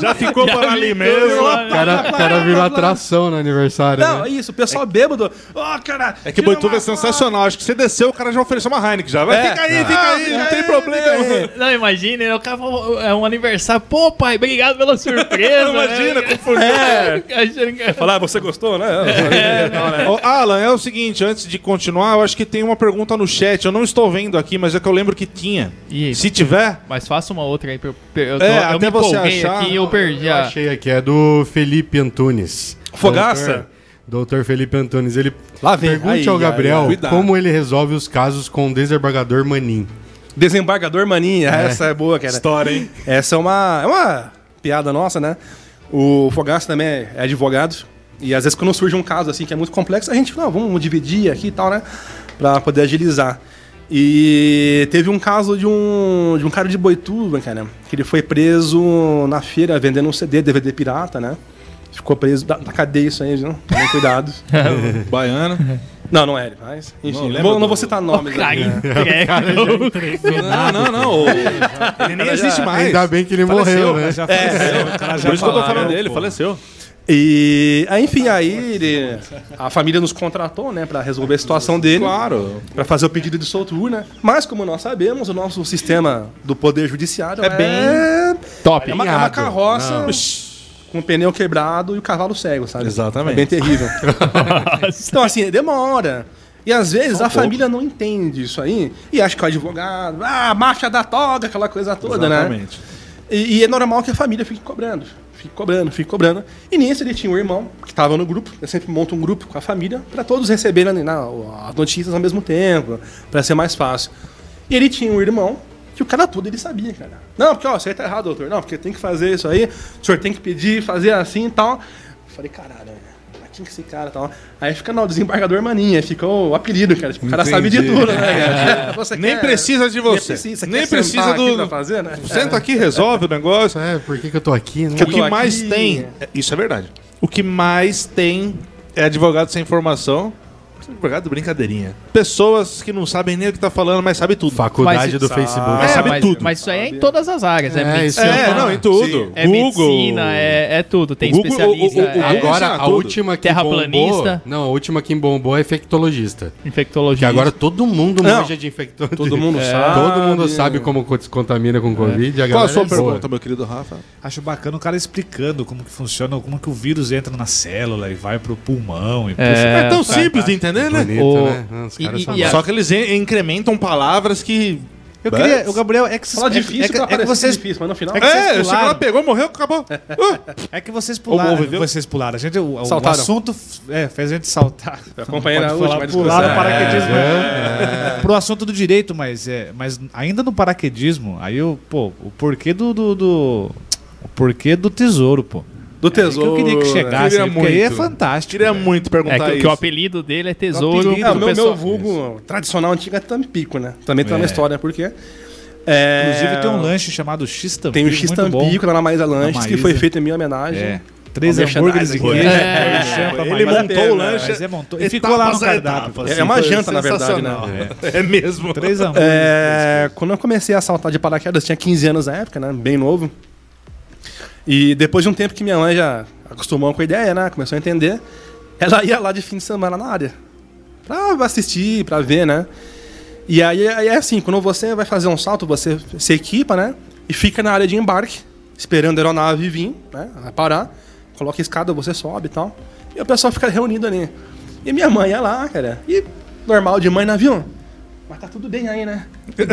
Speaker 1: Já ficou por ali
Speaker 2: Sei
Speaker 1: mesmo.
Speaker 2: lá,
Speaker 3: O cara, o cara virou atração no aniversário.
Speaker 5: Não,
Speaker 2: Uhum.
Speaker 3: né?
Speaker 5: é isso, o pessoal bêbado. Ó, cara.
Speaker 1: É que
Speaker 5: tira
Speaker 1: Boituva
Speaker 5: uma
Speaker 1: é sensacional. Acho que você desceu, o cara já ofereceu uma Heineken já. Vai,
Speaker 5: É.
Speaker 1: fica aí, fica aí, não tem problema.
Speaker 2: Não, imagina, né, o cara falou, é um aniversário. Pô, pai, obrigado pela surpresa.
Speaker 1: Imagina,
Speaker 2: né?
Speaker 1: confundiu. "Ah,
Speaker 2: Achando que-
Speaker 5: Falar, você gostou, né?
Speaker 1: Ô, Alan, é o seguinte, antes de continuar, eu acho que tem uma pergunta no chat. Eu não estou vendo aqui, mas é que eu lembro que tinha.
Speaker 2: Ih.
Speaker 1: Se tiver,
Speaker 2: Mas faça uma outra aí. pra Eu, per- eu, tô-
Speaker 1: É,
Speaker 2: eu
Speaker 1: até
Speaker 2: me
Speaker 1: você
Speaker 2: empolguei
Speaker 1: achar.
Speaker 2: aqui e eu perdi
Speaker 3: Eu
Speaker 2: a...
Speaker 3: achei aqui, é do Felipe Antunes.
Speaker 5: Fogaça?
Speaker 3: Doutor Felipe Antunes, ele
Speaker 5: Lá vem.
Speaker 3: pergunte
Speaker 5: Aí,
Speaker 3: ao
Speaker 5: aí,
Speaker 3: Gabriel
Speaker 5: aí. Cuidado.
Speaker 3: como ele resolve os casos com o desembargador Manin.
Speaker 5: Desembargador Maninha, essa é boa, cara.
Speaker 1: história, hein?
Speaker 5: Essa é uma, é uma piada nossa, né? O Fogaça também é advogado. E às vezes quando surge um caso assim que é muito complexo, a gente fala, "Ah, vamos dividir aqui e tal, né? Pra poder agilizar. E teve um caso de um, de um cara de Boituva, cara, que ele foi preso na feira vendendo um CD, DVD pirata, né? Ficou preso. Da, da cadeia isso aí, viu? Tomem cuidado.
Speaker 1: Baiana.
Speaker 5: não, não é ele, mas. Enfim,
Speaker 1: lembra
Speaker 5: não, vou, não
Speaker 1: do-
Speaker 5: vou citar nomes.
Speaker 2: Cara,
Speaker 5: aqui, né?
Speaker 2: entrega.
Speaker 1: Não, não, não. o- Ele nem existe mais.
Speaker 3: Ainda bem que ele morreu, né?
Speaker 4: Já faleceu, o cara já
Speaker 1: Por isso que eu tô
Speaker 4: falaram,
Speaker 1: falando dele,
Speaker 4: pô.
Speaker 1: faleceu.
Speaker 5: E aí, enfim, aí ele- a família nos contratou, né, para resolver a situação dele,
Speaker 1: Claro.
Speaker 5: para fazer o pedido de soltura, né? Mas como nós sabemos, o nosso sistema do poder judiciário é,
Speaker 2: bem
Speaker 5: top, é uma, é uma carroça com o pneu quebrado e o cavalo cego, sabe?
Speaker 1: Exatamente.
Speaker 5: É bem terrível. então assim, demora. E às vezes a família não entende isso aí e acha que é o advogado, ah, marcha da toga, aquela coisa toda, né?
Speaker 1: Exatamente.
Speaker 5: E, e é normal que a família fique cobrando, fique cobrando, fique cobrando. E nisso ele tinha um irmão que estava no grupo, eu sempre monto um grupo com a família para todos receberem né, na- as notícias ao mesmo tempo, para ser mais fácil. E ele tinha um irmão que o cara todo ele sabia, cara. Não, porque ó, você tá errado, doutor. Não, porque tem que fazer isso aí, o senhor tem que pedir, fazer assim e tal. Eu falei, caralho, né? Mas quem que é esse cara e tal? Aí fica, não, desembargador maninha, fica o apelido, cara. Tipo, o cara sabe de tudo, né, cara? Você
Speaker 1: Nem
Speaker 5: quer-
Speaker 1: precisa de
Speaker 5: nem
Speaker 1: você.
Speaker 5: precisa,
Speaker 1: Nem
Speaker 5: quer
Speaker 1: precisa
Speaker 5: sentar aqui
Speaker 1: do-
Speaker 5: pra fazer, né?
Speaker 1: Senta aqui, resolve o negócio.
Speaker 3: É, por que, que eu tô aqui, né?
Speaker 1: O que
Speaker 5: tô
Speaker 1: mais
Speaker 5: aqui.
Speaker 1: tem. Isso é verdade. O que mais tem é advogado sem formação. Advogado brincadeirinha. Pessoas que não sabem nem o que tá falando, mas sabe tudo.
Speaker 3: Faculdade
Speaker 2: Mas-
Speaker 3: do Facebook.
Speaker 2: É,
Speaker 1: sabe
Speaker 2: mas,
Speaker 1: tudo.
Speaker 2: mas isso aí é em todas as áreas. É,
Speaker 3: É,
Speaker 2: medicina,
Speaker 3: isso
Speaker 1: É, não, em tudo.
Speaker 2: é medicina, é, é tudo. Tem
Speaker 1: O Google-
Speaker 2: especialista,
Speaker 1: o- o- o-
Speaker 2: é
Speaker 1: Google-
Speaker 3: Agora,
Speaker 1: Ensina
Speaker 3: a
Speaker 1: tudo.
Speaker 3: última que bombou...
Speaker 2: Terraplanista.
Speaker 3: Não, a última que bombou é infectologista. Que
Speaker 2: infectologista.
Speaker 3: agora todo mundo
Speaker 5: Não.
Speaker 3: manja de infectologista.
Speaker 5: Todo mundo sabe.
Speaker 3: Todo mundo sabe como co- se contamina com Covid. A
Speaker 1: Qual a
Speaker 3: galera
Speaker 1: sua
Speaker 3: é boa.
Speaker 1: pergunta, meu querido Rafa?
Speaker 4: É. Acho bacana o cara explicando como que funciona, como que o vírus entra na célula e vai pro pulmão e puxa.
Speaker 1: É, tão simples de entender, né?
Speaker 3: Bonito,
Speaker 2: O-
Speaker 3: né? Ah, Os
Speaker 2: e-
Speaker 3: caras
Speaker 2: e-
Speaker 3: são
Speaker 2: e a-
Speaker 1: Só é que eles en- incrementam palavras que.
Speaker 10: Eu queria, o Gabriel, é que vocês,
Speaker 5: Fala difícil
Speaker 10: é, que-
Speaker 5: pra
Speaker 10: é, que
Speaker 5: parecer
Speaker 10: vocês,
Speaker 5: difícil, mas no final...
Speaker 10: é que vocês
Speaker 1: É, chegou lá,
Speaker 10: pularam.
Speaker 1: pegou, morreu, acabou. Ah,
Speaker 10: É que vocês
Speaker 1: Ou
Speaker 10: pularam.
Speaker 1: morreu.
Speaker 4: Vocês pularam. A gente, o, o
Speaker 5: Saltaram.
Speaker 4: assunto f- é, fez a gente saltar.
Speaker 5: acompanhei
Speaker 4: Pode
Speaker 5: na
Speaker 4: falar,
Speaker 5: última,
Speaker 4: Pularam
Speaker 5: desculpa.
Speaker 4: o paraquedismo. Pro assunto do é, direito, mas, é, mas ainda no paraquedismo, aí o, pô, o porquê do. do, do- O porquê do tesouro, pô.
Speaker 5: Do
Speaker 4: tesouro. eu queria que chegasse,
Speaker 1: Queria
Speaker 4: porque aí é
Speaker 1: muito.
Speaker 4: fantástico.
Speaker 1: Queria muito
Speaker 4: Tá
Speaker 2: É
Speaker 1: perguntar
Speaker 2: que, que
Speaker 1: isso.
Speaker 2: o apelido dele é Tesouro.
Speaker 5: É, o
Speaker 2: do
Speaker 5: meu, meu
Speaker 2: pessoal.
Speaker 5: vulgo tradicional antigo é Tampico, né? Também tá
Speaker 4: É.
Speaker 5: na história, por quê? É,
Speaker 4: Inclusive tem um lanche chamado X-Tampico.
Speaker 5: Tem o X-Tampico lá na Maísa Lanches, que foi feito em minha homenagem.
Speaker 4: É. Três
Speaker 5: Ó,
Speaker 4: hambúrgueres
Speaker 5: merchandising
Speaker 4: e
Speaker 5: aqui.
Speaker 4: queijo.
Speaker 5: É,
Speaker 4: Merchan né? pra
Speaker 1: Ele
Speaker 4: Maísa
Speaker 1: montou o
Speaker 4: Lanches,
Speaker 1: lanche.
Speaker 4: mas é montou. E ficou lá no
Speaker 1: etapas a
Speaker 4: cardápio. assim,
Speaker 1: etapas,
Speaker 5: É uma
Speaker 1: foi
Speaker 5: janta, na verdade, né?
Speaker 1: sensacional. É mesmo.
Speaker 4: Três um." hambúrgueres.
Speaker 5: É, quando eu comecei a saltar de paraquedas, tinha 15 anos na época, né? Bem novo. E depois de um tempo que minha mãe já acostumou com a ideia, né? Começou a entender. Ela ia lá de fim de semana na área. Pra assistir, pra ver, né? E aí, aí é assim, quando você vai fazer um salto, você se equipa, né? E fica na área de embarque, esperando a aeronave vir, né? Vai parar, coloca a escada, você sobe e tal. E o pessoal fica reunido ali. E minha mãe ia lá, cara. E normal de mãe no avião. Mas tá tudo bem aí, né?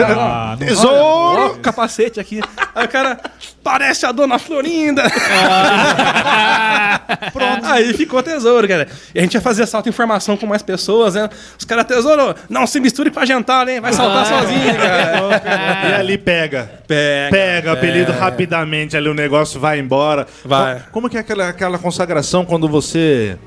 Speaker 4: Ah, não-
Speaker 5: Tesouro! capacete aqui. Aí o cara parece a dona Florinda. Pronto. Aí ficou tesouro, cara. E a gente ia fazer salto em formação com mais pessoas, né? Os caras, tesouro, não se misture pra jantar, hein? Vai saltar
Speaker 1: Ah, é.
Speaker 5: sozinho, cara.
Speaker 1: E ali pega.
Speaker 5: Pega.
Speaker 1: Pega o apelido rapidamente, ali o negócio vai embora.
Speaker 5: Vai.
Speaker 1: Co- Como que é aquela, aquela consagração quando você.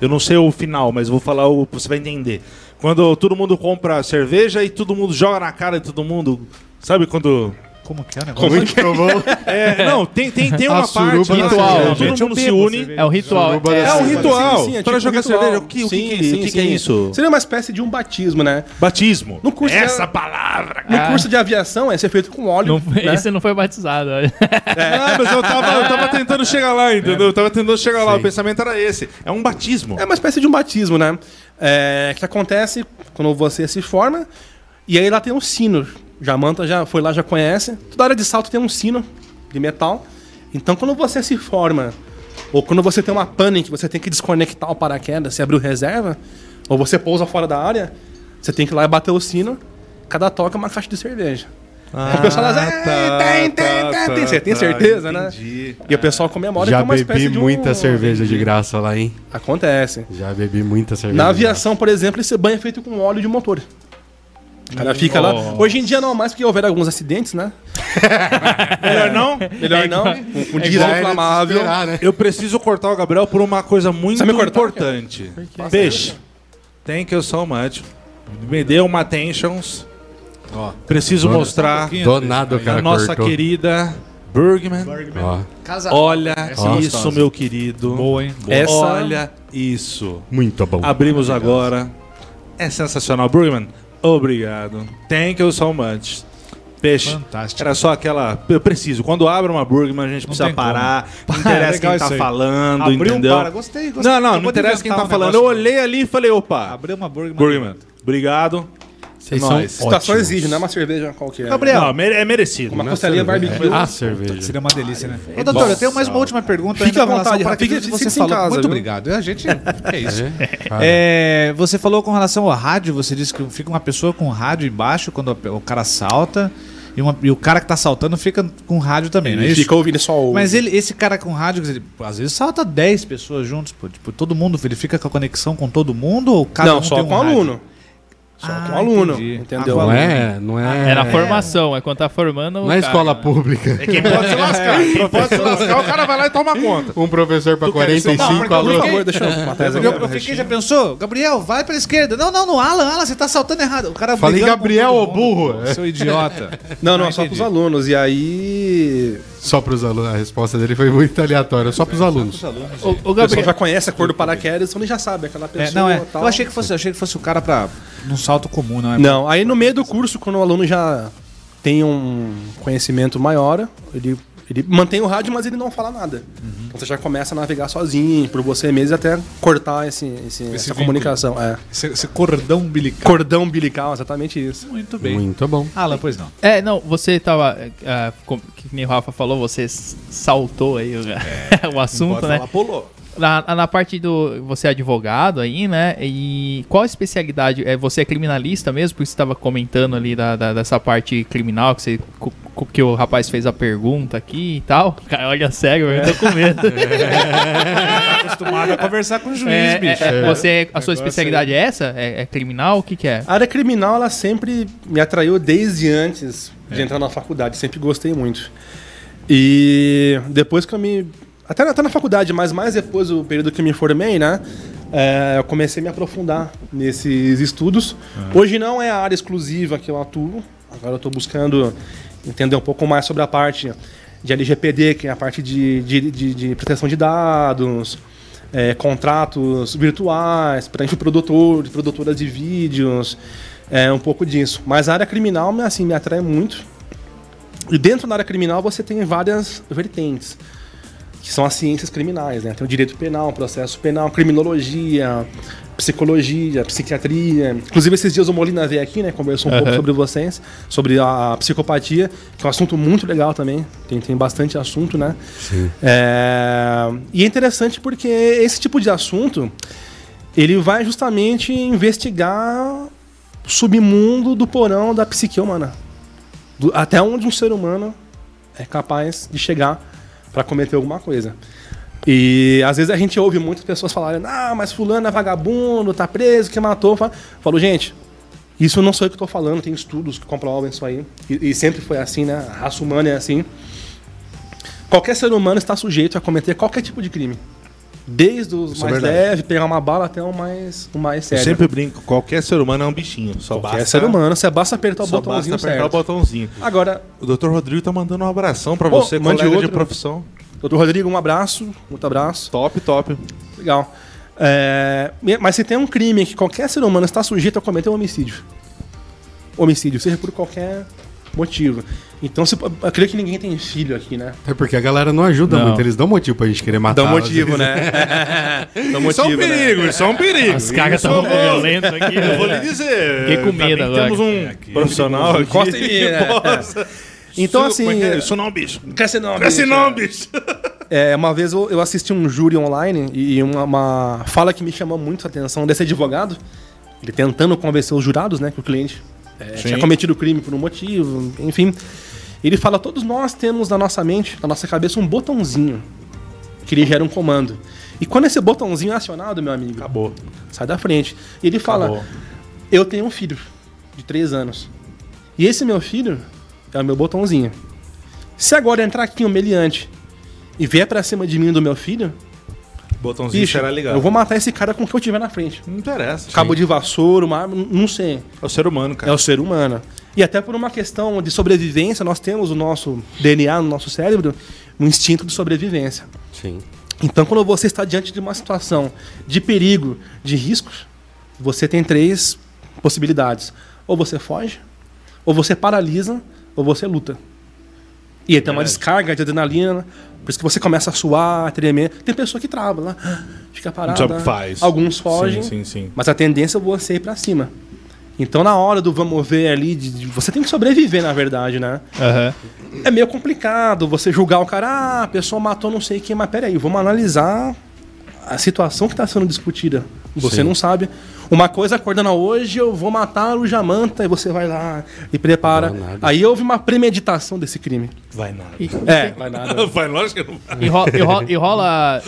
Speaker 1: Eu não sei o final, mas vou falar o. Você vai entender. Quando todo mundo compra cerveja e todo mundo joga na cara de todo mundo. Sabe quando.
Speaker 4: Como que é o negócio?
Speaker 1: Como que É, não, tem, tem, tem uma
Speaker 3: A
Speaker 1: parte.
Speaker 3: suruba da
Speaker 1: ritual.
Speaker 3: cerveja.
Speaker 1: Todo
Speaker 4: Gente, eu
Speaker 1: mundo se
Speaker 4: bebo
Speaker 1: une.
Speaker 4: cerveja.
Speaker 2: É um ritual.
Speaker 3: Suruba
Speaker 2: É,
Speaker 1: É um
Speaker 5: Sim,
Speaker 1: ritual.
Speaker 5: sim, sim, é
Speaker 1: Para
Speaker 5: tipo
Speaker 1: jogar
Speaker 5: ritual.
Speaker 1: cerveja, o que, o que
Speaker 5: Sim,
Speaker 1: que é isso?
Speaker 5: sim,
Speaker 1: O que que
Speaker 5: sim.
Speaker 1: é isso?
Speaker 5: Seria uma espécie de um batismo, né?
Speaker 1: Batismo.
Speaker 5: No curso
Speaker 1: Essa
Speaker 5: de-
Speaker 1: palavra.
Speaker 5: No curso de aviação, é ser feito com óleo.
Speaker 2: não,
Speaker 5: né?
Speaker 2: Esse não foi batizado. olha.
Speaker 1: Ah, mas eu tava, eu tava tentando chegar lá, entendeu? Eu tava tentando chegar lá. O pensamento era esse. É um batismo.
Speaker 5: É uma espécie de um batismo, né? É, que acontece quando você se forma. E aí lá tem um sino. Já a Manta já foi lá, já conhece. Toda área de salto tem um sino de metal. Então quando você se forma, ou quando você tem uma pane que você tem que desconectar o paraquedas, você abriu reserva, ou você pousa fora da área, você tem que ir lá e bater o sino. Cada toca é uma caixa de cerveja.
Speaker 3: Ah,
Speaker 5: Aí o pessoal lá, "Ei,
Speaker 3: tá,
Speaker 5: tem, tem, tem, tem. Você tem certeza, né? E o pessoal comemora que
Speaker 3: Já
Speaker 5: é uma espécie
Speaker 3: bebi
Speaker 5: de um-
Speaker 3: muita cerveja de graça lá, hein?
Speaker 5: Acontece.
Speaker 3: Já bebi muita cerveja.
Speaker 5: Na
Speaker 3: de graça.
Speaker 5: aviação, por exemplo, esse banho é feito com óleo de motor. O cara fica lá. Hoje em dia não mais, porque houveram alguns acidentes, né?
Speaker 1: Melhor não?
Speaker 4: É
Speaker 5: Melhor não. Com um diesel
Speaker 3: Já era de
Speaker 5: inflamável.
Speaker 3: esperar, né?
Speaker 1: Eu preciso cortar o Gabriel por uma coisa muito
Speaker 5: Sabe cortar,
Speaker 1: importante. Peixe. Thank you so much. Me deu uma attentions. preciso
Speaker 3: dona-
Speaker 1: mostrar
Speaker 3: Do nada o cara
Speaker 1: né? a nossa
Speaker 3: cortou.
Speaker 1: querida Bergman.
Speaker 3: Ó,
Speaker 1: Olha
Speaker 3: é
Speaker 1: isso,
Speaker 3: gostosa.
Speaker 1: meu querido.
Speaker 4: Boa, hein? Boa.
Speaker 1: é
Speaker 5: Essa-
Speaker 1: Olha isso.
Speaker 3: muito bom.
Speaker 1: Abrimos agora. É sensacional. Bergman, obrigado. Thank you so much. Peixe.
Speaker 4: Fantástico.
Speaker 1: Era só aquela. Eu preciso. Quando abre uma Burgman, a gente precisa
Speaker 4: tem como.
Speaker 1: parar. Não
Speaker 4: É
Speaker 1: interessa quem
Speaker 4: legal
Speaker 1: tá
Speaker 4: isso aí.
Speaker 1: falando,
Speaker 4: Abriu um
Speaker 1: entendeu?
Speaker 4: para. Gostei, gostei.
Speaker 1: Não, não,
Speaker 4: Eu
Speaker 1: não
Speaker 4: vou
Speaker 1: interessa quem tá
Speaker 4: inventar um
Speaker 1: falando. Eu
Speaker 4: negócio. um
Speaker 1: olhei ali e falei, opa,
Speaker 4: Abriu uma Burgman.
Speaker 1: Burgman, obrigado.
Speaker 3: Vocês
Speaker 1: nós. tá
Speaker 3: são
Speaker 5: A situação
Speaker 3: ótimos.
Speaker 5: exige, não é uma cerveja qualquer.
Speaker 1: Gabriel. Não, mere- é merecido.
Speaker 5: Uma costelinha barbecue.
Speaker 3: É,
Speaker 4: Ah,
Speaker 3: A cerveja.
Speaker 4: Seria uma delícia, né? Ô, doutor, eu tenho mais uma última pergunta.
Speaker 5: Fique
Speaker 4: ainda
Speaker 5: à
Speaker 4: com relação
Speaker 5: vontade,
Speaker 4: ao
Speaker 5: fique-
Speaker 4: paraquedismo que
Speaker 5: fique
Speaker 4: você
Speaker 5: em
Speaker 4: falou.
Speaker 5: casa,
Speaker 4: Muito
Speaker 5: viu?
Speaker 4: obrigado. A gente. É isso.
Speaker 3: Cara,
Speaker 4: É, você falou com relação ao rádio, você disse que fica uma pessoa com rádio embaixo quando o cara salta. E, uma- e o cara que tá saltando fica com rádio também, não é
Speaker 5: Ele
Speaker 4: isso?
Speaker 5: fica ouvindo só o.
Speaker 4: Mas ele, esse cara com rádio, quer dizer, ele, às vezes salta 10 pessoas juntos, pô. Tipo, todo mundo, ele fica com a conexão com todo mundo ou cada
Speaker 5: não,
Speaker 4: um
Speaker 5: só
Speaker 4: tem um
Speaker 5: com o
Speaker 4: rádio?
Speaker 5: aluno. Só
Speaker 4: Ah,
Speaker 5: com o aluno. né?
Speaker 4: entendi.
Speaker 5: Entendeu?
Speaker 4: Ah,
Speaker 3: Não é, não é.
Speaker 2: É na formação, é quando tá formando. o
Speaker 3: Não é
Speaker 2: cara,
Speaker 3: escola
Speaker 2: né?
Speaker 3: pública. É.
Speaker 1: Quem É pode se lascar? Quem pode se lascar, o cara vai lá e toma conta.
Speaker 3: Um professor pra
Speaker 4: Não,
Speaker 3: 45
Speaker 4: porque
Speaker 5: Por
Speaker 3: alunos.
Speaker 5: favor, deixa eu matar essa
Speaker 4: Eu, eu fiquei, já pensou? Gabriel, vai pra esquerda. Não, não, não, Alan, Alan, você tá saltando errado. O cara
Speaker 3: Falei,
Speaker 4: brigando com
Speaker 3: Gabriel,
Speaker 4: todo
Speaker 3: ô
Speaker 4: mundo,
Speaker 3: burro. É.
Speaker 4: pô, Seu idiota.
Speaker 5: Não, não,
Speaker 4: Ah,
Speaker 5: é só
Speaker 4: entendi.
Speaker 5: pros alunos. E aí.
Speaker 3: Só pros alunos. A resposta dele foi muito aleatória. Só pros alunos.
Speaker 2: O, o
Speaker 5: O pessoal
Speaker 2: Gabriel.
Speaker 5: já conhece a cor do paraquedas, então ele já sabe aquela pessoa.
Speaker 4: É, não, é.
Speaker 5: tal.
Speaker 4: Eu achei que fosse, eu achei que fosse o cara pra. num salto comum, não é?
Speaker 5: Não, aí no meio do curso, quando o aluno já tem um conhecimento maior, ele, ele mantém o rádio, mas ele não fala nada. Então você já começa a navegar sozinho, por você mesmo, e até cortar esse, esse- essa
Speaker 4: vínculo.
Speaker 5: comunicação. É.
Speaker 4: Esse, esse cordão umbilical.
Speaker 5: Cordão umbilical, exatamente isso.
Speaker 4: Muito bem.
Speaker 3: Muito bom.
Speaker 4: Alan, pois não.
Speaker 2: É, não, você tava. é, ah, com- que nem o Rafa falou, você s- saltou aí o, o assunto, né?
Speaker 1: pulou.
Speaker 2: Na, na parte do. Você é advogado aí, né? E qual a especialidade? É, você é criminalista mesmo? Porque você estava comentando ali da, da- dessa parte criminal que, você, co- co- que o rapaz fez a pergunta aqui e tal. Cara, olha sério, eu tô com medo.
Speaker 4: Acostumado a conversar com o juiz,
Speaker 2: É,
Speaker 4: bicho.
Speaker 2: é, é, você, a sua especialidade é essa? É, é criminal? O que, que é?
Speaker 5: A área criminal, ela sempre me atraiu desde antes de entrar na faculdade, sempre gostei muito. E depois que eu me. Até na, até na faculdade, mas mais depois do período que eu me formei, né? é, eu comecei a me aprofundar nesses estudos. Hoje não é a área exclusiva que eu atuo. Agora eu estou buscando entender um pouco mais sobre a parte de LGPD, que é a parte de, de, de- de proteção de dados, é, contratos virtuais, para produtor, de produtoras de vídeos, é, um pouco disso. Mas a área criminal me, assim, me atrai muito. E dentro da área criminal você tem várias vertentes, que são as ciências criminais, né? Tem o direito penal, processo penal, criminologia, psicologia, psiquiatria. Inclusive esses dias o Molina veio aqui, né? Conversou um
Speaker 1: Aham.
Speaker 5: pouco sobre vocês, sobre a psicopatia, que é um assunto muito legal também. Tem, tem bastante assunto, né?
Speaker 3: Sim.
Speaker 5: É, E é interessante porque esse tipo de assunto ele vai justamente investigar o submundo do porão da psique humana. Do- até onde um ser humano é capaz de chegar para cometer alguma coisa. E às vezes a gente ouve muitas pessoas falarem: ah, mas fulano é vagabundo, tá preso, que matou. Fa- Falo, gente, isso não sou eu que estou falando, tem estudos que comprovam isso aí. E, e sempre foi assim, né? A raça humana é assim. Qualquer ser humano está sujeito a cometer qualquer tipo de crime. Desde os
Speaker 1: Isso é
Speaker 5: mais
Speaker 1: verdade.
Speaker 5: leves, pegar uma bala, até o mais, o mais
Speaker 1: Eu
Speaker 5: sério.
Speaker 1: sempre brinco, qualquer ser humano é um bichinho. Só
Speaker 5: Qualquer
Speaker 1: basta-
Speaker 5: ser humano, você é basta apertar o
Speaker 1: só
Speaker 5: botãozinho
Speaker 1: basta apertar
Speaker 5: certo.
Speaker 1: o botãozinho.
Speaker 5: Agora,
Speaker 1: O Dr. Rodrigo tá mandando um abração pra
Speaker 5: Ô,
Speaker 1: você,
Speaker 5: mande
Speaker 1: colega de
Speaker 5: outro.
Speaker 1: profissão.
Speaker 5: Doutor Rodrigo, um abraço, muito abraço.
Speaker 1: Top, top.
Speaker 5: Legal. É, mas se tem um crime que qualquer ser humano está sujeito a cometer um homicídio. Homicídio, seja por qualquer motivo. Então, se, eu creio que ninguém tem filho aqui, né?
Speaker 3: Até É porque a galera não ajuda
Speaker 5: Não.
Speaker 3: muito, eles dão motivo pra gente querer matar.
Speaker 5: Dá
Speaker 1: Ah,
Speaker 5: um
Speaker 3: às
Speaker 5: motivo,
Speaker 3: vezes.
Speaker 5: né? Dá um
Speaker 1: Isso é um
Speaker 5: motivo, né?
Speaker 1: perigo, isso é um perigo.
Speaker 3: As caras
Speaker 4: tá
Speaker 1: Isso
Speaker 3: tão
Speaker 1: é um-
Speaker 3: violentas aqui,
Speaker 1: Eu vou lhe
Speaker 3: né?
Speaker 1: dizer.
Speaker 3: Fiquei com
Speaker 1: ainda
Speaker 3: medo
Speaker 1: bem que
Speaker 3: agora.
Speaker 1: Temos um
Speaker 3: Aqui.
Speaker 1: profissional aqui.
Speaker 3: Encosta em mim,
Speaker 1: que
Speaker 5: né?
Speaker 1: possa-
Speaker 5: Então,
Speaker 1: Isso- como é
Speaker 5: assim,
Speaker 1: que é?
Speaker 5: é-
Speaker 1: Isso não, é um bicho.
Speaker 5: Cresce não,
Speaker 1: Cresce
Speaker 5: bicho,
Speaker 1: não,
Speaker 5: é.
Speaker 1: bicho.
Speaker 5: É, uma vez eu, eu assisti um júri online e uma, uma fala que me chamou muito a atenção desse advogado, ele tentando convencer os jurados, né, que o cliente é,
Speaker 1: Sim.
Speaker 5: tinha cometido o crime por um motivo, enfim. Ele fala: todos nós temos na nossa mente, na nossa cabeça, um botãozinho que ele gera um comando. E quando esse botãozinho é acionado, meu amigo, acabou. Sai da frente. E ele fala:
Speaker 1: Acabou.
Speaker 5: eu tenho um filho de 3 anos. E esse meu filho é o meu botãozinho. Se agora entrar aqui um meliante e vier pra cima de mim e do meu filho,
Speaker 1: Botãozinho
Speaker 5: bicho,
Speaker 1: será ligado.
Speaker 5: eu vou matar esse cara com o que eu tiver na frente. Um
Speaker 1: Não interessa.
Speaker 5: Cabo de vassoura, uma arma, não sei.
Speaker 1: É o ser humano, cara.
Speaker 5: É o ser humano. E até por uma questão de sobrevivência, nós temos o nosso DNA no nosso cérebro, um instinto de sobrevivência.
Speaker 3: Sim.
Speaker 5: Então, quando você está diante de uma situação de perigo, de riscos, você tem três possibilidades: ou você foge, ou você paralisa, ou você luta. E aí tem uma descarga de adrenalina, por isso que você começa a suar, a tremer. Tem pessoa que trava lá, fica parada.
Speaker 1: sabe o que faz.
Speaker 5: Alguns fogem,
Speaker 1: Sim, sim, sim.
Speaker 5: mas a tendência é você ir para cima. Então, na hora do vamos ver ali, de- de- você tem que sobreviver, na verdade, né?
Speaker 2: Aham.
Speaker 5: é meio complicado você julgar o cara, ah, a pessoa matou não sei quem, mas peraí, vamos analisar a situação que está sendo discutida. Você
Speaker 1: Sim.
Speaker 5: não sabe. Uma coisa acordando hoje, eu vou matar o Jamanta, e você vai lá e prepara. Aí houve uma premeditação desse crime.
Speaker 1: Vai nada.
Speaker 5: É, vai nada.
Speaker 1: vai, lógico que não vai.
Speaker 2: E, ro- e ro- e rola.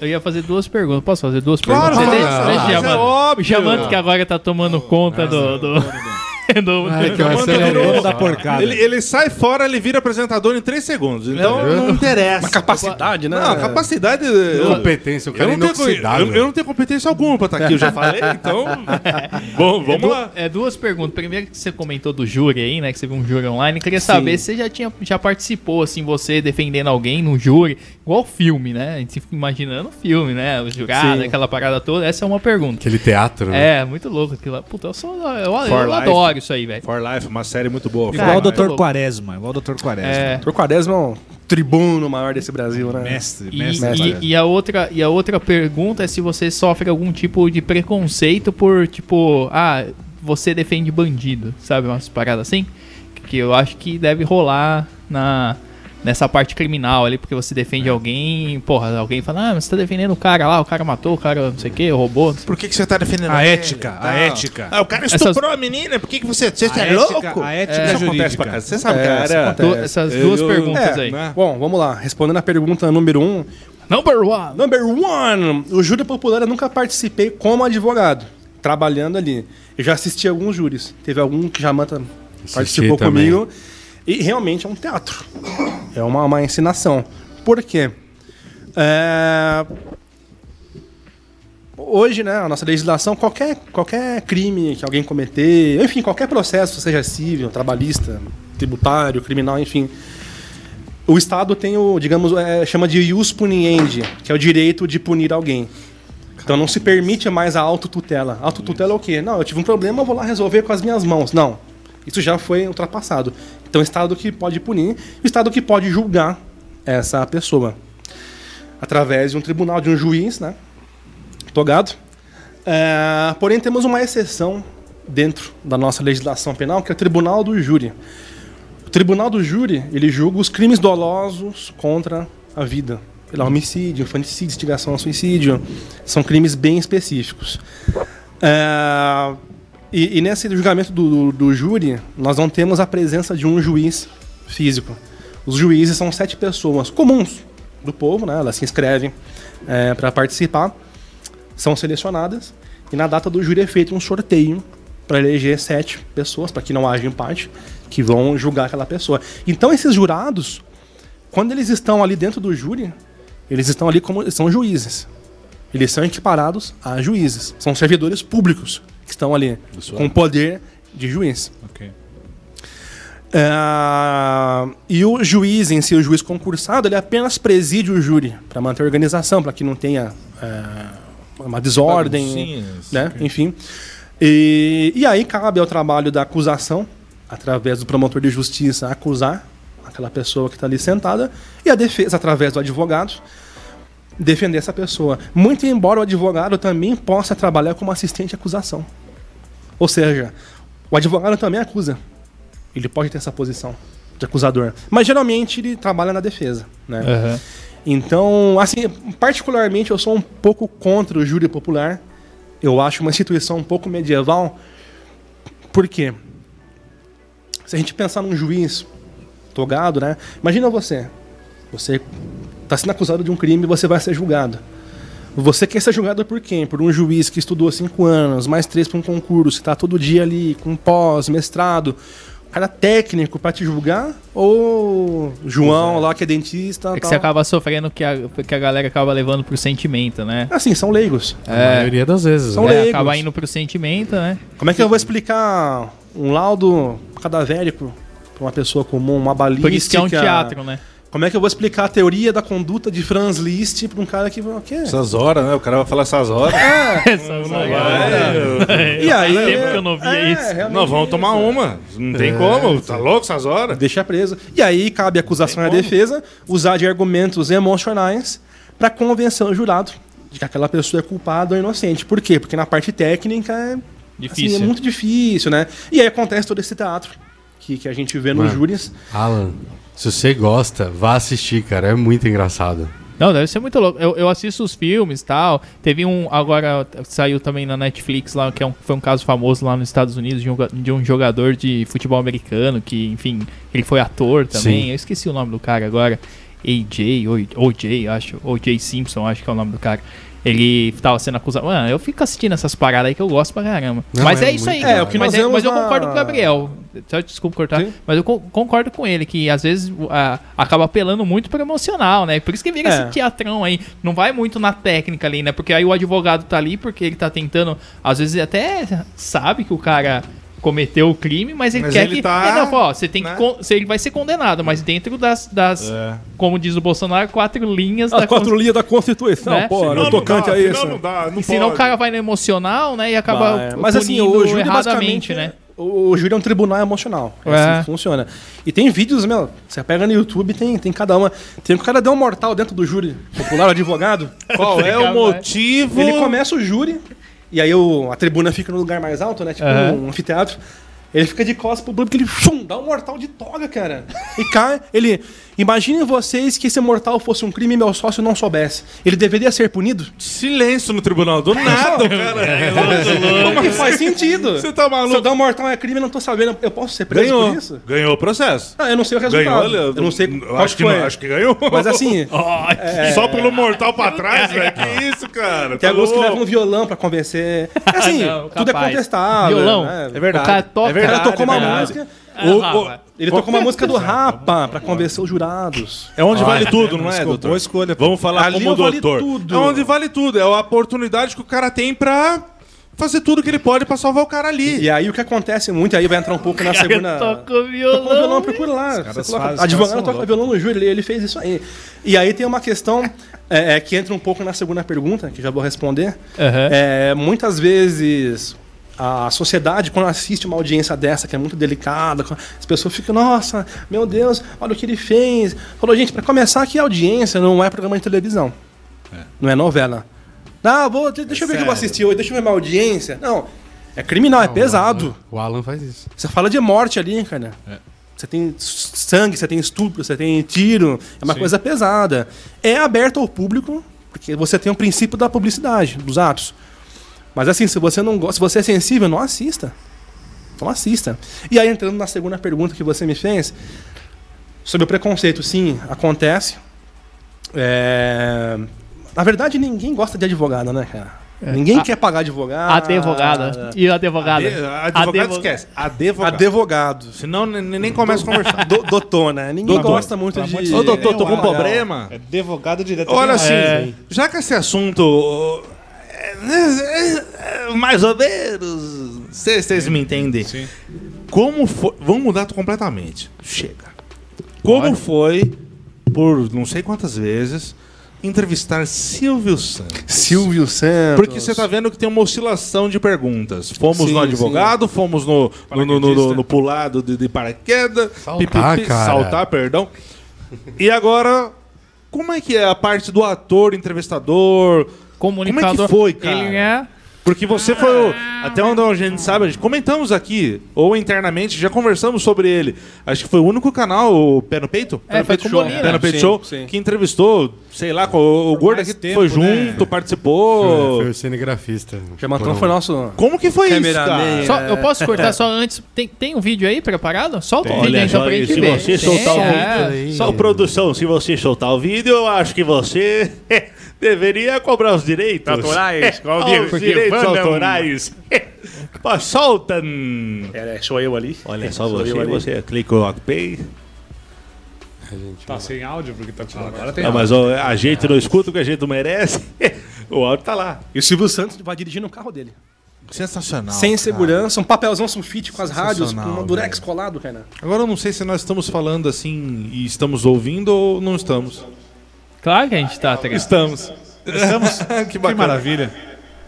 Speaker 2: Eu ia fazer duas perguntas. Posso fazer duas
Speaker 1: Claro,
Speaker 2: perguntas?
Speaker 1: claro,
Speaker 2: Você
Speaker 1: claro,
Speaker 2: deixa-
Speaker 1: mas é
Speaker 2: deixa,
Speaker 1: óbvio.
Speaker 2: Chamando que agora tá tomando conta do. do... do-
Speaker 3: É
Speaker 1: Ah,
Speaker 2: do-
Speaker 1: que o
Speaker 3: um
Speaker 1: Marcelo
Speaker 2: do-
Speaker 1: virou- Ele, ele sai fora, ele vira apresentador em 3 segundos. Então
Speaker 2: É.
Speaker 1: não interessa.
Speaker 5: Uma capacidade, né?
Speaker 1: Não, a capacidade. eu-
Speaker 3: Competência, o cara é
Speaker 1: eu não, tenho,
Speaker 3: inoxidável.
Speaker 1: eu, eu não tenho competência alguma pra estar aqui, eu já falei, então. Bom,
Speaker 2: É du-
Speaker 1: vamos lá.
Speaker 2: É duas perguntas. Primeiro que você comentou do júri aí, né? Que você viu um júri online. Queria saber se você já, tinha, já participou, assim, você defendendo alguém num júri, igual filme, né? A gente fica imaginando filme, né? O jurado,
Speaker 3: Sim.
Speaker 2: aquela parada toda. Essa é uma pergunta.
Speaker 3: Aquele teatro, né?
Speaker 2: É, muito louco aquilo lá. Puta, eu, sou, eu, eu adoro isso aí, velho.
Speaker 1: For Life, uma série muito boa.
Speaker 2: Igual
Speaker 1: For
Speaker 4: Igual o
Speaker 1: Life.
Speaker 4: Dr. Quaresma, igual o Dr. Quaresma.
Speaker 2: É.
Speaker 5: Dr. Quaresma é um tribuno maior desse Brasil, né?
Speaker 4: Mestre,
Speaker 2: E, e- e a outra, e a outra pergunta é se você sofre algum tipo de preconceito por, tipo, ah, você defende bandido, sabe? Umas paradas assim. Que eu acho que deve rolar na, nessa parte criminal ali, porque você defende alguém, porra, alguém fala, ah, mas você tá defendendo o cara lá, o cara matou, o cara não sei o que, roubou.
Speaker 1: Por que, que você tá defendendo
Speaker 4: A
Speaker 1: ele?
Speaker 4: ética, a
Speaker 1: Tá.
Speaker 4: ética.
Speaker 1: Ah, o cara
Speaker 2: Essas-
Speaker 1: estuprou a menina, por que, que você. Você
Speaker 4: A
Speaker 1: é
Speaker 4: ética-
Speaker 1: louco?
Speaker 4: a ética
Speaker 1: Isso acontece
Speaker 4: jurídica.
Speaker 1: pra casa. Você sabe,
Speaker 5: É, isso
Speaker 1: cara.
Speaker 5: acontece.
Speaker 2: Essas duas
Speaker 5: É,
Speaker 2: perguntas aí.
Speaker 1: né?
Speaker 5: Bom, vamos lá. Respondendo a pergunta número um.
Speaker 2: Number one.
Speaker 5: Number one! O júri popular eu nunca participei como advogado, trabalhando ali. Eu já assisti alguns júris. Teve algum que já manta participou
Speaker 3: também.
Speaker 5: comigo. E realmente é um teatro. É uma, uma ensinação. Por quê? É, Hoje, né, a nossa legislação, qualquer, qualquer crime que alguém cometer, enfim, qualquer processo, seja civil, trabalhista, tributário, criminal, enfim, o Estado tem o, digamos, é, chama de ius puniendi, que é o direito de punir alguém. Então não se permite mais a autotutela. Autotutela é o quê? Não, eu tive um problema, eu vou lá resolver com as minhas mãos. Não. Isso já foi ultrapassado. Então o Estado que pode punir, o Estado que pode julgar essa pessoa. Através de um tribunal, de um juiz, né? Togado. É, porém, temos uma exceção dentro da nossa legislação penal, que é o Tribunal do Júri. O Tribunal do Júri, ele julga os crimes dolosos contra a vida. Sei lá, homicídio, um infanticídio, instigação ao suicídio. São crimes bem específicos. É, e, e nesse julgamento do, do, do júri, nós não temos a presença de um juiz físico. Os juízes são sete pessoas comuns do povo, né? Elas se inscrevem é, para participar são selecionadas e na data do júri é feito um sorteio para eleger sete pessoas, para que não haja empate, que vão julgar aquela pessoa. Então esses jurados, quando eles estão ali dentro do júri, eles estão ali como são juízes. Eles são equiparados a juízes. São servidores públicos que estão ali com o poder de juiz.
Speaker 4: Ok.
Speaker 5: Ah, e o juiz em si, o juiz concursado, ele apenas preside o júri para manter a organização, para que não tenha ah, uma desordem,
Speaker 11: Baguncinhas,
Speaker 5: né? Enfim. E, e aí cabe ao trabalho da acusação, através do promotor de justiça, acusar aquela pessoa que está ali sentada, e a defesa, através do advogado, defender essa pessoa. Muito embora o advogado também possa trabalhar como assistente de acusação. Ou seja, o advogado também acusa. Ele pode ter essa posição de acusador. Mas geralmente ele trabalha na defesa, né?
Speaker 2: Aham.
Speaker 5: Então, assim, particularmente eu sou um pouco contra o júri popular. Eu acho uma instituição um pouco medieval. Por quê? Se a gente pensar num juiz togado, né? Imagina você. Você está sendo acusado de um crime e você vai ser julgado. Você quer ser julgado por quem? Por um juiz que estudou cinco anos, mais três para um concurso, está todo dia ali com pós, mestrado, cara técnico para te julgar? Ou João lá que é dentista?
Speaker 2: É que
Speaker 5: tal?
Speaker 2: você acaba sofrendo o que a, o que a galera acaba levando pro sentimento, né?
Speaker 5: Assim, são leigos.
Speaker 2: É.
Speaker 5: São
Speaker 2: é,
Speaker 5: leigos.
Speaker 2: acaba indo pro sentimento, né?
Speaker 5: Como é que eu vou explicar um laudo cadavérico para uma pessoa comum, uma balística?
Speaker 2: Por isso que é um teatro, né?
Speaker 5: Como é que eu vou explicar a teoria da conduta de Franz Liszt para um cara que... O quê?
Speaker 1: Essas horas, né? O cara vai falar essas horas.
Speaker 5: é
Speaker 2: Essas
Speaker 1: não vai.
Speaker 2: E aí? Faz tempo que eu não via isso.
Speaker 5: realmente
Speaker 1: Nós vamos
Speaker 5: isso.
Speaker 1: tomar uma. Não tem
Speaker 5: É.
Speaker 1: como. Tá louco essas horas?
Speaker 5: Deixar preso. E aí cabe a acusação e a defesa usar de argumentos emocionais para convencer o jurado de que aquela pessoa é culpada ou inocente. Por quê? Porque na parte técnica é,
Speaker 2: Difícil.
Speaker 5: é muito difícil, né? E aí acontece todo esse teatro que, que a gente vê nos
Speaker 3: Mano.
Speaker 5: júris.
Speaker 3: Alan, se você gosta, vá assistir, cara. É muito engraçado.
Speaker 2: Não, deve ser muito louco. Eu, eu assisto os filmes e tal. Teve um. Agora saiu também na Netflix lá, que é um- foi um caso famoso lá nos Estados Unidos de um, ga- de um jogador de futebol americano que, enfim, ele foi ator também.
Speaker 3: Sim.
Speaker 2: Eu esqueci o nome do cara agora. AJ, ou- OJ, acho. OJ Simpson, acho que é o nome do cara. Ele tava sendo acusado. Mano, eu fico assistindo essas paradas aí que eu gosto pra caramba.
Speaker 3: Não,
Speaker 2: mas é,
Speaker 3: é
Speaker 2: isso
Speaker 3: muito
Speaker 2: aí,
Speaker 3: da
Speaker 2: cara.
Speaker 5: hora. É, o que
Speaker 2: mas,
Speaker 5: nós
Speaker 2: é- mas eu
Speaker 5: vemos na-
Speaker 2: concordo com o Gabriel. Só Desculpa cortar,
Speaker 5: Sim.
Speaker 2: mas eu con- concordo com ele que às vezes ah, acaba apelando muito pro emocional, né? Por isso que vira
Speaker 5: É.
Speaker 2: esse teatrão aí. Não vai muito na técnica ali, né? Porque aí o advogado tá ali porque ele tá tentando. Às vezes ele até sabe que o cara cometeu o crime, mas ele
Speaker 1: Mas
Speaker 2: quer
Speaker 1: ele
Speaker 2: que.
Speaker 1: tá,
Speaker 2: É, não, ó, você tem
Speaker 1: né?
Speaker 2: que. con- você- Ele vai ser condenado, mas dentro das. das
Speaker 1: É.
Speaker 2: Como diz o Bolsonaro, quatro linhas
Speaker 5: As quatro linhas da Constituição,
Speaker 2: tá Né?
Speaker 5: pô,
Speaker 1: Senão
Speaker 5: no tocante
Speaker 1: dá,
Speaker 5: a isso.
Speaker 1: senão não dá, não
Speaker 2: E senão o
Speaker 1: pode.
Speaker 2: cara vai no emocional, né? E acaba.
Speaker 5: Vai. Mas assim,
Speaker 2: punindo
Speaker 5: o júri
Speaker 2: erradamente,
Speaker 5: basicamente,
Speaker 2: né?
Speaker 5: né? O o júri é um tribunal emocional. É,
Speaker 2: É.
Speaker 5: assim que funciona. E tem vídeos, meu, você pega no YouTube, tem, tem cada uma. Tem um cara deu um mortal dentro do júri popular, o advogado.
Speaker 1: Qual é o
Speaker 2: Vai.
Speaker 1: motivo?
Speaker 5: Ele começa o júri, e aí o- a tribuna fica no lugar mais alto, né? Tipo
Speaker 2: Aham.
Speaker 5: um anfiteatro. Ele fica de costas pro público, ele chum, dá um mortal de toga, cara. E cai, ele... Imaginem vocês que esse mortal fosse um crime e meu sócio não soubesse. Ele deveria ser punido?
Speaker 1: Silêncio no tribunal. Do nada, o cara.
Speaker 5: Como que faz sentido?
Speaker 1: Você tá
Speaker 5: Se eu
Speaker 1: maluco?
Speaker 5: dar um mortal é crime, eu não tô sabendo. Eu posso ser preso
Speaker 1: Ganhou.
Speaker 5: um por isso?
Speaker 1: Ganhou o processo.
Speaker 5: Ah, eu não sei o
Speaker 1: Ganhou,
Speaker 5: resultado.
Speaker 1: Leandro?
Speaker 5: eu não sei
Speaker 1: Eu
Speaker 5: qual
Speaker 1: acho que,
Speaker 5: foi.
Speaker 1: não, acho que ganhou.
Speaker 5: Mas assim,
Speaker 1: Ai, Só pelo mortal pra trás, velho. Que isso, cara?
Speaker 5: tem
Speaker 1: Tá
Speaker 5: alguns que
Speaker 1: louco.
Speaker 5: levam um violão pra convencer. É assim,
Speaker 2: Não,
Speaker 5: tudo é
Speaker 2: capaz.
Speaker 5: contestável.
Speaker 2: Violão? É
Speaker 5: né?
Speaker 2: O cara toca. é
Speaker 5: O cara tocou uma
Speaker 1: verdade.
Speaker 5: música. O- o- ele tocou uma música do Rapa pra convencer os jurados.
Speaker 1: É onde
Speaker 5: Ah,
Speaker 1: vale tudo,
Speaker 5: desculpa,
Speaker 1: não é, doutor?
Speaker 5: boa escolha.
Speaker 1: Vamos falar
Speaker 5: Ali
Speaker 1: como
Speaker 5: eu vale
Speaker 1: doutor.
Speaker 5: tudo.
Speaker 1: É onde vale tudo. É a oportunidade que o cara tem pra fazer tudo que ele pode pra salvar o cara ali.
Speaker 5: E aí o que acontece muito, aí vai entrar um pouco na segunda.
Speaker 2: Tocou
Speaker 5: Tocou o violão, procura lá.
Speaker 2: caras
Speaker 5: Você coloca-
Speaker 2: fazem- os
Speaker 5: advogado
Speaker 2: caras são
Speaker 5: toca
Speaker 2: loucos.
Speaker 5: violão no júri, ele, ele fez isso aí. E aí tem uma questão é, é, que entra um pouco na segunda pergunta, que já vou responder.
Speaker 2: Aham.
Speaker 5: É, muitas vezes a sociedade, quando assiste uma audiência dessa, que é muito delicada, as pessoas ficam, nossa, meu Deus, olha o que ele fez. Falou, gente, pra começar, que audiência não é programa de televisão. Não é novela. Ah, vou, de- deixa eu ver o que eu vou
Speaker 3: É sério.
Speaker 5: assistir hoje, deixa eu ver minha audiência. Não, é criminal, é pesado.
Speaker 3: O Alan faz isso.
Speaker 5: Você fala de morte ali, cara. Você tem s- sangue, você tem estupro, você tem tiro. É uma
Speaker 1: Sim.
Speaker 5: coisa pesada. É aberto ao público, porque você tem o princípio da publicidade, dos atos. Mas assim, se você não gosta, se você é sensível, não assista. Não assista. E aí, entrando na segunda pergunta que você me fez, sobre o preconceito, sim, acontece. É, Na verdade, ninguém gosta de advogada, né, cara? Ninguém
Speaker 2: É. A-
Speaker 5: quer pagar advogado.
Speaker 2: Ah, Advogada. E a advogada? Advogada.
Speaker 1: Advogado.
Speaker 5: Advogado.
Speaker 1: Né? Senão nem, nem começa a conversar.
Speaker 5: Do, doutor, né? Ninguém gosta muito de...
Speaker 1: Ô, doutor,
Speaker 5: um
Speaker 1: tô com problema.
Speaker 10: É advogado direto.
Speaker 1: Olha assim,
Speaker 10: É.
Speaker 1: já que esse assunto. ó, é, é, é, é, mais ou menos. Vocês me entendem? Sim. Como foi. Vamos mudar completamente. Chega. Como foi, por não sei quantas vezes, entrevistar Silvio Santos?
Speaker 5: Silvio Santos.
Speaker 1: Porque você tá vendo que tem uma oscilação de perguntas. Fomos
Speaker 5: Sim,
Speaker 1: no advogado, fomos no, no, no, no, no pulado de, de paraquedas.
Speaker 3: Saltar, cara.
Speaker 1: Saltar, perdão. E agora, como é que é a parte do ator, entrevistador? Como é
Speaker 2: Comunicador.
Speaker 1: que foi, cara?
Speaker 2: Ele é.
Speaker 1: Porque você foi o. Até onde a gente sabe, a gente comentamos aqui, ou internamente, já conversamos sobre ele. Acho que foi o único canal, o Pé no Peito?
Speaker 2: É, foi com Molina.
Speaker 1: Pé no Peito
Speaker 5: Sim,
Speaker 1: Show,
Speaker 5: sim.
Speaker 1: que entrevistou, sei lá, o, o Gordo
Speaker 10: mais
Speaker 1: aqui
Speaker 10: tempo,
Speaker 1: foi
Speaker 10: né?
Speaker 1: junto, participou.
Speaker 3: É, Foi o cinegrafista.
Speaker 5: Jamantão foi nosso...
Speaker 1: Como que foi isso, cara?
Speaker 5: Cameraman.
Speaker 2: Só, eu posso cortar só antes? Tem, tem um vídeo aí preparado? Solta o vídeo
Speaker 10: Olha,
Speaker 2: aí,
Speaker 10: só,
Speaker 2: só pra gente
Speaker 10: se
Speaker 2: ver.
Speaker 10: você
Speaker 3: um
Speaker 10: soltar o
Speaker 2: Tem,
Speaker 10: vídeo
Speaker 2: é.
Speaker 10: aí. Só produção, se você soltar o vídeo, eu acho que você deveria cobrar os direitos. Autorais, os
Speaker 2: porque mandam-
Speaker 10: direitos autorais. Pô, Soltam!
Speaker 5: É, sou eu ali.
Speaker 10: Olha só
Speaker 5: Sou
Speaker 10: você,
Speaker 5: eu ali.
Speaker 10: você clica o OK.
Speaker 4: Tá sem áudio porque tá tirando. Agora tem
Speaker 10: Ah, mas ó, a gente não escuta o que a gente merece. O áudio tá lá.
Speaker 5: E o Silvio Santos vai dirigindo o carro dele.
Speaker 1: Sensacional.
Speaker 5: Sem
Speaker 1: cara.
Speaker 5: segurança, um papelzão sulfite com as rádios, com
Speaker 1: Sensacional,
Speaker 5: uma durex colado, Renan.
Speaker 1: Agora eu não sei se nós estamos falando assim e estamos ouvindo ou não estamos.
Speaker 2: Claro que a gente tá, tá ligado?
Speaker 1: Estamos.
Speaker 4: Estamos.
Speaker 1: que
Speaker 4: que
Speaker 1: bacana.
Speaker 4: maravilha.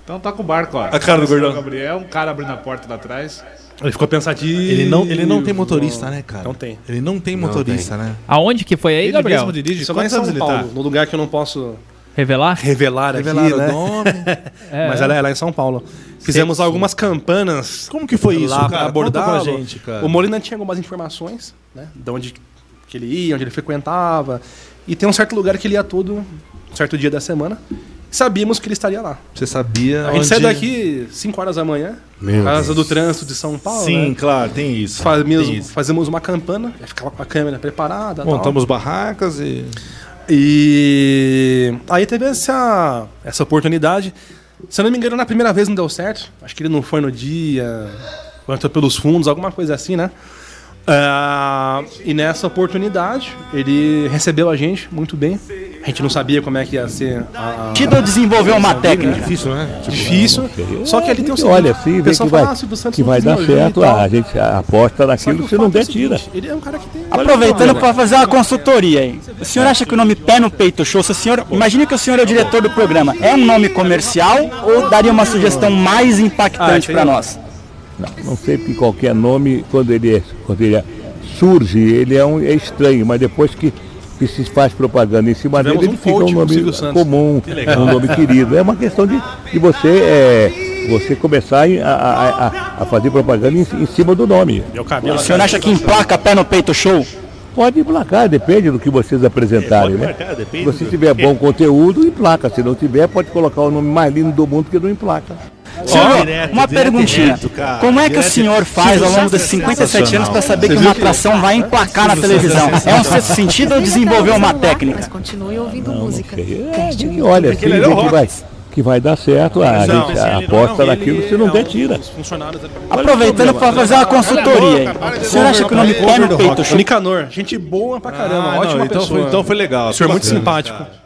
Speaker 4: Então tá com o barco, ó.
Speaker 1: A cara do gordão.
Speaker 4: Gabriel, um cara abrindo a porta lá atrás.
Speaker 5: Ele ficou pensativo.
Speaker 1: ele, não, ele não tem motorista, né, cara?
Speaker 5: Não tem.
Speaker 1: Ele não tem motorista, né?
Speaker 2: Aonde que foi aí,
Speaker 4: Ele
Speaker 2: Gabriel?
Speaker 4: mesmo dirige.
Speaker 5: Isso agora em
Speaker 4: Quantos anos
Speaker 5: São
Speaker 4: ele
Speaker 5: Paulo,
Speaker 4: tá?
Speaker 5: no lugar que eu não posso
Speaker 2: Revelar?
Speaker 5: revelar,
Speaker 1: Revelaram
Speaker 5: aqui, né?
Speaker 1: o nome.
Speaker 2: É.
Speaker 5: Mas ela é lá em São Paulo. Fizemos algumas campanas
Speaker 1: Como que foi isso,
Speaker 5: lá
Speaker 1: cara?
Speaker 5: pra abordar
Speaker 1: Conta pra gente, cara.
Speaker 5: O Molina tinha algumas informações, né? De onde que ele ia, onde ele frequentava. E tem um certo lugar que ele ia todo, um certo dia da semana. Sabíamos que ele estaria lá.
Speaker 1: Você sabia
Speaker 5: A gente
Speaker 1: onde...
Speaker 5: sai daqui 5 horas da manhã,
Speaker 3: Meu
Speaker 5: casa
Speaker 3: Deus.
Speaker 5: do trânsito de São Paulo.
Speaker 1: Sim,
Speaker 5: né?
Speaker 1: claro, tem isso.
Speaker 5: Faz
Speaker 1: tem
Speaker 5: mesmo-
Speaker 1: isso.
Speaker 5: fazemos uma campana, aí ficava com a câmera preparada. tal.
Speaker 1: Montamos barracas e...
Speaker 5: E aí teve essa, essa oportunidade. Se eu não me engano, na primeira vez não deu certo. Acho que ele não foi no dia, ou entrou pelos fundos, alguma coisa assim, né? Ah, e nessa oportunidade, ele recebeu a gente muito bem. A gente não sabia como é que ia ser a,
Speaker 11: Tida Tipo, desenvolver uma técnica.
Speaker 1: Difícil, né?
Speaker 5: difícil. Só que ali tem um seguinte,
Speaker 11: Olha, se
Speaker 5: o
Speaker 11: vê que
Speaker 5: pessoal
Speaker 11: vai,
Speaker 5: fala, ah, Silvio Santos
Speaker 11: que
Speaker 5: não
Speaker 11: vai dar
Speaker 5: desenvolveu e
Speaker 11: certo, ah,
Speaker 5: tal.
Speaker 11: a gente aposta
Speaker 5: Só que
Speaker 11: naquilo
Speaker 5: o
Speaker 11: que se não
Speaker 5: fato é
Speaker 11: der,
Speaker 5: o seguinte,
Speaker 11: tira.
Speaker 5: Ele é um cara que tem.
Speaker 11: Aproveitando para fazer uma consultoria aí. O senhor acha que o nome Pé no Peito Show, se o senhor, imagina que o senhor é o diretor do programa, é um nome comercial ou daria uma sugestão mais impactante para nós?
Speaker 10: Não, não sei que qualquer nome, quando ele, é- quando ele é- surge, ele é, um, é estranho, mas depois que, que se faz propaganda em cima dele,
Speaker 5: Tivemos
Speaker 10: ele
Speaker 5: um
Speaker 10: fica
Speaker 5: coach
Speaker 10: um
Speaker 5: com o
Speaker 10: nome
Speaker 5: Silvio Santos.
Speaker 10: comum, um nome querido. É uma questão de, de você, é, você começar a, a- a- a fazer propaganda em, em cima do nome.
Speaker 5: Meu cabelo.
Speaker 11: O senhor acha que emplaca Pé no Peito Show?
Speaker 10: Pode emplacar, depende do que vocês apresentarem,
Speaker 5: É,
Speaker 10: né? Se você tiver bom conteúdo, emplaca. Se não tiver, pode colocar o nome mais lindo do mundo que não emplaca.
Speaker 11: Senhor,
Speaker 10: direto,
Speaker 11: uma
Speaker 10: direto,
Speaker 11: perguntinha.
Speaker 10: direto, cara,
Speaker 11: Como é que
Speaker 10: direto.
Speaker 11: o senhor faz ao longo
Speaker 10: Silvio
Speaker 11: dos
Speaker 10: Santos é
Speaker 11: 57 anos para
Speaker 10: sensacional.
Speaker 11: saber que uma atração vai emplacar na televisão? É um sexto
Speaker 12: tá
Speaker 11: sentido ou desenvolver uma técnica?
Speaker 12: Mas continue ouvindo
Speaker 10: Não, não
Speaker 12: música.
Speaker 10: sei. É, a gente olha assim, a gente vai. que vai dar certo, a
Speaker 5: Não,
Speaker 10: gente
Speaker 5: mas ele não-
Speaker 10: aposta
Speaker 5: ele é um
Speaker 10: naquilo, se não der, tira.
Speaker 11: Aproveitando para fazer uma consultoria. O senhor acha que o nome pé no peito
Speaker 5: O Nicanor, gente boa pra caramba,
Speaker 1: Ah,
Speaker 5: ótima
Speaker 1: não, então
Speaker 5: pessoa.
Speaker 1: foi- então foi legal,
Speaker 5: O senhor é
Speaker 1: que
Speaker 5: muito
Speaker 1: bacana.
Speaker 5: simpático.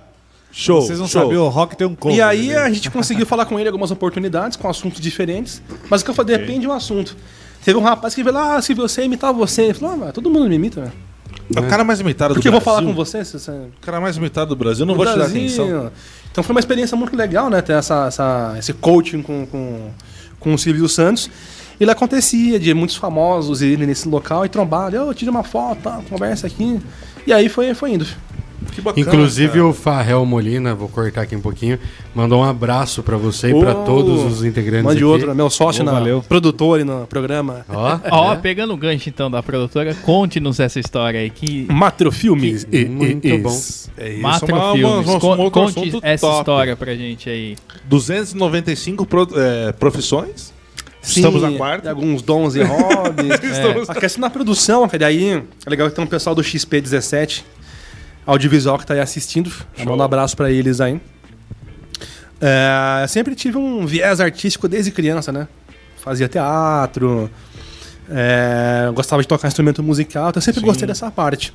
Speaker 1: Show,
Speaker 4: Vocês não
Speaker 1: show.
Speaker 4: sabiam, o Rock tem um cover.
Speaker 5: E aí a gente conseguiu falar com ele algumas oportunidades, com assuntos diferentes, mas o que eu falei, depende do assunto. Teve um rapaz que veio lá, ah, se você imitar você, ele falou, ah, mas todo mundo me imita, né?
Speaker 1: É o cara mais imitado
Speaker 5: Por que eu
Speaker 1: do
Speaker 5: vou
Speaker 1: Brasil.
Speaker 5: falar com você? Se você...
Speaker 1: O cara mais imitado do Brasil, não vou te dar
Speaker 5: Brasil.
Speaker 1: atenção.
Speaker 5: Então foi uma experiência muito legal, né? Ter essa, essa- esse coaching com, com, com o Silvio Santos. Ele acontecia de muitos famosos irem nesse local e trombar, eu tiro uma foto, tá, conversa aqui. E aí foi, foi indo.
Speaker 1: Que
Speaker 3: Inclusive o Farrell Molina, vou cortar aqui um pouquinho, mandou um abraço pra você e pra
Speaker 5: Oh,
Speaker 3: todos os integrantes
Speaker 5: Mande
Speaker 3: aqui.
Speaker 5: outro, né? meu sócio,
Speaker 3: Oh,
Speaker 5: na,
Speaker 3: valeu.
Speaker 5: produtor e no programa.
Speaker 3: Ó.
Speaker 2: Ó, pegando o gancho então da produtora, conte-nos essa história aí que
Speaker 5: Matro Filmes.
Speaker 2: Que-
Speaker 1: Muito
Speaker 2: is.
Speaker 1: bom.
Speaker 2: É
Speaker 1: isso,
Speaker 2: Matro
Speaker 1: uma- uma-
Speaker 2: Filmes.
Speaker 1: uma- um
Speaker 2: Con-
Speaker 1: outro
Speaker 2: conte
Speaker 1: assunto
Speaker 2: essa
Speaker 1: top.
Speaker 2: história pra gente aí.
Speaker 1: 295 pro, é, profissões.
Speaker 5: Sim,
Speaker 1: Estamos na quarta.
Speaker 5: tem alguns dons e hobbies.
Speaker 1: Estamos
Speaker 5: é. A questão da produção, cara, aí é legal que tem um pessoal do XP17, audiovisual que tá aí assistindo. Manda um abraço pra eles aí. É, eu sempre tive um viés artístico desde criança, né? Fazia teatro, é, eu gostava de tocar instrumento musical, então eu sempre gostei dessa parte.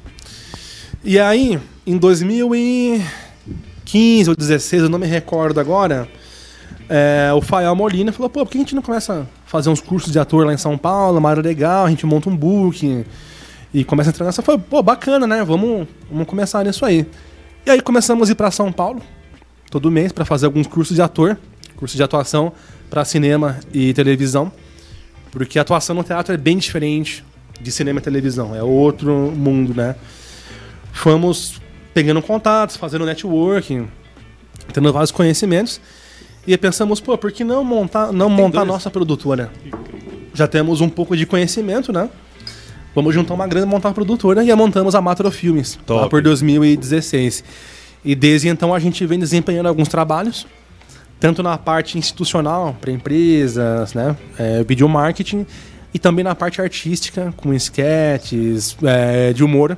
Speaker 5: E aí, em 2015 ou 16, eu não me recordo agora, é, o Fael Molina falou, pô, por que a gente não começa a fazer uns cursos de ator lá em São Paulo, uma área legal, a gente monta um book e começa a entrar nessa. Foi, pô, bacana, né? Vamos, vamos começar nisso aí. E aí começamos a ir pra São Paulo todo mês pra fazer alguns cursos de ator, cursos de atuação pra cinema e televisão. Porque a atuação no teatro é bem diferente de cinema e televisão, é outro mundo, né? Fomos pegando contatos, fazendo networking, tendo vários conhecimentos. E pensamos, pô, por que não montar, não montar a nossa produtora? Já temos um pouco de conhecimento, né? Vamos juntar uma grana e montar uma produtora. E aí montamos a Matro Filmes, lá
Speaker 1: Top.
Speaker 5: por 2016. E desde então a gente vem desempenhando alguns trabalhos, tanto na parte institucional, para empresas, né? É, video marketing, e também na parte artística, com esquetes, é, de humor.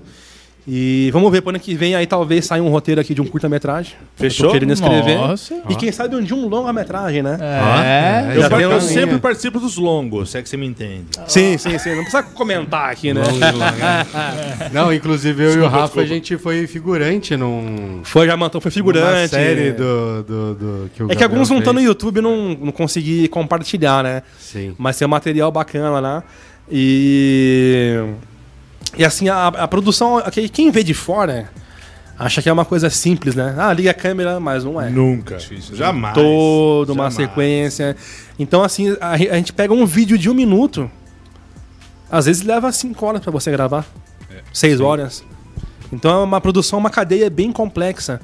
Speaker 5: E vamos ver, pro ano que vem aí talvez saia um roteiro aqui de um curta-metragem. Eu
Speaker 1: Fechou?
Speaker 5: tô querendo escrever.
Speaker 2: Nossa.
Speaker 5: E quem sabe um de um longa-metragem, né?
Speaker 1: É, eu,
Speaker 5: Eu
Speaker 1: par-
Speaker 5: tenho
Speaker 1: eu
Speaker 5: uma
Speaker 1: sempre
Speaker 5: linha. Ah.
Speaker 1: participo dos longos, se é que você me entende.
Speaker 5: Sim, sim, sim. Não precisa comentar aqui, né?
Speaker 3: Não, inclusive eu e o
Speaker 5: Desculpa,
Speaker 3: Rafa,
Speaker 5: desculpa.
Speaker 3: a gente foi figurante num...
Speaker 5: Foi, já matou, foi figurante.
Speaker 3: Uma série do... do, do que o
Speaker 5: É que
Speaker 3: Gabriel
Speaker 5: alguns não estão no
Speaker 3: fez.
Speaker 5: YouTube e não, não consegui compartilhar, né?
Speaker 3: Sim.
Speaker 5: Mas tem um material bacana lá. E. E assim, a, a produção. ok, Quem vê de fora acha que é uma coisa simples, né? Ah, liga a câmera, mas não é.
Speaker 1: Nunca. Jamais.
Speaker 5: Toda uma
Speaker 1: Jamais.
Speaker 5: sequência. Então, assim, a, re- a gente pega um vídeo de um minuto. Às vezes leva cinco horas pra você gravar. seis horas. Então é uma produção, uma cadeia bem complexa.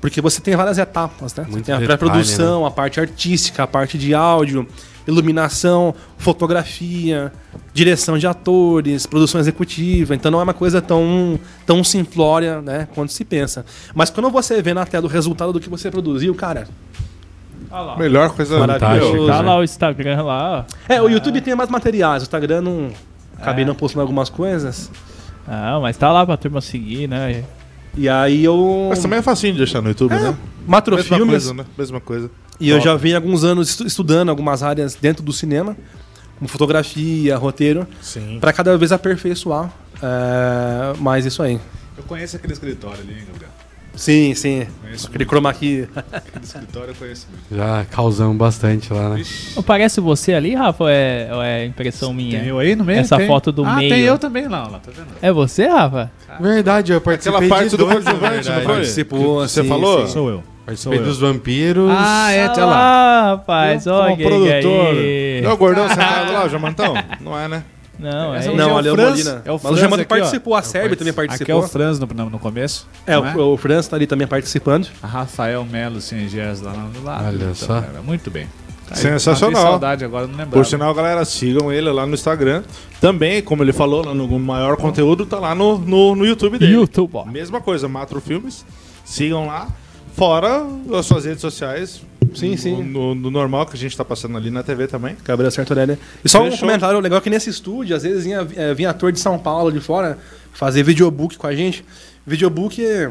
Speaker 5: Porque você tem várias etapas, né? Você
Speaker 3: Muito
Speaker 5: tem a
Speaker 3: detalhe, né?
Speaker 5: pré-produção, a parte artística, a parte de áudio, iluminação, fotografia, direção de atores, produção executiva. Então não é uma coisa tão, tão simplória, né? Quanto se pensa. Mas quando você vê na tela o resultado do que você produziu, cara,
Speaker 1: Melhor coisa é.
Speaker 3: Fantástico.
Speaker 2: Tá lá o Instagram lá, ó.
Speaker 5: É, o
Speaker 3: Ah.
Speaker 5: YouTube tem mais materiais, o Instagram não.
Speaker 3: É.
Speaker 5: Acabei não postando algumas coisas.
Speaker 2: Ah, mas tá lá pra turma seguir, né?
Speaker 5: E aí eu.
Speaker 1: Mas também é facinho de deixar no YouTube, né?
Speaker 5: Matro
Speaker 1: Mesma
Speaker 5: É, Filmes.
Speaker 1: coisa, né? Mesma coisa.
Speaker 5: E eu já vim alguns anos estu- estudando algumas áreas dentro do cinema, como fotografia, roteiro,
Speaker 1: Sim.
Speaker 5: pra cada vez aperfeiçoar é, mais isso aí.
Speaker 4: Eu conheço aquele escritório ali, hein, Gabriel?
Speaker 5: Sim, sim.
Speaker 4: Conheço
Speaker 5: Aquele chroma key.
Speaker 4: Aquele escritório eu conheço muito.
Speaker 3: Já causamos bastante lá, né?
Speaker 2: Não Parece você ali, Rafa, ou é, ou é impressão minha?
Speaker 4: Tem eu aí no meio?
Speaker 2: Essa
Speaker 4: Tem.
Speaker 2: foto do
Speaker 4: ah,
Speaker 2: meio.
Speaker 4: tem eu também lá, lá, tá vendo?
Speaker 2: É você, Rafa?
Speaker 3: Verdade, eu participei
Speaker 1: Aquela parte
Speaker 3: de
Speaker 1: do
Speaker 3: dois,
Speaker 1: coadjuvante,
Speaker 3: na
Speaker 1: não
Speaker 3: verdade.
Speaker 1: foi?
Speaker 5: Participou,
Speaker 1: Que Você
Speaker 5: sim,
Speaker 1: falou?
Speaker 5: sim.
Speaker 4: Sou eu.
Speaker 3: Participei
Speaker 4: Sou eu.
Speaker 3: dos vampiros.
Speaker 4: Ah, é, tá
Speaker 2: Ah
Speaker 4: lá.
Speaker 2: rapaz,
Speaker 1: Como
Speaker 2: olha
Speaker 1: produtor.
Speaker 2: aí.
Speaker 1: Não é o gordão sentado lá, o Jamantão? Não é, né?
Speaker 2: Não, é
Speaker 4: Essa
Speaker 2: isso.
Speaker 5: Não,
Speaker 4: é o
Speaker 5: ali é o
Speaker 4: Franz,
Speaker 5: Molina.
Speaker 4: é o
Speaker 5: Mas o
Speaker 4: Franz
Speaker 5: Jamanta
Speaker 4: aqui,
Speaker 5: participou, a
Speaker 4: ó.
Speaker 5: Sérvia também
Speaker 4: Aqui é o né?
Speaker 5: participou.
Speaker 4: Franz no, no, no começo.
Speaker 5: É,
Speaker 4: não
Speaker 5: o, o Franz tá ali também participando.
Speaker 4: A Rafael Melo Singers lá no lado. Então,
Speaker 3: Olha só.
Speaker 4: cara, muito bem. Tá aí.
Speaker 1: Sensacional.
Speaker 4: Matei saudade agora, não lembrava.
Speaker 1: Por sinal, galera, sigam ele lá no Instagram. Também, como ele falou, lá no maior conteúdo tá lá no, no, no YouTube dele.
Speaker 2: YouTube, ó.
Speaker 1: Mesma coisa, Matro Filmes. Sigam lá. Fora as suas redes sociais.
Speaker 5: Sim,
Speaker 1: no-
Speaker 5: sim.
Speaker 1: No, no normal que a gente tá passando ali na TV também.
Speaker 5: Gabriel Sartorelli. E só um
Speaker 1: Fechou.
Speaker 5: comentário legal é que nesse estúdio, às vezes vinha, eh, vinha ator de São Paulo de fora fazer videobook com a gente. Videobook é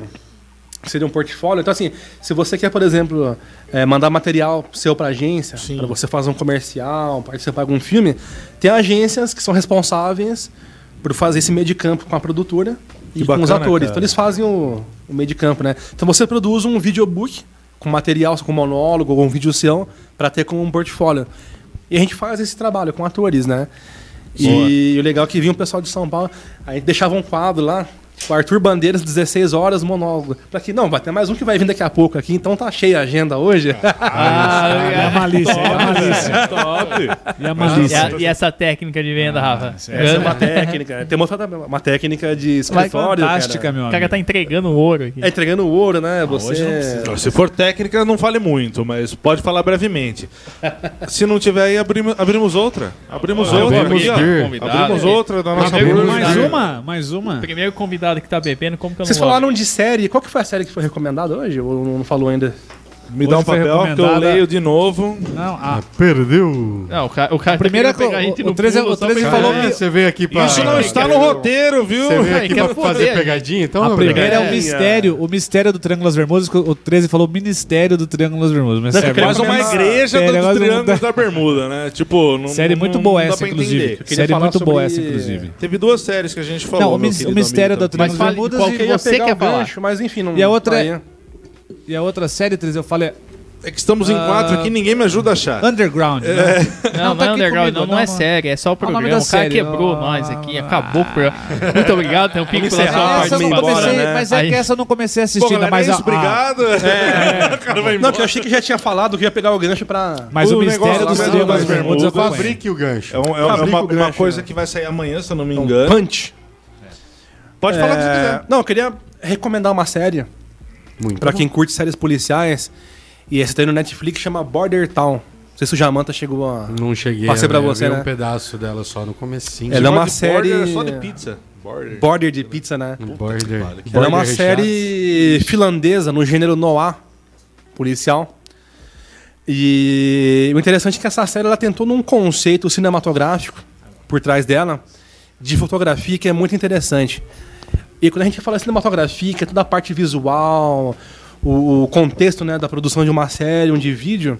Speaker 5: seria um portfólio. Então, assim, se você quer, por exemplo, eh, mandar material seu para agência, para você fazer um comercial, participar de algum um filme, tem agências que são responsáveis por fazer esse meio de campo com a produtora e
Speaker 4: Que
Speaker 5: com os
Speaker 4: bacana,
Speaker 5: atores.
Speaker 4: cara.
Speaker 5: Então, eles fazem o, o meio de campo, né? Então, você produz um videobook com material, com monólogo ou um vídeo seu, para ter como um portfólio. E a gente faz esse trabalho com atores, né? E o legal é que vinha um pessoal de São Paulo, a gente deixava um quadro lá, com Arthur Bandeiras, 16 horas, monólogo. Pra que não, vai ter mais um que vai vir daqui a pouco aqui, então tá cheia a agenda
Speaker 4: É.
Speaker 5: hoje.
Speaker 2: Ah,
Speaker 5: é a malícia, é a malícia.
Speaker 2: Top.
Speaker 5: E a malícia?
Speaker 2: Ah, E, a- e essa técnica de venda, Rafa?
Speaker 5: Essa é uma técnica. Tem uma, outra- uma técnica de escritório.
Speaker 2: Fantástica,
Speaker 5: cara.
Speaker 2: meu amigo. O cara tá entregando ouro aqui.
Speaker 5: É entregando o ouro, né?
Speaker 1: Ah, Hoje não
Speaker 5: Você.
Speaker 1: precisa. Se for técnica, não fale muito, mas pode falar brevemente. Se não tiver aí, abrimos, abrimos outra. Abrimos
Speaker 2: Ah,
Speaker 1: outra.
Speaker 2: abrimos
Speaker 1: aqui, ó.
Speaker 2: beer.
Speaker 1: abrimos outra da nossa
Speaker 2: Abrimos
Speaker 1: bolsa.
Speaker 2: mais
Speaker 4: uma, mais uma.
Speaker 2: Primeiro convidado que tá bebendo, como que eu não
Speaker 5: Vocês
Speaker 2: vou?
Speaker 5: falaram de série. Qual que foi a série que foi recomendada hoje? Ou não falou ainda?
Speaker 1: Me dá um papel que eu leio de novo.
Speaker 4: Não, ah,
Speaker 3: Perdeu.
Speaker 2: Não, o cara, o cara
Speaker 4: Primeira
Speaker 2: tá querendo pegar
Speaker 4: co-
Speaker 2: a gente
Speaker 4: o
Speaker 2: no
Speaker 4: treze-
Speaker 2: pulo
Speaker 4: o
Speaker 2: só
Speaker 4: treze
Speaker 2: pra-
Speaker 4: falou
Speaker 2: É.
Speaker 4: que-
Speaker 3: Você veio aqui pra.
Speaker 1: Isso não está no roteiro, viu?
Speaker 3: Você veio
Speaker 1: Ai,
Speaker 3: aqui
Speaker 1: quer
Speaker 3: pra
Speaker 1: foder,
Speaker 3: fazer
Speaker 1: gente.
Speaker 3: pegadinha, então?
Speaker 4: a
Speaker 3: meu
Speaker 4: primeira é o
Speaker 3: velho?
Speaker 4: mistério, o mistério do Triângulo das Bermudas. que O 13 falou Ministério do Triângulo das Bermudas. Mas
Speaker 1: É
Speaker 4: sério,
Speaker 1: quase uma
Speaker 4: recomendo-
Speaker 1: igreja
Speaker 4: sério,
Speaker 1: dos
Speaker 4: quase um-
Speaker 1: triângulos da Bermuda, né? Tipo, não,
Speaker 4: Série
Speaker 1: não-
Speaker 4: muito
Speaker 1: não
Speaker 4: boa
Speaker 1: dá
Speaker 4: essa,
Speaker 1: pra
Speaker 4: inclusive.
Speaker 1: entender. Eu queria
Speaker 4: Série
Speaker 1: falar
Speaker 4: muito boa
Speaker 1: sobre-
Speaker 4: essa, inclusive.
Speaker 1: Teve duas séries que a gente falou.
Speaker 4: Não, o
Speaker 1: meu
Speaker 4: mis- o
Speaker 1: querido
Speaker 4: Mistério
Speaker 1: amigo
Speaker 4: da
Speaker 1: Tampinha.
Speaker 4: Mas fale de qual que
Speaker 5: eu
Speaker 4: ia
Speaker 5: ia pegar
Speaker 4: pegar
Speaker 5: o
Speaker 4: o gancho,
Speaker 5: gancho, mas enfim, não
Speaker 4: E a outra é. E a outra série, 13, eu falei.
Speaker 1: É que estamos em quatro
Speaker 4: Ah,
Speaker 1: aqui, ninguém me ajuda a achar.
Speaker 4: Underground. né?
Speaker 2: Não, não
Speaker 4: tá
Speaker 2: é
Speaker 4: aqui
Speaker 2: underground,
Speaker 4: comigo,
Speaker 2: não, não é sério, é só o
Speaker 4: o nome
Speaker 2: programa.
Speaker 4: da
Speaker 2: O cara
Speaker 4: série.
Speaker 2: quebrou nós aqui, acabou o programa. Muito obrigado, tem um pico pela sua
Speaker 1: encerrar,
Speaker 4: Essa eu
Speaker 2: participação.
Speaker 4: não
Speaker 1: Vamos embora,
Speaker 4: comecei,
Speaker 1: né?
Speaker 4: mas é
Speaker 2: Aí-
Speaker 4: que essa eu não comecei
Speaker 1: Pô,
Speaker 4: a assistir, ainda
Speaker 1: galera,
Speaker 4: mais
Speaker 1: é
Speaker 4: a,
Speaker 1: isso,
Speaker 4: a,
Speaker 1: obrigado. o cara vai
Speaker 5: Não,
Speaker 1: embora.
Speaker 5: que eu achei que já tinha falado que ia pegar o gancho pra.
Speaker 4: Mas o,
Speaker 1: O negócio
Speaker 4: mistério
Speaker 1: lá
Speaker 4: dos
Speaker 1: do
Speaker 4: triângulos
Speaker 1: Triângulo
Speaker 4: das
Speaker 1: das
Speaker 4: Bermudas eu
Speaker 1: Bermudas,
Speaker 4: acompanho.
Speaker 3: Fabrique o gancho.
Speaker 1: É, um- é um- é
Speaker 5: Fabrica
Speaker 1: uma,
Speaker 5: o
Speaker 1: uma
Speaker 5: gancho,
Speaker 1: coisa
Speaker 5: né?
Speaker 1: que vai sair amanhã, se eu não me
Speaker 5: Um
Speaker 1: engano.
Speaker 5: punch.
Speaker 1: Pode falar o que você
Speaker 5: É,
Speaker 1: quiser.
Speaker 5: Não, eu queria recomendar uma série
Speaker 3: Muito
Speaker 5: pra quem curte séries policiais. E essa tem no Netflix, chama Border Town. Não sei se o Jamanta chegou a...
Speaker 3: Não cheguei.
Speaker 5: Passei
Speaker 3: a
Speaker 5: pra
Speaker 3: ver, eu
Speaker 5: você,
Speaker 3: vi
Speaker 5: né?
Speaker 3: um pedaço dela só no comecinho.
Speaker 5: Ela é uma
Speaker 1: Só de border,
Speaker 5: série-
Speaker 1: Só de pizza. Border.
Speaker 5: Border de pizza, né?
Speaker 3: Um Border.
Speaker 5: Ela é uma
Speaker 3: Border
Speaker 5: série finlandesa no gênero noir policial. E o interessante é que essa série ela tem todo um conceito cinematográfico por trás dela de fotografia que é muito interessante. E quando a gente fala cinematografia, que é toda a parte visual, o, o contexto né, da produção de uma série, um de vídeo,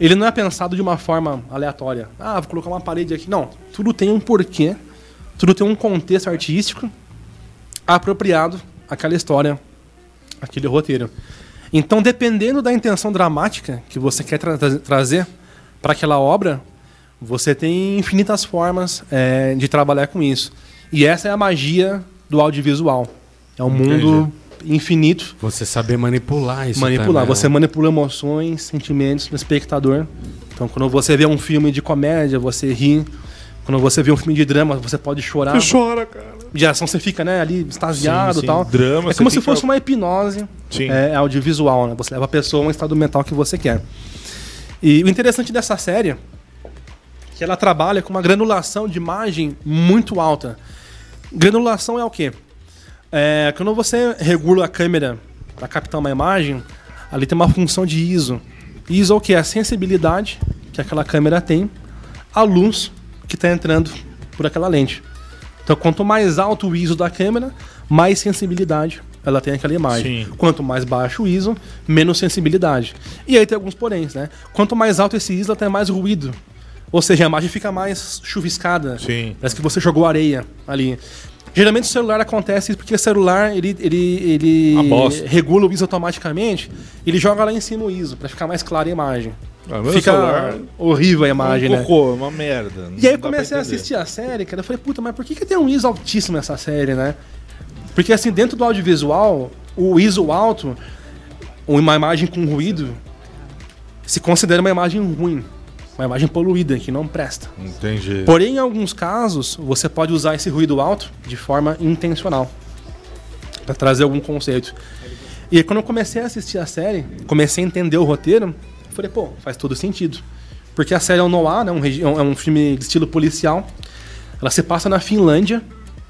Speaker 5: ele não é pensado de uma forma aleatória. Ah, vou colocar uma parede aqui. Não, tudo tem um porquê, tudo tem um contexto artístico apropriado àquela história, aquele roteiro. Então, dependendo da intenção dramática que você quer tra- tra- trazer para aquela obra, você tem infinitas formas eh, de trabalhar com isso. E essa é a magia do audiovisual. É um mundo infinito
Speaker 3: Você saber manipular isso
Speaker 5: manipular.
Speaker 1: é
Speaker 3: também,
Speaker 1: um
Speaker 5: Você
Speaker 3: né?
Speaker 5: manipula emoções, sentimentos do espectador. Então, quando você vê um filme de comédia, você ri. Quando você vê um filme de drama, você pode chorar.
Speaker 1: Você chora, cara.
Speaker 5: De ação, você fica né, ali extasiado
Speaker 1: Sim, sim.
Speaker 5: e tal.
Speaker 1: Drama,
Speaker 5: é
Speaker 1: você
Speaker 5: como se
Speaker 1: fica-
Speaker 5: fosse uma hipnose
Speaker 1: Sim.
Speaker 5: é, audiovisual, né? Você leva a pessoa a um estado mental que você quer. E o interessante dessa série é que ela trabalha com uma granulação de imagem muito alta. Granulação é o quê? É, quando você regula a câmera para captar uma imagem, ali tem uma função de ISO. ISO é o que? É a sensibilidade que aquela câmera tem à luz que está entrando por aquela lente. Então, quanto mais alto o ISO da câmera, mais sensibilidade ela tem àquela imagem.
Speaker 1: Sim.
Speaker 5: Quanto mais baixo o ISO, menos sensibilidade. E aí tem alguns poréns, né? Quanto mais alto esse ISO, até mais ruído. Ou seja, a imagem fica mais chuviscada.
Speaker 1: Sim.
Speaker 5: Parece que você jogou areia ali. Geralmente o celular acontece isso porque o celular ele, ele,
Speaker 1: A
Speaker 5: ele
Speaker 1: bosta.
Speaker 5: regula o ISO automaticamente, ele joga lá em cima o ISO pra ficar mais clara a imagem.
Speaker 1: Ah, meu
Speaker 5: Fica
Speaker 1: celular é
Speaker 5: horrível a
Speaker 1: um
Speaker 5: imagem, né?
Speaker 1: cocô, é uma merda.
Speaker 5: E aí eu comecei a assistir a série, cara. Eu falei, puta, mas por que, que tem um ISO altíssimo nessa série, né? Porque assim, dentro do audiovisual, o ISO alto, uma imagem com ruído, se considera uma imagem ruim. Uma imagem poluída, que não presta.
Speaker 1: Entendi.
Speaker 5: Porém, em alguns casos, você pode usar esse ruído alto de forma intencional para trazer algum conceito. E aí, quando eu comecei a assistir a série, comecei a entender o roteiro, eu falei, pô, faz todo sentido. Porque a série é um noir, né, um, regi- é um filme de estilo policial. Ela se passa na Finlândia,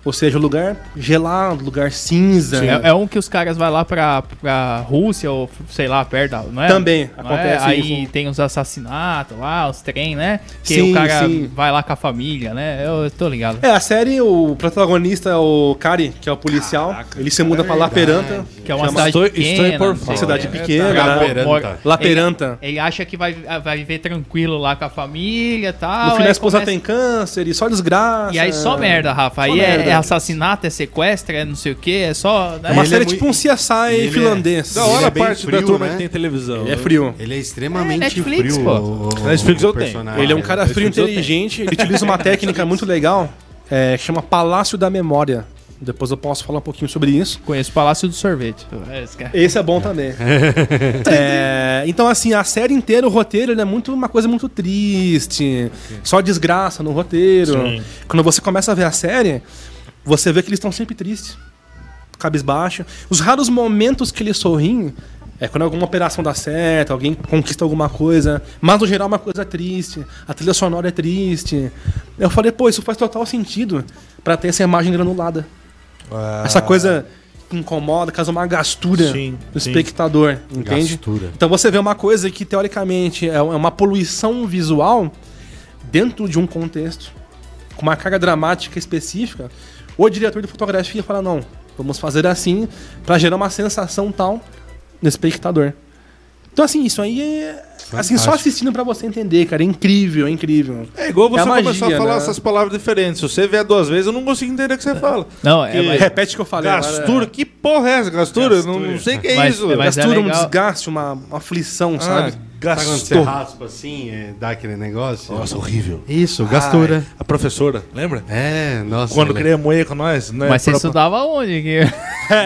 Speaker 5: Ou seja, lugar gelado, lugar cinza.
Speaker 2: É, é um que os caras vão lá pra, pra Rússia ou sei lá, perto da. Não é?
Speaker 5: Também
Speaker 2: Não
Speaker 5: acontece
Speaker 2: é? Aí
Speaker 5: isso.
Speaker 2: tem os assassinatos lá, os trem, né? Que
Speaker 5: Sim,
Speaker 2: o cara
Speaker 5: sim.
Speaker 2: vai lá com a família, né? Eu, eu tô ligado.
Speaker 5: É, a série, o protagonista é o Kari, que é o policial. ele se muda pra Laperanta.
Speaker 2: Que é uma
Speaker 5: Chama-
Speaker 2: cidade pequena. não sei.
Speaker 5: cidade
Speaker 2: É,
Speaker 5: pequena.
Speaker 2: tá.
Speaker 5: né?
Speaker 2: Mora-
Speaker 5: Laperanta.
Speaker 2: Ele, ele acha que vai, vai viver tranquilo lá com a família e tal.
Speaker 5: No final,
Speaker 2: aí
Speaker 5: a esposa
Speaker 2: Ah, é, começa-
Speaker 5: tem câncer e só desgraça.
Speaker 2: E aí só merda, Rafa.
Speaker 5: Só
Speaker 2: Aí é,
Speaker 5: merda.
Speaker 2: é assassinato, é sequestro, é não sei o que, é só. né?
Speaker 5: É uma série tipo um CSI
Speaker 1: ele é-
Speaker 5: finlandês.
Speaker 1: Da hora a parte da turma que tem televisão.
Speaker 5: Ele é frio.
Speaker 3: né? Ele é extremamente
Speaker 2: É Netflix,
Speaker 3: frio.
Speaker 2: pô.
Speaker 3: o- o-
Speaker 1: Netflix
Speaker 3: o
Speaker 1: eu tenho.
Speaker 3: personagem.
Speaker 5: Ele é um cara frio,
Speaker 1: Netflix eu
Speaker 5: inteligente. Ele utiliza uma técnica muito legal é, que chama Palácio da Memória. Depois eu posso falar um pouquinho sobre isso.
Speaker 2: Conheço o Palácio do Sorvete. É, esse cara.
Speaker 5: Esse é bom também. É, então, assim, a série inteira, o roteiro ele é muito uma coisa muito triste. Só desgraça no roteiro.
Speaker 1: Sim.
Speaker 5: Quando você começa a ver a série, você vê que eles estão sempre tristes. Cabisbaixo. Os raros momentos que eles sorriem é quando alguma operação dá certo, alguém conquista alguma coisa. Mas no geral é uma coisa triste. A trilha sonora é triste. Eu falei, pô, isso faz total sentido pra ter essa imagem granulada. Essa coisa que incomoda, causa uma gastura
Speaker 1: Ah. Sim,
Speaker 5: do
Speaker 1: sim.
Speaker 5: espectador, entende?
Speaker 3: Gastura.
Speaker 5: Então você vê uma coisa que teoricamente é uma poluição visual dentro de um contexto com uma carga dramática específica. O diretor de fotografia fala: "Não, vamos fazer assim pra gerar uma sensação tal no espectador". Então assim, isso aí é assim só assistindo pra você entender, cara, é incrível, é incrível.
Speaker 1: É igual você
Speaker 5: É a magia,
Speaker 1: começar a falar
Speaker 5: né?
Speaker 1: essas palavras diferentes. Se você vier duas vezes, eu não consigo entender o que você fala.
Speaker 2: Não, é.
Speaker 1: Que-
Speaker 2: mas-
Speaker 5: Repete o que eu falei. agora,
Speaker 1: Gastura,
Speaker 5: é.
Speaker 1: que porra é essa? Gastura? Não, não sei o que é
Speaker 2: Mas-
Speaker 1: isso.
Speaker 2: mas- é
Speaker 5: gastura, um
Speaker 2: legal.
Speaker 5: desgaste, uma, uma aflição,
Speaker 1: Ah,
Speaker 5: sabe? Tá
Speaker 3: Sabe quando você
Speaker 1: gastou.
Speaker 3: raspa assim, é, dá aquele negócio?
Speaker 1: Nossa, horrível.
Speaker 3: Isso, gastura.
Speaker 1: A professora, lembra?
Speaker 3: É, nossa.
Speaker 1: Quando
Speaker 3: né?
Speaker 1: queria moer com nós, né?
Speaker 2: Mas você
Speaker 1: Pro-
Speaker 2: estudava onde? Que...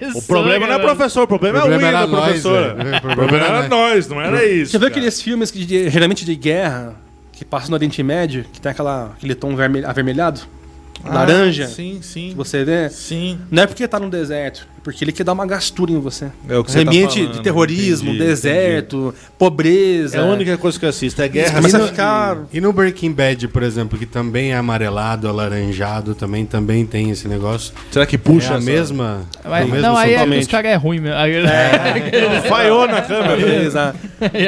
Speaker 1: Não, o problema
Speaker 2: né?
Speaker 1: não é professor, o problema,
Speaker 3: O problema
Speaker 1: é o
Speaker 3: era
Speaker 1: Will da
Speaker 3: nós,
Speaker 1: professora.
Speaker 3: velho. O
Speaker 1: O problema era nós, não era isso.
Speaker 5: Você viu
Speaker 1: cara.
Speaker 5: aqueles filmes que de- geralmente de guerra que passam no Oriente Médio, que tem aquela, aquele tom vermelho, avermelhado?
Speaker 1: Ah,
Speaker 5: laranja?
Speaker 1: Sim, sim.
Speaker 5: que Você vê?
Speaker 1: Sim.
Speaker 5: Não é porque tá no deserto, é porque ele quer dar uma gastura em você.
Speaker 1: É o que
Speaker 5: Esse
Speaker 1: você tá
Speaker 5: ambiente de
Speaker 1: falando,
Speaker 5: terrorismo,
Speaker 1: entendi,
Speaker 5: deserto, pobreza.
Speaker 1: É a única coisa que eu assisto, é
Speaker 5: Você
Speaker 1: guerra. né?
Speaker 5: começa
Speaker 1: Mas
Speaker 5: a ficar.
Speaker 3: E no Breaking Bad, por exemplo, que também é amarelado, alaranjado, também, também tem esse negócio.
Speaker 1: Será que
Speaker 3: é a
Speaker 1: essa-
Speaker 3: mesma?
Speaker 2: Mas-
Speaker 3: o mesmo
Speaker 2: não, aí é,
Speaker 3: sintoma?
Speaker 2: os caras é ruim mesmo. É,
Speaker 1: Falhou na câmera.
Speaker 5: Beleza.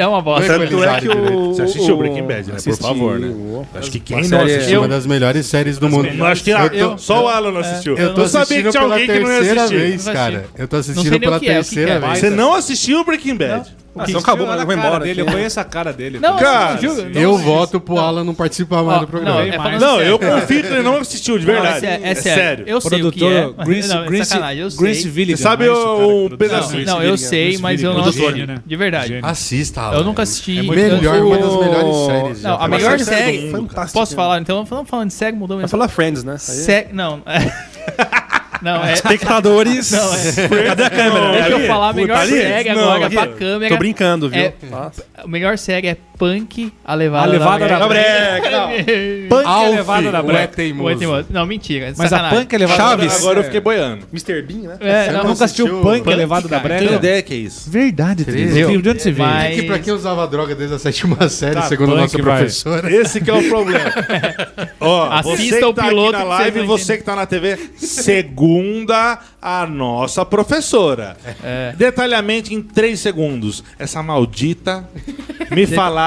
Speaker 2: uma bosta.
Speaker 5: Tanto é que o.
Speaker 1: Você assistiu Breaking Bad, né? Por
Speaker 5: assisti.
Speaker 1: favor, né? Acho que quem
Speaker 5: Uma
Speaker 1: não
Speaker 5: série-
Speaker 1: assistiu.
Speaker 3: É Uma das melhores séries do mundo.
Speaker 1: Acho que
Speaker 3: eu tô,
Speaker 1: eu- É, só o Alan não assistiu.
Speaker 3: eu tô assistindo pela terceira vez,
Speaker 2: Não
Speaker 3: cara.
Speaker 2: assisti.
Speaker 3: Eu tô
Speaker 2: assim,
Speaker 3: assistindo
Speaker 2: Não sei nem
Speaker 3: pela
Speaker 2: o que é, o que que
Speaker 3: terceira
Speaker 2: é.
Speaker 3: vez.
Speaker 1: Você não assistiu Breaking Bad.
Speaker 5: Ah, então acabou, mas eu vou embora.
Speaker 4: Dele, eu
Speaker 5: aqui.
Speaker 4: conheço a cara dele.
Speaker 2: Não,
Speaker 1: Cara,
Speaker 2: eu juro.
Speaker 3: Eu voto pro Alan não participar mais
Speaker 2: Ó,
Speaker 3: do programa.
Speaker 2: é falando
Speaker 1: Não,
Speaker 2: sério.
Speaker 1: eu confio que ele não assistiu, de
Speaker 2: Não,
Speaker 1: verdade.
Speaker 2: é, sé- é sério. Eu sei o que é.
Speaker 4: Produtor Grease,
Speaker 2: Não, é
Speaker 4: Grease,
Speaker 2: sacanagem, eu sei.
Speaker 4: Grease Villigan.
Speaker 1: Você sabe
Speaker 4: não é isso,
Speaker 1: o-
Speaker 4: cara, que
Speaker 1: um
Speaker 4: produz-
Speaker 1: pedaço-
Speaker 4: Não,
Speaker 2: Não, eu sei, mas eu não
Speaker 4: Grease
Speaker 2: assisti.
Speaker 4: Villigan.
Speaker 2: De verdade.
Speaker 3: Assista, Alan.
Speaker 2: Eu nunca assisti.
Speaker 4: É muito
Speaker 2: Eu-
Speaker 3: Melhor, uma das
Speaker 5: O-
Speaker 3: melhores séries.
Speaker 2: Não,
Speaker 3: já
Speaker 2: a
Speaker 3: criadas.
Speaker 2: melhor
Speaker 5: série do
Speaker 2: série.
Speaker 5: mundo. Fantástica.
Speaker 2: Posso falar? Então, falando- falando de série, mudou
Speaker 5: Vai
Speaker 2: mesmo.
Speaker 5: falar Friends, né? Aí-
Speaker 2: Sé- Não. Não, é.
Speaker 5: Espectadores.
Speaker 2: Não, é.
Speaker 5: Cadê a câmera?
Speaker 1: Tá
Speaker 2: Deixa eu
Speaker 5: Ali?
Speaker 2: falar a melhor
Speaker 5: Puta, ali?
Speaker 2: série
Speaker 5: Não,
Speaker 2: agora
Speaker 5: aqui.
Speaker 2: pra câmera.
Speaker 5: Tô brincando, viu?
Speaker 2: É- A melhor série é Punk, A Levada,
Speaker 4: A Levada
Speaker 2: da
Speaker 4: da
Speaker 2: Breca.
Speaker 5: Breca, não.
Speaker 4: Punk é
Speaker 3: Alf,
Speaker 4: levada da
Speaker 3: o
Speaker 4: breca.
Speaker 3: é teimoso.
Speaker 2: Ué, tem outro. Não, mentira.
Speaker 4: Mas a
Speaker 2: sacanagem.
Speaker 4: punk é levada da breca.
Speaker 1: Agora eu fiquei boiando.
Speaker 5: Mr. Bean, né?
Speaker 2: É, não,
Speaker 4: Eu nunca assisti o punk,
Speaker 2: Punk,
Speaker 4: é levada da
Speaker 2: cara,
Speaker 4: breca.
Speaker 2: tem
Speaker 1: ideia que é isso.
Speaker 4: Verdade, Tris.
Speaker 2: Entendeu?
Speaker 4: De onde você veio?
Speaker 2: Mas-
Speaker 3: É que pra quem usava droga desde a sétima série,
Speaker 4: Tá,
Speaker 3: segundo a
Speaker 4: punk,
Speaker 3: nossa
Speaker 4: vai.
Speaker 3: professora.
Speaker 1: Esse que é o problema. Ó,
Speaker 2: Assista
Speaker 1: você que
Speaker 2: o
Speaker 1: tá
Speaker 2: piloto
Speaker 1: aqui na
Speaker 2: que você
Speaker 1: live e
Speaker 2: vai
Speaker 1: você que tá na TV, segunda a nossa professora. Detalhadamente em três segundos. Essa maldita me falava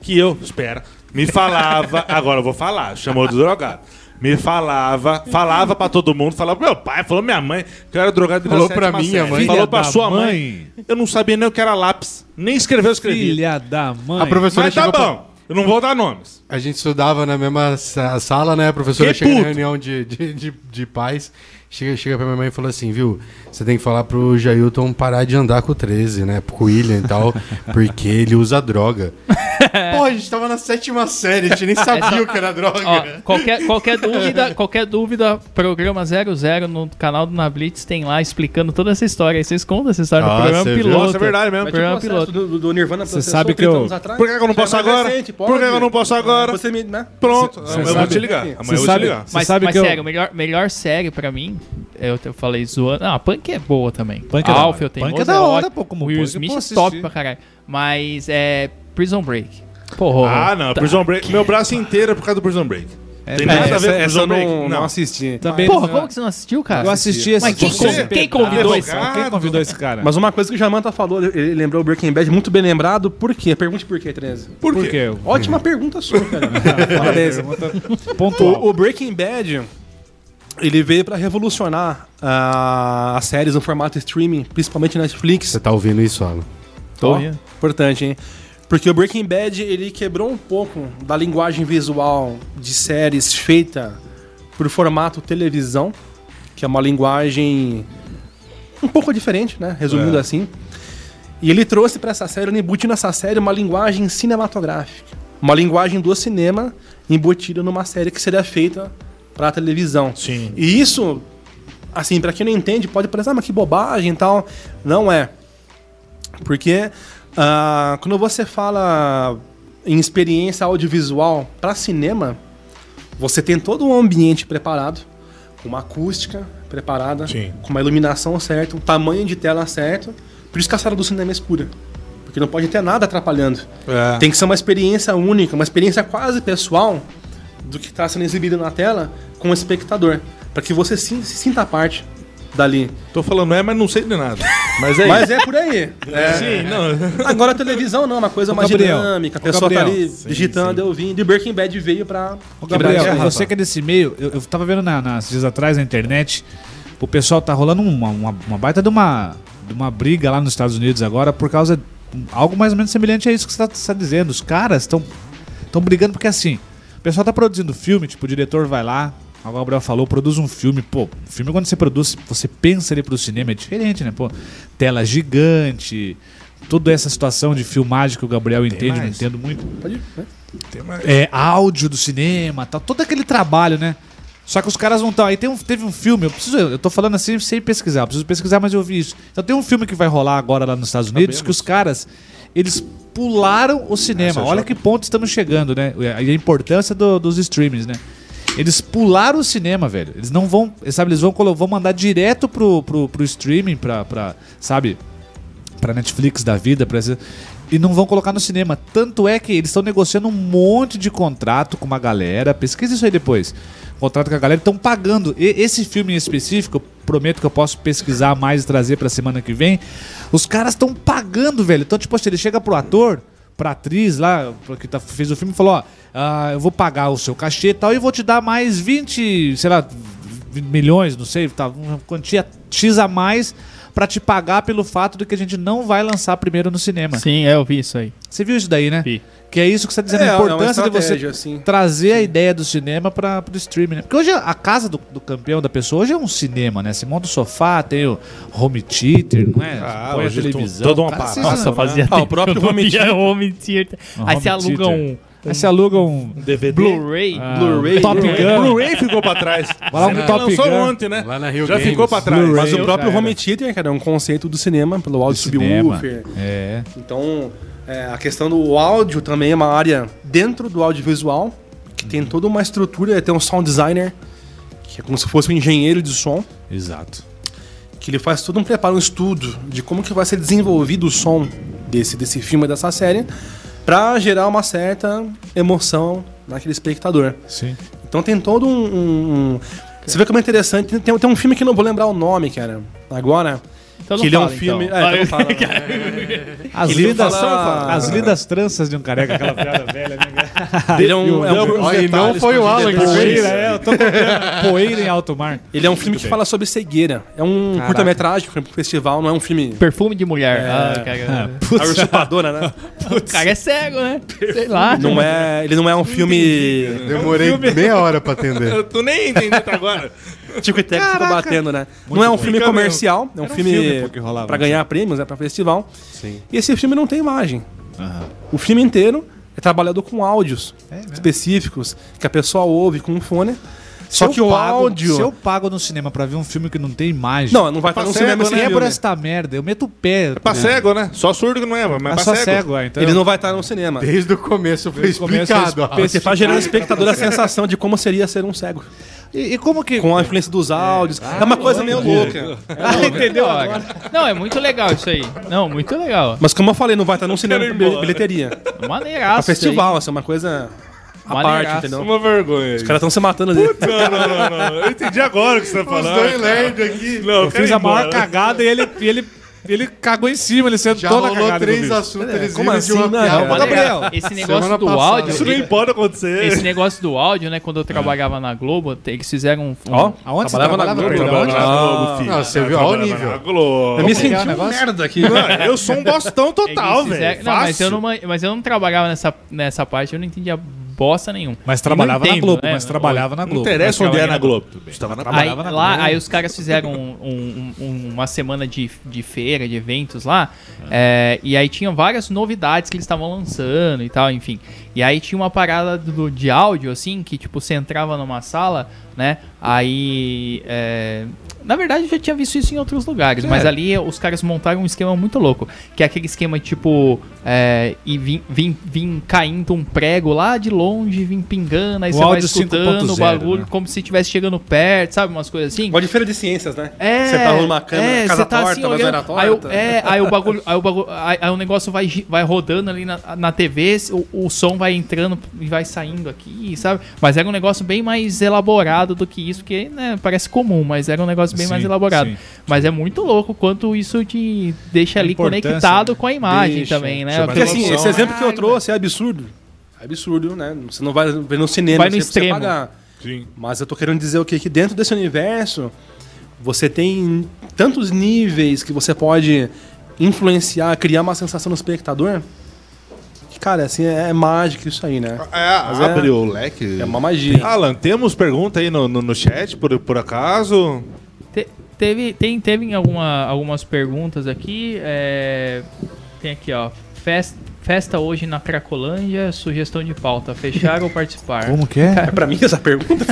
Speaker 1: que eu. Espera. Me falava. Agora eu vou falar. Chamou de drogado. Me falava, falava pra todo mundo, falava pro meu pai, falou pra minha mãe, que eu era drogado desde a
Speaker 3: Falou pra
Speaker 1: sétima
Speaker 3: minha
Speaker 1: série.
Speaker 3: mãe.
Speaker 1: falou pra
Speaker 4: Filha da
Speaker 1: sua mãe.
Speaker 4: mãe.
Speaker 1: Eu não sabia nem o que era lápis, nem escrever eu escrevi.
Speaker 4: Filha da mãe.
Speaker 3: A professora
Speaker 1: Mas tá
Speaker 3: chegou
Speaker 1: bom,
Speaker 3: pra-
Speaker 1: eu não vou dar nomes.
Speaker 3: A gente estudava na mesma sa- sala, né? A professora
Speaker 1: Que
Speaker 3: chega na
Speaker 1: puto.
Speaker 3: reunião de, de, de, de pais, chega, chega pra minha mãe e fala assim, viu? Você tem que falar pro Jailton parar de andar com o 13, né? Com o William e tal, porque ele usa droga. Pô, a gente tava na sétima série, a gente nem sabia o que era droga.
Speaker 2: Ó, qualquer, qualquer dúvida, qualquer dúvida, programa 00 no canal do Nablitz tem lá explicando toda essa história. Aí vocês contam essa história
Speaker 3: Ah,
Speaker 2: no programa
Speaker 3: você viu?
Speaker 2: piloto.
Speaker 1: Nossa, é verdade mesmo.
Speaker 5: Mas tinha
Speaker 2: Programa
Speaker 5: um processo
Speaker 2: piloto.
Speaker 5: do, do Nirvana processou
Speaker 4: sabe que
Speaker 5: 30
Speaker 4: eu-
Speaker 5: anos atrás.
Speaker 1: Por que que eu não
Speaker 5: Você é
Speaker 1: posso
Speaker 5: mais
Speaker 1: agora?
Speaker 5: recente,
Speaker 1: Por que que eu não posso agora?
Speaker 5: Você me, né?
Speaker 1: Pronto,
Speaker 4: Cê
Speaker 1: eu vou
Speaker 4: sabe-
Speaker 1: te ligar. Amanhã eu
Speaker 4: Você
Speaker 1: vou te
Speaker 4: sabe,
Speaker 1: ligar.
Speaker 4: você
Speaker 2: Mas,
Speaker 4: sabe
Speaker 2: mas
Speaker 4: que eu...
Speaker 2: sério, melhor, melhor série pra mim, eu, te- eu falei zoando. Ah, Punk é boa também.
Speaker 4: Punk é da
Speaker 2: Alf,
Speaker 4: hora.
Speaker 2: eu tenho.
Speaker 4: Punk é da hora, pô, como
Speaker 2: Will
Speaker 4: Punk,
Speaker 2: Smith
Speaker 4: pô,
Speaker 2: é top
Speaker 4: assisti.
Speaker 2: pra caralho. Mas é Prison Break. Porra.
Speaker 1: Ah, não, Prison Break. Meu braço inteiro é por causa do Prison Break. É, Tem nada a ver
Speaker 5: essa,
Speaker 1: com
Speaker 5: essa eu
Speaker 1: João Blake.
Speaker 5: não, não
Speaker 1: Não. Tá.
Speaker 5: assisti.
Speaker 1: Também
Speaker 2: Porra, como que você não assistiu, cara?
Speaker 5: Eu assisti esse
Speaker 2: Mas quem,
Speaker 5: você-
Speaker 2: quem convidou esse cara?
Speaker 5: Quem
Speaker 4: convidou esse cara?
Speaker 5: Mas uma coisa que o Jamanta falou, ele- ele lembrou o Breaking Bad, muito bem lembrado. Por quê? Pergunte por quê, Tereza.
Speaker 4: Por Por quê? quê?
Speaker 1: Hum.
Speaker 5: Ótima pergunta sua, cara. Parabéns. O, o Breaking Bad, ele veio pra revolucionar ah, as séries no formato streaming, principalmente Netflix. Você
Speaker 3: tá ouvindo isso, Alan?
Speaker 5: Ó, Importante, hein? Porque o Breaking Bad, ele quebrou um pouco da linguagem visual de séries feita por formato televisão, que é uma linguagem um pouco diferente, né? Resumindo
Speaker 12: É.
Speaker 5: assim. E ele trouxe pra essa série, ele embutiu nessa série uma linguagem cinematográfica. Uma linguagem do cinema embutida numa série que seria feita pra televisão. Sim. E isso, assim, pra quem não entende, pode parecer, ah, mas que bobagem e tal. Não é. Porque ah, quando você fala em experiência audiovisual para cinema, você tem todo um ambiente preparado, com uma acústica preparada, com uma iluminação certa, um tamanho de tela certo. Por isso que a sala do cinema é escura. Porque não pode ter nada atrapalhando.
Speaker 12: É.
Speaker 5: Tem que ser uma experiência única, uma experiência quase pessoal do que está sendo exibido na tela com o espectador. Para que você sin- se sinta parte dali.
Speaker 1: Tô falando é, mas não sei de nada. Mas é
Speaker 5: Mas
Speaker 1: isso.
Speaker 5: é por aí.
Speaker 1: É. Sim, não.
Speaker 5: Agora a televisão não, é uma coisa
Speaker 1: Ô,
Speaker 5: mais
Speaker 1: Gabriel,
Speaker 5: dinâmica. A
Speaker 1: ô,
Speaker 5: pessoa tá
Speaker 1: Gabriel.
Speaker 5: ali
Speaker 1: Sim,
Speaker 5: digitando, eu vim. E o Breaking Bad veio pra.
Speaker 4: Ô,
Speaker 5: quebrar isso
Speaker 4: Gabriel,
Speaker 5: aí.
Speaker 4: você que é desse meio, eu, eu tava vendo na, nas dias atrás na internet, o pessoal tá rolando uma, uma, uma baita de uma, de uma briga lá nos Estados Unidos agora por causa de algo mais ou menos semelhante a isso que você tá, tá dizendo. Os caras estão estão brigando porque assim, o pessoal tá produzindo filme, tipo, o diretor vai lá, agora o Gabriel falou, produz um filme, pô, filme quando você produz, você pensa ele pro cinema, é diferente, né? Pô, tela gigante, toda essa situação de filmagem que o Gabriel entende, não
Speaker 1: mais?
Speaker 4: entendo muito
Speaker 5: Pode ir, né?
Speaker 4: é, áudio do cinema, tal, todo aquele trabalho, né? Só que os caras não estão. Aí tem um- teve um filme, eu preciso, eu tô falando assim sem pesquisar, eu preciso pesquisar, mas eu vi isso. Então tem um filme que vai rolar agora lá nos Estados Unidos que os caras, eles pularam o cinema. Olha que ponto estamos chegando, né? E a- E a importância do- dos streamings, né? Eles pularam o cinema, velho. Eles não vão, sabe, eles vão, colo- vão mandar direto pro, pro, pro streaming, pra, pra, sabe, pra Netflix da vida, pra... esse- e não vão colocar no cinema. Tanto é que eles estão negociando um monte de contrato com uma galera. Pesquisa isso aí depois. Contrato com a galera, estão pagando. E- esse filme em específico, eu prometo que eu posso pesquisar mais e trazer pra semana que vem. Os caras estão pagando, velho. Então, tipo assim, ele chega pro ator, pra atriz lá, pra que tá- fez o filme, e falou: Ó, ah, eu vou pagar o seu cachê e tal, e vou te dar mais 20, sei lá, 20 milhões, não sei, tá, uma quantia X a mais pra te pagar pelo fato de que a gente não vai lançar primeiro no cinema.
Speaker 2: Sim, é, eu vi isso aí.
Speaker 4: Você viu isso daí, né?
Speaker 2: Vi.
Speaker 4: Que é isso que você tá dizendo,
Speaker 5: É, é
Speaker 4: a
Speaker 5: uma
Speaker 4: importância de você
Speaker 5: estratégia, assim. sim.
Speaker 4: trazer a ideia do cinema para pro streaming, né? Porque hoje a casa do, do campeão da pessoa hoje é um cinema, né? Você monta o sofá, tem o home theater, não é?
Speaker 1: Ah,
Speaker 4: Põe a
Speaker 1: hoje
Speaker 4: televisão.
Speaker 1: todo- todo um
Speaker 4: Cara,
Speaker 1: aparato,
Speaker 4: vocês
Speaker 2: Nossa,
Speaker 4: não-
Speaker 2: fazia
Speaker 4: Ah,
Speaker 2: tempo
Speaker 4: o próprio
Speaker 2: que eu não
Speaker 4: home
Speaker 2: via
Speaker 4: theater.
Speaker 2: home theater.
Speaker 4: Um
Speaker 2: Aí
Speaker 4: home
Speaker 2: você aluga
Speaker 4: theater.
Speaker 2: um...
Speaker 4: Aí você aluga um
Speaker 1: DVD.
Speaker 2: Blu-ray.
Speaker 4: Ah,
Speaker 2: Blu-ray.
Speaker 4: Top
Speaker 5: né?
Speaker 2: Blu-ray.
Speaker 4: Gun.
Speaker 1: Blu-ray ficou pra trás.
Speaker 4: Vai lá no
Speaker 1: Você
Speaker 4: Top
Speaker 1: lançou
Speaker 4: Gun.
Speaker 1: ontem, né?
Speaker 3: Lá na Rio
Speaker 1: Já
Speaker 3: Games.
Speaker 1: ficou pra trás.
Speaker 5: Mas o próprio
Speaker 1: Já era.
Speaker 5: home theater, cara, é um conceito do cinema, pelo áudio
Speaker 4: cinema.
Speaker 5: subwoofer.
Speaker 4: É.
Speaker 5: Então, é, a questão do áudio também é uma área dentro do audiovisual, que tem toda uma estrutura, tem um sound designer, que é como se fosse um engenheiro de som.
Speaker 4: Exato.
Speaker 5: que ele faz todo um preparo, um estudo de como que vai ser desenvolvido o som desse, desse filme, dessa série, pra gerar uma certa emoção naquele espectador.
Speaker 4: Sim.
Speaker 5: Então tem todo um... um- um- Você vê como é interessante. Tem- Tem, tem um filme que eu não vou lembrar o nome, cara, agora...
Speaker 2: Então não
Speaker 5: que ele é um
Speaker 2: fala,
Speaker 5: filme...
Speaker 2: então.
Speaker 5: É, então não fala, né?
Speaker 4: As
Speaker 5: Ele
Speaker 4: lidas,
Speaker 5: fala-
Speaker 4: as lidas tranças de um careca, aquela piada velha, né? cara?
Speaker 5: Ele é um-
Speaker 4: E um-
Speaker 5: é um-
Speaker 4: alguns
Speaker 5: e não
Speaker 4: detalhes,
Speaker 5: foi o
Speaker 4: alguns
Speaker 5: Alan que
Speaker 4: detalhes.
Speaker 5: fez.
Speaker 4: Poeira, é, eu tô contando. Poeira em alto mar.
Speaker 5: Ele é um filme que
Speaker 4: bem.
Speaker 5: fala sobre cegueira. É um
Speaker 4: Caraca.
Speaker 5: curta-metragem, foi pro festival, não é um filme...
Speaker 2: Perfume de mulher.
Speaker 5: É.
Speaker 2: Ah, cara.
Speaker 5: A usurpadora, né?
Speaker 2: O cara é cego, né? Sei lá.
Speaker 5: Não é, ele não é um filme...
Speaker 3: Demorei meia hora pra atender.
Speaker 1: Eu tô nem entendendo até agora.
Speaker 5: Tico e Teco ficou
Speaker 1: Caraca.
Speaker 5: batendo, né?
Speaker 1: Muito
Speaker 5: não é um
Speaker 1: bom.
Speaker 5: filme
Speaker 1: Fica
Speaker 5: comercial,
Speaker 1: mesmo.
Speaker 5: é um
Speaker 1: Era um
Speaker 5: filme,
Speaker 1: filme, pô, que rolava,
Speaker 5: pra
Speaker 1: né?
Speaker 5: ganhar prêmios, é pra festival.
Speaker 1: Sim.
Speaker 5: E esse filme não tem imagem. O filme inteiro é trabalhado com áudios
Speaker 1: É
Speaker 5: específicos que a pessoa ouve com um fone. Só
Speaker 4: Se eu
Speaker 5: que o
Speaker 4: pago-
Speaker 5: áudio.
Speaker 4: Se eu pago no cinema pra ver um filme que não tem imagem.
Speaker 5: Não, não vai estar no
Speaker 1: Tá
Speaker 5: cinema né? esse
Speaker 4: Eu
Speaker 1: né,
Speaker 4: quebro
Speaker 5: filme.
Speaker 4: esta merda, eu meto o pé. É
Speaker 1: Pra cego, né? Só surdo que não é, mas,
Speaker 4: Mas
Speaker 1: pra
Speaker 4: só
Speaker 1: cego.
Speaker 4: cego, é, então-
Speaker 5: Ele não vai estar no cinema.
Speaker 3: Desde o começo foi
Speaker 4: Desde o começo foi
Speaker 3: explicado.
Speaker 4: explicado.
Speaker 5: Você tá gerando ao espectador a sensação de como seria ser um cego.
Speaker 4: E, e como que.
Speaker 5: Com a influência dos áudios. É, uma coisa meio louca.
Speaker 2: Ah, entendeu? Não, é muito legal isso aí. Não, muito legal.
Speaker 5: Mas como eu falei, não vai estar num cinema bilheteria.
Speaker 2: Maneiraço.
Speaker 5: A festival, assim, uma é coisa a parte, entendeu?
Speaker 1: Uma vergonha.
Speaker 5: Os caras estão se matando ali.
Speaker 1: Não, não, não, não. Eu entendi agora o que você tá falando.
Speaker 5: dois
Speaker 1: cara.
Speaker 5: lerdos aqui.
Speaker 1: Não,
Speaker 4: Eu
Speaker 1: quero
Speaker 4: fiz
Speaker 1: ir
Speaker 4: a maior
Speaker 1: embora.
Speaker 4: cagada e ele, e ele, ele cagou em cima, ele sentou
Speaker 3: Já
Speaker 4: na
Speaker 3: rolou
Speaker 4: cagada. do
Speaker 3: três
Speaker 4: bicho.
Speaker 3: assuntos,
Speaker 4: É,
Speaker 3: eles
Speaker 4: como
Speaker 3: viram de uma
Speaker 4: assim? Não,
Speaker 3: piada.
Speaker 4: mas- Gabriel,
Speaker 2: esse
Speaker 4: semana
Speaker 2: negócio
Speaker 4: passada.
Speaker 2: do
Speaker 4: É.
Speaker 2: áudio.
Speaker 4: Isso
Speaker 1: nem pode acontecer.
Speaker 2: Esse negócio do áudio, né? Quando eu trabalhava na Globo, te- eles fizeram um. um-
Speaker 4: Aonde você
Speaker 5: Trabalhava na
Speaker 4: trabalhava?
Speaker 5: Globo,
Speaker 4: Gabriel?
Speaker 1: Trabalhava
Speaker 4: Aonde?
Speaker 1: na Globo, filho.
Speaker 3: Não, você viu? Olha o
Speaker 1: Trabalhava
Speaker 3: nível.
Speaker 1: na Globo.
Speaker 5: Eu me senti
Speaker 4: o
Speaker 5: um
Speaker 4: negócio?
Speaker 5: merda aqui.
Speaker 1: Mano, eu sou um bostão total,
Speaker 2: eles fizeram-
Speaker 1: velho.
Speaker 2: Não, mas eu,
Speaker 1: Fácil.
Speaker 2: não, man- mas eu não trabalhava nessa, nessa parte, eu não entendia bosta nenhuma.
Speaker 4: Mas
Speaker 2: E
Speaker 4: trabalhava
Speaker 2: não
Speaker 4: na
Speaker 2: entendo,
Speaker 4: Globo,
Speaker 2: né?
Speaker 4: mas trabalhava na
Speaker 1: Não
Speaker 4: Globo.
Speaker 1: interessa
Speaker 2: mas
Speaker 1: onde é
Speaker 2: trabalhava
Speaker 1: na
Speaker 2: na
Speaker 1: Globo.
Speaker 4: Estava
Speaker 2: Aí,
Speaker 4: trabalhava na
Speaker 2: lá,
Speaker 4: Globo.
Speaker 2: aí os caras fizeram um- um- um- uma semana de, de feira, de eventos lá. é, e aí tinham várias novidades que eles estavam lançando e tal, enfim. E aí tinha uma parada do, de áudio, assim, que tipo, você entrava numa sala, né? Aí. é, na verdade, eu já tinha visto isso em outros lugares, mas ali os caras montaram um esquema muito louco. Que é aquele esquema tipo. é, e vim, vim, vim caindo um prego lá de longe, vim pingando, aí
Speaker 4: O
Speaker 2: você vai
Speaker 4: áudio
Speaker 2: escutando o
Speaker 4: 5.0,
Speaker 2: barulho,
Speaker 4: né?
Speaker 2: como se estivesse chegando perto, sabe? Umas coisas assim.
Speaker 5: Igual de feira de ciências, né?
Speaker 2: É,
Speaker 5: Você tá numa câmera,
Speaker 2: é,
Speaker 5: casa
Speaker 2: você tá
Speaker 5: torta,
Speaker 2: assim,
Speaker 5: mas não era
Speaker 2: olhando,
Speaker 5: torta.
Speaker 2: aí, o- é, aí o bagulho, aí o bagulho, aí, aí o negócio vai, gi- vai rodando ali na, na TV, o, o som vai entrando e vai saindo aqui, sabe? Mas era um negócio bem mais elaborado do que isso, que né, parece comum, mas era um negócio bem
Speaker 4: Sim,
Speaker 2: mais elaborado.
Speaker 4: sim.
Speaker 2: Mas é muito louco quanto isso te deixa ali
Speaker 4: Importância,
Speaker 2: conectado com a imagem
Speaker 4: Deixa.
Speaker 2: também, né?
Speaker 4: Chama
Speaker 5: Porque assim,
Speaker 4: Produção,
Speaker 5: esse exemplo que eu trouxe é absurdo. É absurdo, né? Você não vai ver no cinema,
Speaker 2: Vai no
Speaker 5: você precisa
Speaker 2: extremo.
Speaker 5: pagar.
Speaker 1: Sim.
Speaker 5: Mas eu tô querendo dizer o quê? Que dentro desse universo, você tem tantos níveis que você pode influenciar, criar uma sensação no espectador. Que, cara, assim, é, é mágico isso aí, né?
Speaker 1: É, abre o leque.
Speaker 5: É uma magia.
Speaker 1: Alan, temos pergunta aí no, no, no chat, por, por acaso?
Speaker 2: Te- teve tem, teve alguma, algumas perguntas aqui. é, tem aqui, ó. Fest- festa hoje na Cracolândia, sugestão de pauta. Fechar ou participar?
Speaker 4: Como que é?
Speaker 5: É pra mim essa pergunta.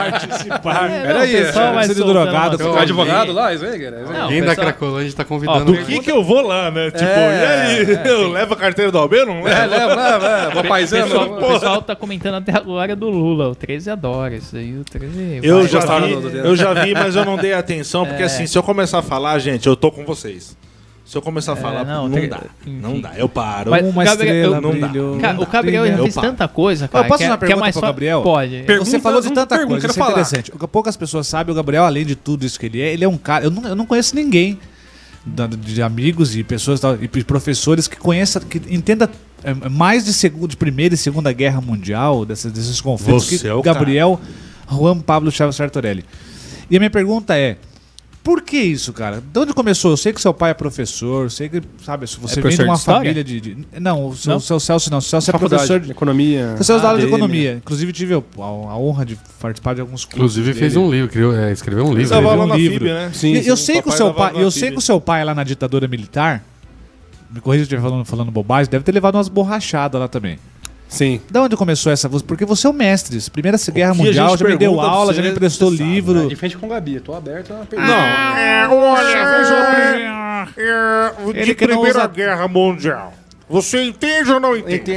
Speaker 2: É,
Speaker 5: Pera
Speaker 2: não,
Speaker 5: aí,
Speaker 2: o pessoal
Speaker 4: é,
Speaker 2: vai
Speaker 4: precisa de
Speaker 2: soltando
Speaker 4: drogado, é
Speaker 2: umas
Speaker 4: com
Speaker 5: O
Speaker 2: coisas
Speaker 5: advogado
Speaker 2: aí.
Speaker 5: lá, isso aí, cara. isso aí.
Speaker 2: Não,
Speaker 3: Alguém
Speaker 2: o
Speaker 3: da
Speaker 2: pessoal-
Speaker 3: Cracolândia tá
Speaker 2: Ó,
Speaker 3: convidando.
Speaker 1: Do que que eu vou lá, né? Tipo, e aí? eu levo a carteira do Albeiro? Não
Speaker 5: É,
Speaker 1: levo?
Speaker 5: leva, leva, leva.
Speaker 2: o
Speaker 5: paisano,
Speaker 2: pessoal, o
Speaker 5: porra.
Speaker 2: pessoal tá comentando até agora do Lula. O 13 adora isso aí. O 13
Speaker 1: Eu
Speaker 2: vai-
Speaker 1: já,
Speaker 5: gostava
Speaker 1: vi,
Speaker 5: do- do-
Speaker 1: eu já vi, mas eu não dei atenção, porque assim, se eu começar a falar, gente, eu tô com vocês. Se eu começar a falar, É, não,
Speaker 2: não, tem-
Speaker 1: dá. Não
Speaker 2: enfim.
Speaker 1: dá, eu paro.
Speaker 2: Mas-
Speaker 4: Uma
Speaker 2: Gabriel,
Speaker 4: estrela
Speaker 1: eu- não dá.
Speaker 4: brilhou.
Speaker 2: Cara, o Gabriel
Speaker 4: Brilha.
Speaker 2: já
Speaker 1: Eu
Speaker 2: fez
Speaker 1: paro.
Speaker 2: tanta coisa, cara.
Speaker 4: posso
Speaker 2: que é-
Speaker 4: fazer uma
Speaker 2: que é
Speaker 4: pergunta
Speaker 2: mais
Speaker 4: pro
Speaker 2: fa-
Speaker 4: Gabriel?
Speaker 2: Pode.
Speaker 5: Pergunta,
Speaker 4: Você falou de
Speaker 5: não
Speaker 4: tanta
Speaker 5: pergunta,
Speaker 4: coisa,
Speaker 5: quero
Speaker 4: isso é
Speaker 5: falar.
Speaker 4: interessante. O que Poucas pessoas sabem, o Gabriel, além de tudo isso que ele é, ele é um cara. Eu não, eu não conheço ninguém da- de amigos e pessoas e tal, e p- professores que conheça, que entenda é, mais de, segu- de Primeira e Segunda Guerra Mundial, dessas- desses conflitos,
Speaker 1: Você
Speaker 4: que
Speaker 1: é o
Speaker 4: Gabriel Juan Pablo Chaves Sartorelli. E a minha pergunta é. Por que isso, cara? De onde começou? Eu sei que seu pai é professor, eu sei que, sabe, se você vem de
Speaker 2: professor
Speaker 4: uma
Speaker 2: de história?
Speaker 4: família de, de- Não, o seu,
Speaker 2: Não?
Speaker 4: o seu Celso não. O seu Celso é
Speaker 5: Faculdade,
Speaker 4: professor de,
Speaker 5: economia.
Speaker 4: você é os dados de
Speaker 5: ADM.
Speaker 4: economia. Inclusive, tive a, a- a honra de participar de alguns cursos.
Speaker 3: Inclusive fez um livro, criou, é, escreveu um livro.
Speaker 5: Tá
Speaker 1: Tava
Speaker 4: escreveu
Speaker 1: lá
Speaker 4: um
Speaker 1: na
Speaker 4: livro.
Speaker 1: FIB, né?
Speaker 4: E-
Speaker 5: um
Speaker 4: eu sei que o seu pai,
Speaker 1: papai
Speaker 4: eu sei que o seu pai é lá na ditadura militar, me corrija se eu estiver falando, falando bobagem, deve ter levado umas borrachadas lá também.
Speaker 5: Sim.
Speaker 4: Da onde começou essa voz? Porque você é o mestre. disso. Primeira Guerra
Speaker 1: que a
Speaker 4: Mundial,
Speaker 1: gente
Speaker 4: já me deu
Speaker 1: pergunta,
Speaker 4: aula,
Speaker 1: você-
Speaker 4: já me emprestou
Speaker 1: você sabe,
Speaker 4: livro.
Speaker 5: De frente com o Gabi, eu tô aberto a pergunta.
Speaker 1: Não. É, olha, veja bem. É,
Speaker 4: Ele
Speaker 1: de
Speaker 4: que não
Speaker 1: Primeira
Speaker 4: usa-
Speaker 1: Guerra Mundial. Você entende ou não entende?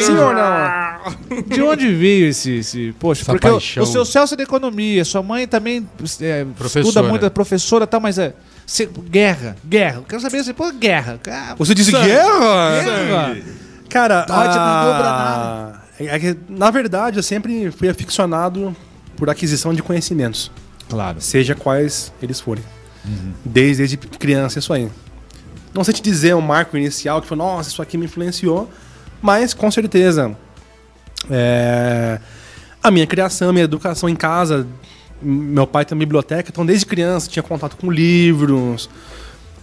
Speaker 4: Sim ou não? De onde veio esse. esse poxa,
Speaker 3: Essa
Speaker 4: porque o-
Speaker 3: paixão.
Speaker 4: o seu Celso é de economia, sua mãe também é, estuda
Speaker 3: Professora.
Speaker 4: muito, é professora e tal, mas é. se- guerra, guerra. Eu quero saber assim, pô, guerra. Ah,
Speaker 5: Você disse guerra?
Speaker 4: guerra.
Speaker 5: Cara,
Speaker 4: Dodge não dobra
Speaker 5: a... é que, na verdade, eu sempre fui aficionado por aquisição de conhecimentos,
Speaker 4: Claro.
Speaker 5: seja quais eles forem. Desde, desde criança, isso aí. Não sei te dizer um marco inicial que foi, nossa, isso aqui me influenciou, mas com certeza. é, A minha criação, minha educação em casa, m- meu pai tem uma biblioteca, então desde criança tinha contato com livros,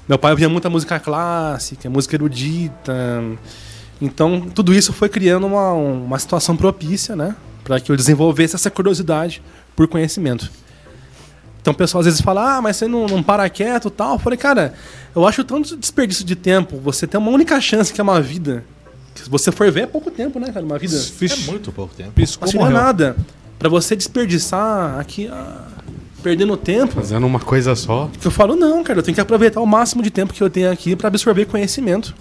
Speaker 5: meu pai ouvia muita música clássica, música erudita. Então, tudo isso foi criando uma, uma situação propícia, né? Para que eu desenvolvesse essa curiosidade por conhecimento. Então, o pessoal às vezes fala, ah, mas você não, não para quieto e tal. Eu falei, cara, eu acho tanto desperdício de tempo. Você tem uma única chance que é uma vida. Que se você for ver, é pouco tempo, né, cara? Uma vida.
Speaker 4: Fiz,
Speaker 1: É Muito pouco tempo.
Speaker 4: piscou,
Speaker 5: Assim, não é
Speaker 4: morreu.
Speaker 5: nada. Para você desperdiçar aqui, ah, perdendo tempo.
Speaker 3: Fazendo uma coisa só.
Speaker 5: Que eu falo, não, cara, eu tenho que aproveitar o máximo de tempo que eu tenho aqui para absorver conhecimento.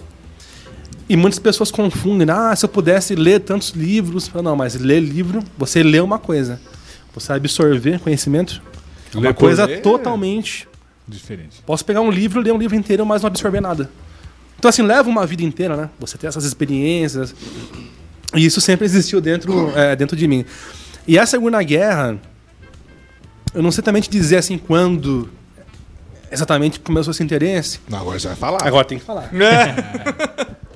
Speaker 5: E muitas pessoas confundem, ah, se eu pudesse ler tantos livros. Eu falo, não, mas ler livro, você lê uma coisa. Você absorver conhecimento é uma
Speaker 1: Ler por
Speaker 5: coisa
Speaker 1: ler?
Speaker 5: totalmente.
Speaker 4: Diferente.
Speaker 5: Posso pegar um livro, ler um livro inteiro, mas não absorver nada. Então, assim, leva uma vida inteira, né? Você ter essas experiências, E isso sempre existiu dentro, é, dentro de mim. E a Segunda Guerra, eu não sei também te dizer assim quando exatamente começou esse interesse.
Speaker 1: agora você vai falar.
Speaker 5: Agora tem que falar.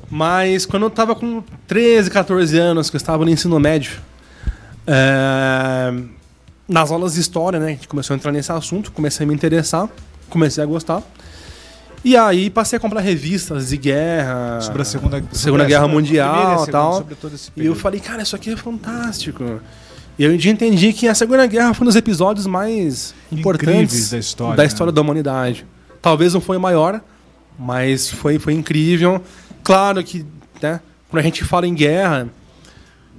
Speaker 5: Mas quando eu tava com 13, 14 anos, que eu estava no ensino médio, é, nas aulas de história, né? A gente começou a entrar nesse assunto, comecei a me interessar, comecei a gostar. E aí passei a comprar revistas de guerra.
Speaker 4: Sobre a Segunda-
Speaker 5: Segunda
Speaker 4: sobre a
Speaker 5: Guerra
Speaker 4: Segunda- Primeira e
Speaker 5: Mundial e
Speaker 4: Segunda,
Speaker 5: tal.
Speaker 4: sobre todo esse
Speaker 5: E eu
Speaker 4: período.
Speaker 5: falei, cara, isso aqui é fantástico. E eu entendi que a Segunda Guerra foi um dos episódios mais importantes
Speaker 4: Incríveis da história,
Speaker 5: da
Speaker 4: né?
Speaker 5: história da humanidade. Talvez não foi o maior, mas foi, foi incrível. Claro que, né, quando a gente fala em guerra,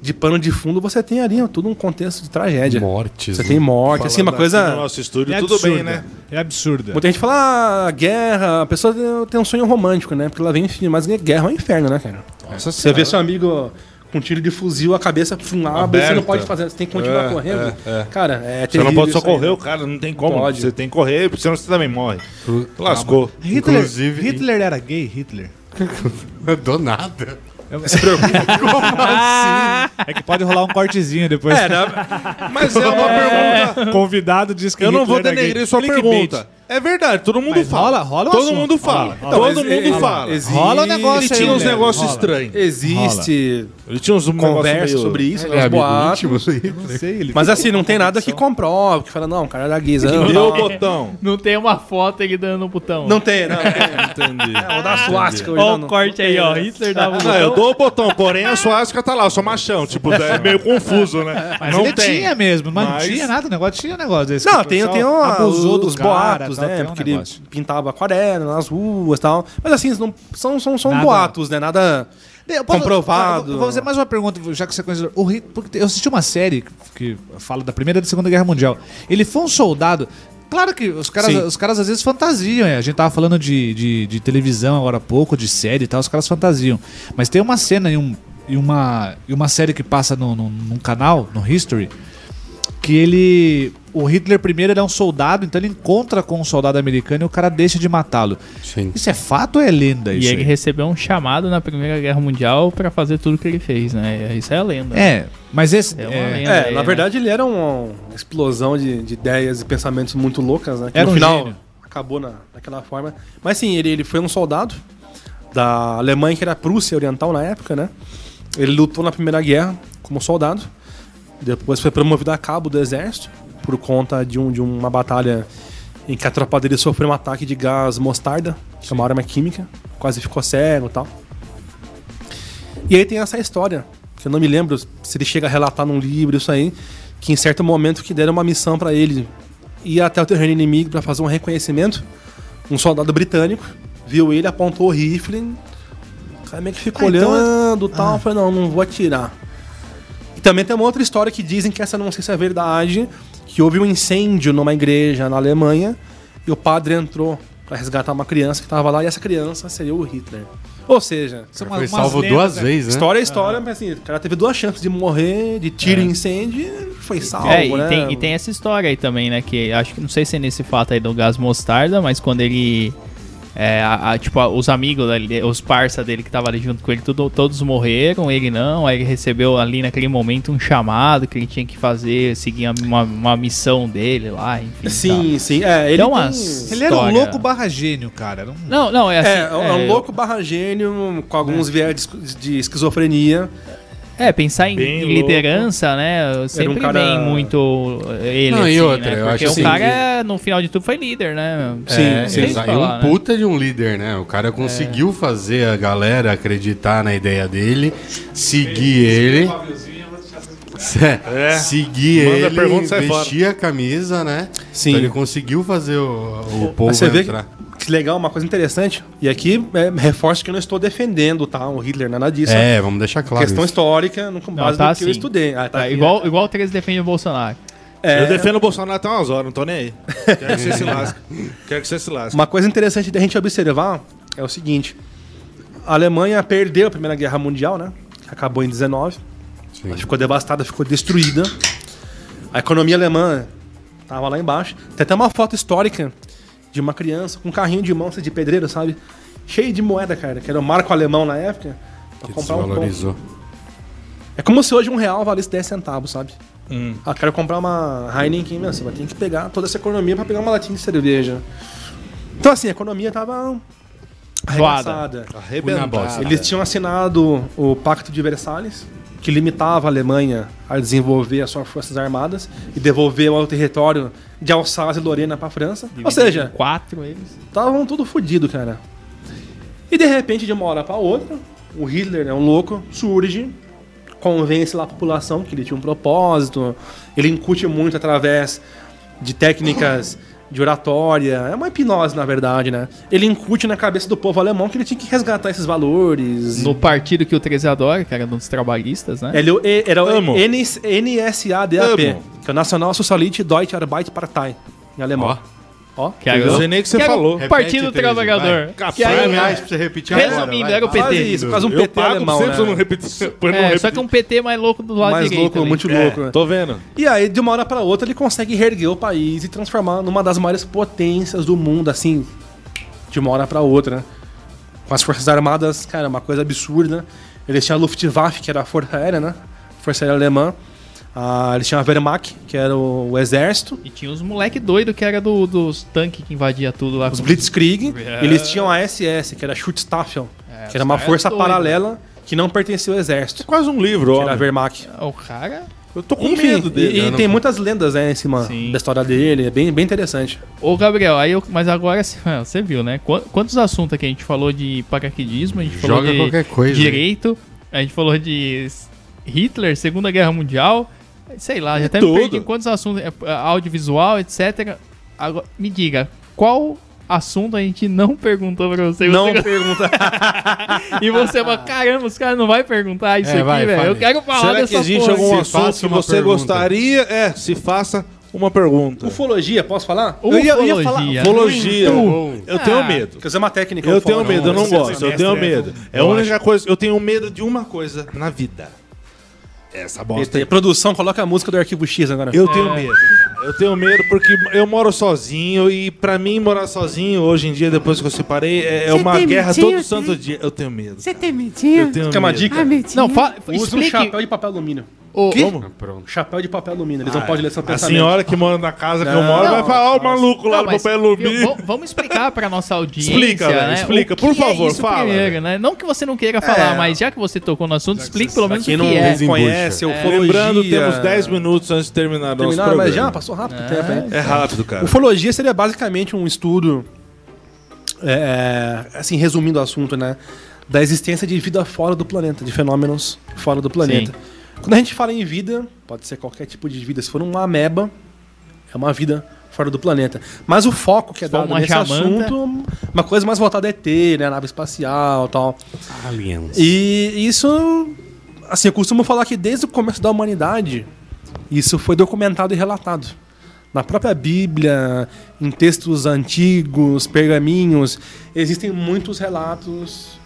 Speaker 5: de pano de fundo, você tem ali ó, todo um contexto de tragédia.
Speaker 3: Mortes,
Speaker 5: Você
Speaker 3: né?
Speaker 5: tem morte, assim, uma
Speaker 1: Falando aqui
Speaker 5: coisa.
Speaker 1: no nosso estúdio, É tudo absurda. bem, né?
Speaker 4: É absurda.
Speaker 5: Muita gente fala, ah, guerra, a pessoa tem- tem um sonho romântico, né? Porque ela vem em filme, mas guerra é um inferno, né, cara?
Speaker 1: Nossa
Speaker 5: você
Speaker 1: Senhora.
Speaker 5: vê seu amigo com um tiro de fuzil, a cabeça fum, abre, você
Speaker 1: Aberta.
Speaker 5: não pode fazer, você tem que continuar
Speaker 1: É,
Speaker 5: correndo.
Speaker 1: é, é.
Speaker 5: Cara, é
Speaker 1: Você não
Speaker 5: terrível
Speaker 1: pode
Speaker 5: isso aí,
Speaker 1: socorrer
Speaker 5: né?
Speaker 1: o cara, não tem como.
Speaker 5: Pode.
Speaker 1: Você tem que correr, porque senão você também morre.
Speaker 3: Ah,
Speaker 1: Lascou.
Speaker 4: Hitler, Hitler era gay, Hitler.
Speaker 3: Do nada.
Speaker 4: Se preocupa. Como assim? É que pode rolar um cortezinho depois.
Speaker 1: É, não, mas é uma pergunta-
Speaker 4: Convidado diz que
Speaker 1: Eu não
Speaker 4: Hitler
Speaker 1: vou
Speaker 4: era gay.
Speaker 1: denegrir sua
Speaker 4: Clickbait.
Speaker 1: pergunta. É verdade, todo mundo
Speaker 4: Mas
Speaker 1: fala.
Speaker 4: rola- rola o
Speaker 1: todo
Speaker 4: assunto.
Speaker 1: mundo fala.
Speaker 4: Rola.
Speaker 1: todo
Speaker 4: Rola.
Speaker 1: mundo
Speaker 4: Rola.
Speaker 1: fala.
Speaker 4: Existe. Rola o negócio
Speaker 1: Ele
Speaker 4: aí,
Speaker 1: tinha uns
Speaker 4: Léo.
Speaker 1: negócios
Speaker 4: Rola.
Speaker 1: estranhos.
Speaker 5: Existe
Speaker 1: Ele tinha uns
Speaker 5: conversa
Speaker 1: negócio meio-
Speaker 5: sobre isso,
Speaker 1: Ele
Speaker 5: né,
Speaker 1: é
Speaker 5: os
Speaker 1: amigo
Speaker 5: boatos.
Speaker 1: íntimo,
Speaker 5: Mas assim, não tem nada que comprova, que fala, não, o cara era guizão.
Speaker 1: Deu o botão.
Speaker 2: Não tem uma foto ele dando o botão.
Speaker 5: Não tem, não.
Speaker 1: Entendi.
Speaker 5: É, vou dar suástica hoje.
Speaker 2: Olha
Speaker 5: não,
Speaker 2: o
Speaker 5: não.
Speaker 2: corte aí, ó. Hitler um dava o
Speaker 1: Não, eu
Speaker 2: botão.
Speaker 1: dou o botão, porém a sua asca tá lá, eu sou machão. Tipo, é meio confuso, né?
Speaker 4: Mas
Speaker 1: não
Speaker 4: ele
Speaker 1: tem.
Speaker 4: tinha mesmo, mas,
Speaker 1: Mas-
Speaker 4: não tinha nada, o negócio tinha um negócio desse. que
Speaker 5: Não,
Speaker 4: o
Speaker 5: tem,
Speaker 4: pessoal
Speaker 5: tem
Speaker 1: um
Speaker 5: uma,
Speaker 4: abusou
Speaker 5: os
Speaker 4: do cara,
Speaker 5: boatos,
Speaker 4: tal,
Speaker 5: né?
Speaker 4: tem um
Speaker 5: porque
Speaker 4: negócio.
Speaker 5: ele pintava aquarela nas ruas e tal. Mas assim, não, são, são, são
Speaker 4: Nada-
Speaker 5: boatos, né? Nada
Speaker 4: Eu posso-
Speaker 5: comprovado.
Speaker 4: Eu Vou fazer mais uma pergunta, já que você conhece. O Hitler, porque eu assisti uma série que fala da Primeira e da Segunda Guerra Mundial. Ele foi um soldado. Claro que os caras,
Speaker 5: Sim.
Speaker 4: os caras às vezes fantasiam, né? A gente tava falando de, de, de televisão agora há pouco, de série e tal, os caras fantasiam. Mas tem uma cena e, um, e, uma, e uma série que passa no, no- num canal, no History, que ele. O Hitler primeiro ele é um soldado, então ele encontra com um soldado americano e o cara deixa de matá-lo.
Speaker 3: Sim.
Speaker 4: Isso é fato ou é lenda
Speaker 2: E
Speaker 4: isso?
Speaker 2: ele
Speaker 4: aí?
Speaker 2: recebeu um chamado na Primeira Guerra Mundial pra fazer tudo que ele fez, né? Isso é a lenda.
Speaker 4: É, mas esse.
Speaker 2: É uma
Speaker 4: é-
Speaker 2: lenda.
Speaker 5: É,
Speaker 2: aí,
Speaker 5: na
Speaker 2: né?
Speaker 5: verdade ele era um, uma explosão de, de ideias e pensamentos muito loucas, né? Que
Speaker 4: Era
Speaker 5: no
Speaker 4: um
Speaker 5: final
Speaker 4: gênio.
Speaker 5: acabou na, daquela forma. Mas sim, ele, ele foi um soldado da Alemanha, que era a Prússia Oriental na época, né? Ele lutou na Primeira Guerra como soldado. Depois foi promovido a cabo do exército por conta de, um, de uma batalha em que a tropa dele sofreu um ataque de gás mostarda, que é uma arma química. Quase ficou cego e tal. E aí tem essa história, que eu não me lembro se ele chega a relatar num livro isso aí, que em certo momento que deram uma missão pra ele ir até o terreno inimigo pra fazer um reconhecimento. Um soldado britânico viu ele, apontou o rifle, o cara meio que ficou
Speaker 4: Ah, então é-
Speaker 5: olhando e tal, falou, não, não vou atirar. E também tem uma outra história que dizem que essa não sei se é verdade, que houve um incêndio numa igreja na Alemanha e o padre entrou pra resgatar uma criança que tava lá e essa criança seria o Hitler. Ou seja,
Speaker 4: São
Speaker 3: Foi
Speaker 4: umas- umas
Speaker 3: salvo
Speaker 4: lendas,
Speaker 3: duas
Speaker 4: né?
Speaker 3: vezes, né?
Speaker 5: História é história, mas assim, o cara teve duas chances de morrer, de
Speaker 3: É.
Speaker 5: tiro e incêndio, e foi salvo,
Speaker 2: É, e
Speaker 5: né?
Speaker 2: tem, e tem essa história aí também, né? Que acho que não sei se é nesse fato aí do gás mostarda, mas quando ele. é, a- a- tipo, a- os amigos, ali, os parça dele que tava ali junto com ele, tudo- todos morreram, ele não. Aí ele recebeu ali naquele momento um chamado que ele tinha que fazer, seguir uma, uma missão dele lá, enfim.
Speaker 5: Sim,
Speaker 2: tá.
Speaker 5: sim. É, ele
Speaker 2: Então,
Speaker 5: tem-
Speaker 2: as-
Speaker 4: Ele era um
Speaker 2: História.
Speaker 4: louco barra gênio, cara. Era um-
Speaker 2: Não, não, é assim.
Speaker 5: É, é um louco barra gênio, com
Speaker 3: É.
Speaker 5: alguns viés de, de esquizofrenia.
Speaker 2: É, pensar em,
Speaker 1: Bem
Speaker 2: em
Speaker 1: louco.
Speaker 2: liderança, né? Sempre
Speaker 5: cara-
Speaker 2: vem muito ele.
Speaker 3: Não,
Speaker 2: assim,
Speaker 3: e outra,
Speaker 2: né?
Speaker 3: eu
Speaker 2: Porque
Speaker 3: acho
Speaker 2: o
Speaker 3: assim
Speaker 2: cara, no final de tudo, foi líder, né?
Speaker 5: Sim,
Speaker 3: É,
Speaker 5: sim.
Speaker 2: tem que
Speaker 3: exa- e
Speaker 2: falar,
Speaker 3: um
Speaker 2: né?
Speaker 3: puta de um líder, né? O cara conseguiu fazer a galera acreditar na ideia dele, seguir ele.
Speaker 1: É.
Speaker 3: Seguir
Speaker 1: Manda
Speaker 3: ele,
Speaker 1: pergunta, sai
Speaker 3: vestir a camisa, né?
Speaker 5: Sim.
Speaker 3: Então ele conseguiu fazer o, o povo
Speaker 5: Mas você vê que,
Speaker 3: entrar.
Speaker 5: que legal, uma coisa interessante. E aqui é, reforço que eu não estou defendendo, tá? O Hitler, nada disso.
Speaker 3: É, vamos deixar claro.
Speaker 5: Questão
Speaker 3: isso.
Speaker 5: histórica, não com
Speaker 2: Não,
Speaker 5: base
Speaker 2: tá
Speaker 5: no que eu
Speaker 2: assim.
Speaker 5: estudei. Ah,
Speaker 2: Tá,
Speaker 5: aqui,
Speaker 2: igual,
Speaker 3: é.
Speaker 2: igual o 13 defende o Bolsonaro.
Speaker 5: é.
Speaker 1: Eu defendo o Bolsonaro até umas horas, não tô nem aí. Quero que você se lasque. Quero que você se lasque.
Speaker 5: Uma coisa interessante da gente observar é o seguinte: a Alemanha perdeu a Primeira Guerra Mundial, né? Acabou em 19. Ela ficou devastada, ficou destruída. A economia alemã tava lá embaixo. Tem até uma foto histórica de uma criança com um carrinho de mão assim, de pedreiro, sabe? Cheio de moeda, cara, que era o marco alemão na época. Pra
Speaker 3: Que
Speaker 5: comprar um pão.
Speaker 3: desvalorizou.
Speaker 5: É como se hoje um real valesse 10 centavos, sabe? Ah, quero comprar uma Heineken, meu, você vai ter que pegar toda essa economia pra pegar uma latinha de cerveja. Então, assim, a economia tava arregaçada.
Speaker 1: Arrebentada.
Speaker 5: Arrebentada. Eles tinham assinado o Pacto de Versalhes, que limitava a Alemanha a desenvolver as suas forças armadas e devolveu ao território de Alsácia e Lorena pra França. Ou seja,
Speaker 2: quatro eles.
Speaker 5: Estavam tudo fodido, cara. E de repente, de uma hora pra outra, o Hitler, né, um louco, surge, convence lá a população que ele tinha um propósito, ele incute muito através de técnicas de oratória, é uma hipnose, na verdade, né? Ele incute na cabeça do povo alemão que ele tinha que resgatar esses valores.
Speaker 2: No partido que o 13 adora, que era dos trabalhistas, né?
Speaker 5: Ele- e- era o
Speaker 2: Amo.
Speaker 5: NS NSADAP,
Speaker 2: Amo.
Speaker 5: que é o National Socialist Deutsche Arbeit Partei, em alemão. Ó.
Speaker 2: Que é era- Não sei nem o que você que era o falou. Partido
Speaker 5: Repete,
Speaker 2: Trabalhador.
Speaker 5: vai.
Speaker 2: Que aí- ah,
Speaker 5: 14 reais pra você repetir
Speaker 2: Resumindo,
Speaker 5: agora, vai.
Speaker 2: era o PT.
Speaker 5: Faz isso, faz um
Speaker 2: Eu
Speaker 5: PT
Speaker 2: pago
Speaker 5: alemão,
Speaker 2: sempre,
Speaker 5: né?
Speaker 2: eu não repeti- eu não É, só que é um PT mais louco do lado
Speaker 5: mais
Speaker 2: direito.
Speaker 5: louco,
Speaker 2: ali.
Speaker 5: muito
Speaker 2: É.
Speaker 5: louco. né?
Speaker 1: Tô vendo.
Speaker 5: E aí, de uma hora pra outra, ele consegue reerguer o país e transformar numa das maiores potências do mundo, assim, de uma hora pra outra. né? Com as Forças Armadas, cara, é uma coisa absurda. né? Eles tinham a Luftwaffe, que era a Força Aérea, né? Força Aérea Alemã. Ah, eles tinham a Wehrmacht, que era o, o exército.
Speaker 2: E tinha uns moleque doido que era do- dos tanques que invadia tudo lá.
Speaker 5: Os
Speaker 2: com-
Speaker 5: Blitzkrieg.
Speaker 2: É.
Speaker 5: Eles tinham a SS, que era a Schutzstaffel,
Speaker 2: É,
Speaker 5: que era uma
Speaker 2: os caras
Speaker 5: força
Speaker 2: doido.
Speaker 5: paralela que não pertencia ao exército. É
Speaker 1: quase um livro,
Speaker 5: ó. Era a Wehrmacht.
Speaker 2: O cara.
Speaker 1: Eu tô
Speaker 2: com medo dele.
Speaker 5: E,
Speaker 2: Eu
Speaker 5: e
Speaker 2: não-
Speaker 5: tem muitas lendas, né, em cima da história dele. É bem, bem interessante.
Speaker 2: Ô, Gabriel, aí eu, mas agora assim, ah, você viu, né? Qu- Quantos assuntos aqui a gente falou de paraquedismo, a gente falou
Speaker 3: Joga
Speaker 2: de
Speaker 3: qualquer coisa,
Speaker 2: direito, a gente falou de s- Hitler, Segunda Guerra Mundial, sei lá, já até
Speaker 1: tudo.
Speaker 2: me perdi em quantos assuntos, é, é, audiovisual, etc. Agora, me diga, qual assunto a gente não perguntou pra você?
Speaker 5: Não
Speaker 2: Você-
Speaker 5: pergunta.
Speaker 2: e você fala, caramba, os caras não vai perguntar isso
Speaker 1: É, vai,
Speaker 2: aqui, velho. Eu
Speaker 1: fale.
Speaker 2: quero falar
Speaker 1: Será
Speaker 2: dessa
Speaker 1: que existe
Speaker 2: porra.
Speaker 1: algum assunto que você gostaria? É, se faça uma pergunta.
Speaker 5: Ufologia, posso falar?
Speaker 1: Ufologia. Eu
Speaker 2: Ah.
Speaker 1: tenho medo.
Speaker 5: Quer dizer, é uma técnica.
Speaker 1: Eu
Speaker 2: é
Speaker 5: ufóloga.
Speaker 1: tenho medo, eu
Speaker 2: um
Speaker 1: não
Speaker 5: Você-
Speaker 1: gosto.
Speaker 5: você
Speaker 2: né?
Speaker 1: Eu tenho
Speaker 5: mestre,
Speaker 1: medo. É a
Speaker 5: eu
Speaker 1: única
Speaker 5: acho.
Speaker 1: coisa. Eu tenho medo de uma coisa na vida. Essa bosta
Speaker 5: E- e- Produção, coloca a música do Arquivo X agora.
Speaker 1: Eu tenho
Speaker 2: É.
Speaker 1: medo. cara. Eu tenho medo porque eu moro sozinho e pra mim morar sozinho hoje em dia, depois que eu separei, é é
Speaker 2: Você
Speaker 1: uma
Speaker 2: tem
Speaker 1: guerra
Speaker 2: medinho,
Speaker 1: todo
Speaker 2: tem?
Speaker 1: santo dia. Eu tenho medo.
Speaker 2: Você tem medinho?
Speaker 1: Eu tenho
Speaker 5: Quer uma
Speaker 1: medo.
Speaker 5: dica?
Speaker 2: Não, fa-
Speaker 5: Usa um
Speaker 2: explique-
Speaker 5: chapéu de papel alumínio.
Speaker 2: O-
Speaker 5: Quê?
Speaker 1: Como?
Speaker 5: Chapéu de papel alumínio. Eles
Speaker 1: Ah,
Speaker 5: não podem ler seu
Speaker 1: a
Speaker 5: pensamento.
Speaker 1: senhora que mora na casa que eu moro vai falar, "Ó, o maluco lá do
Speaker 2: mas,
Speaker 1: papel alumínio."
Speaker 2: viu, vam- Vamos explicar pra nossa audiência.
Speaker 1: é Explica, velho,
Speaker 2: né,
Speaker 1: explica.
Speaker 2: o
Speaker 1: Por
Speaker 2: que é
Speaker 1: favor,
Speaker 2: isso
Speaker 1: fala,
Speaker 2: primeiro,
Speaker 1: velho. É.
Speaker 2: né? Não que você não queira falar, mas já que você tocou no assunto, explique
Speaker 5: tá
Speaker 2: pelo menos o que
Speaker 1: Quem não
Speaker 2: é.
Speaker 1: conhece,
Speaker 2: É.
Speaker 1: eu Lembrando, temos 10 minutos antes de terminar nosso
Speaker 5: Terminaram,
Speaker 1: programa.
Speaker 5: mas já passou rápido o tempo, né? hein?
Speaker 1: É rápido, cara.
Speaker 5: Ufologia seria basicamente um estudo, é, assim, resumindo o assunto, né? Da existência de vida fora do planeta, de fenômenos fora do planeta. Quando a gente fala em vida, pode ser qualquer tipo de vida. Se for uma ameba, é uma vida fora do planeta. Mas o foco que é
Speaker 2: for
Speaker 5: dado
Speaker 2: uma
Speaker 5: nesse
Speaker 2: jamanta.
Speaker 5: assunto, uma coisa mais voltada é ET, né? Nave espacial e tal.
Speaker 3: Aliens.
Speaker 5: E isso, assim, eu costumo falar que desde o começo da humanidade, isso foi documentado e relatado. Na própria Bíblia, em textos antigos, pergaminhos, existem muitos relatos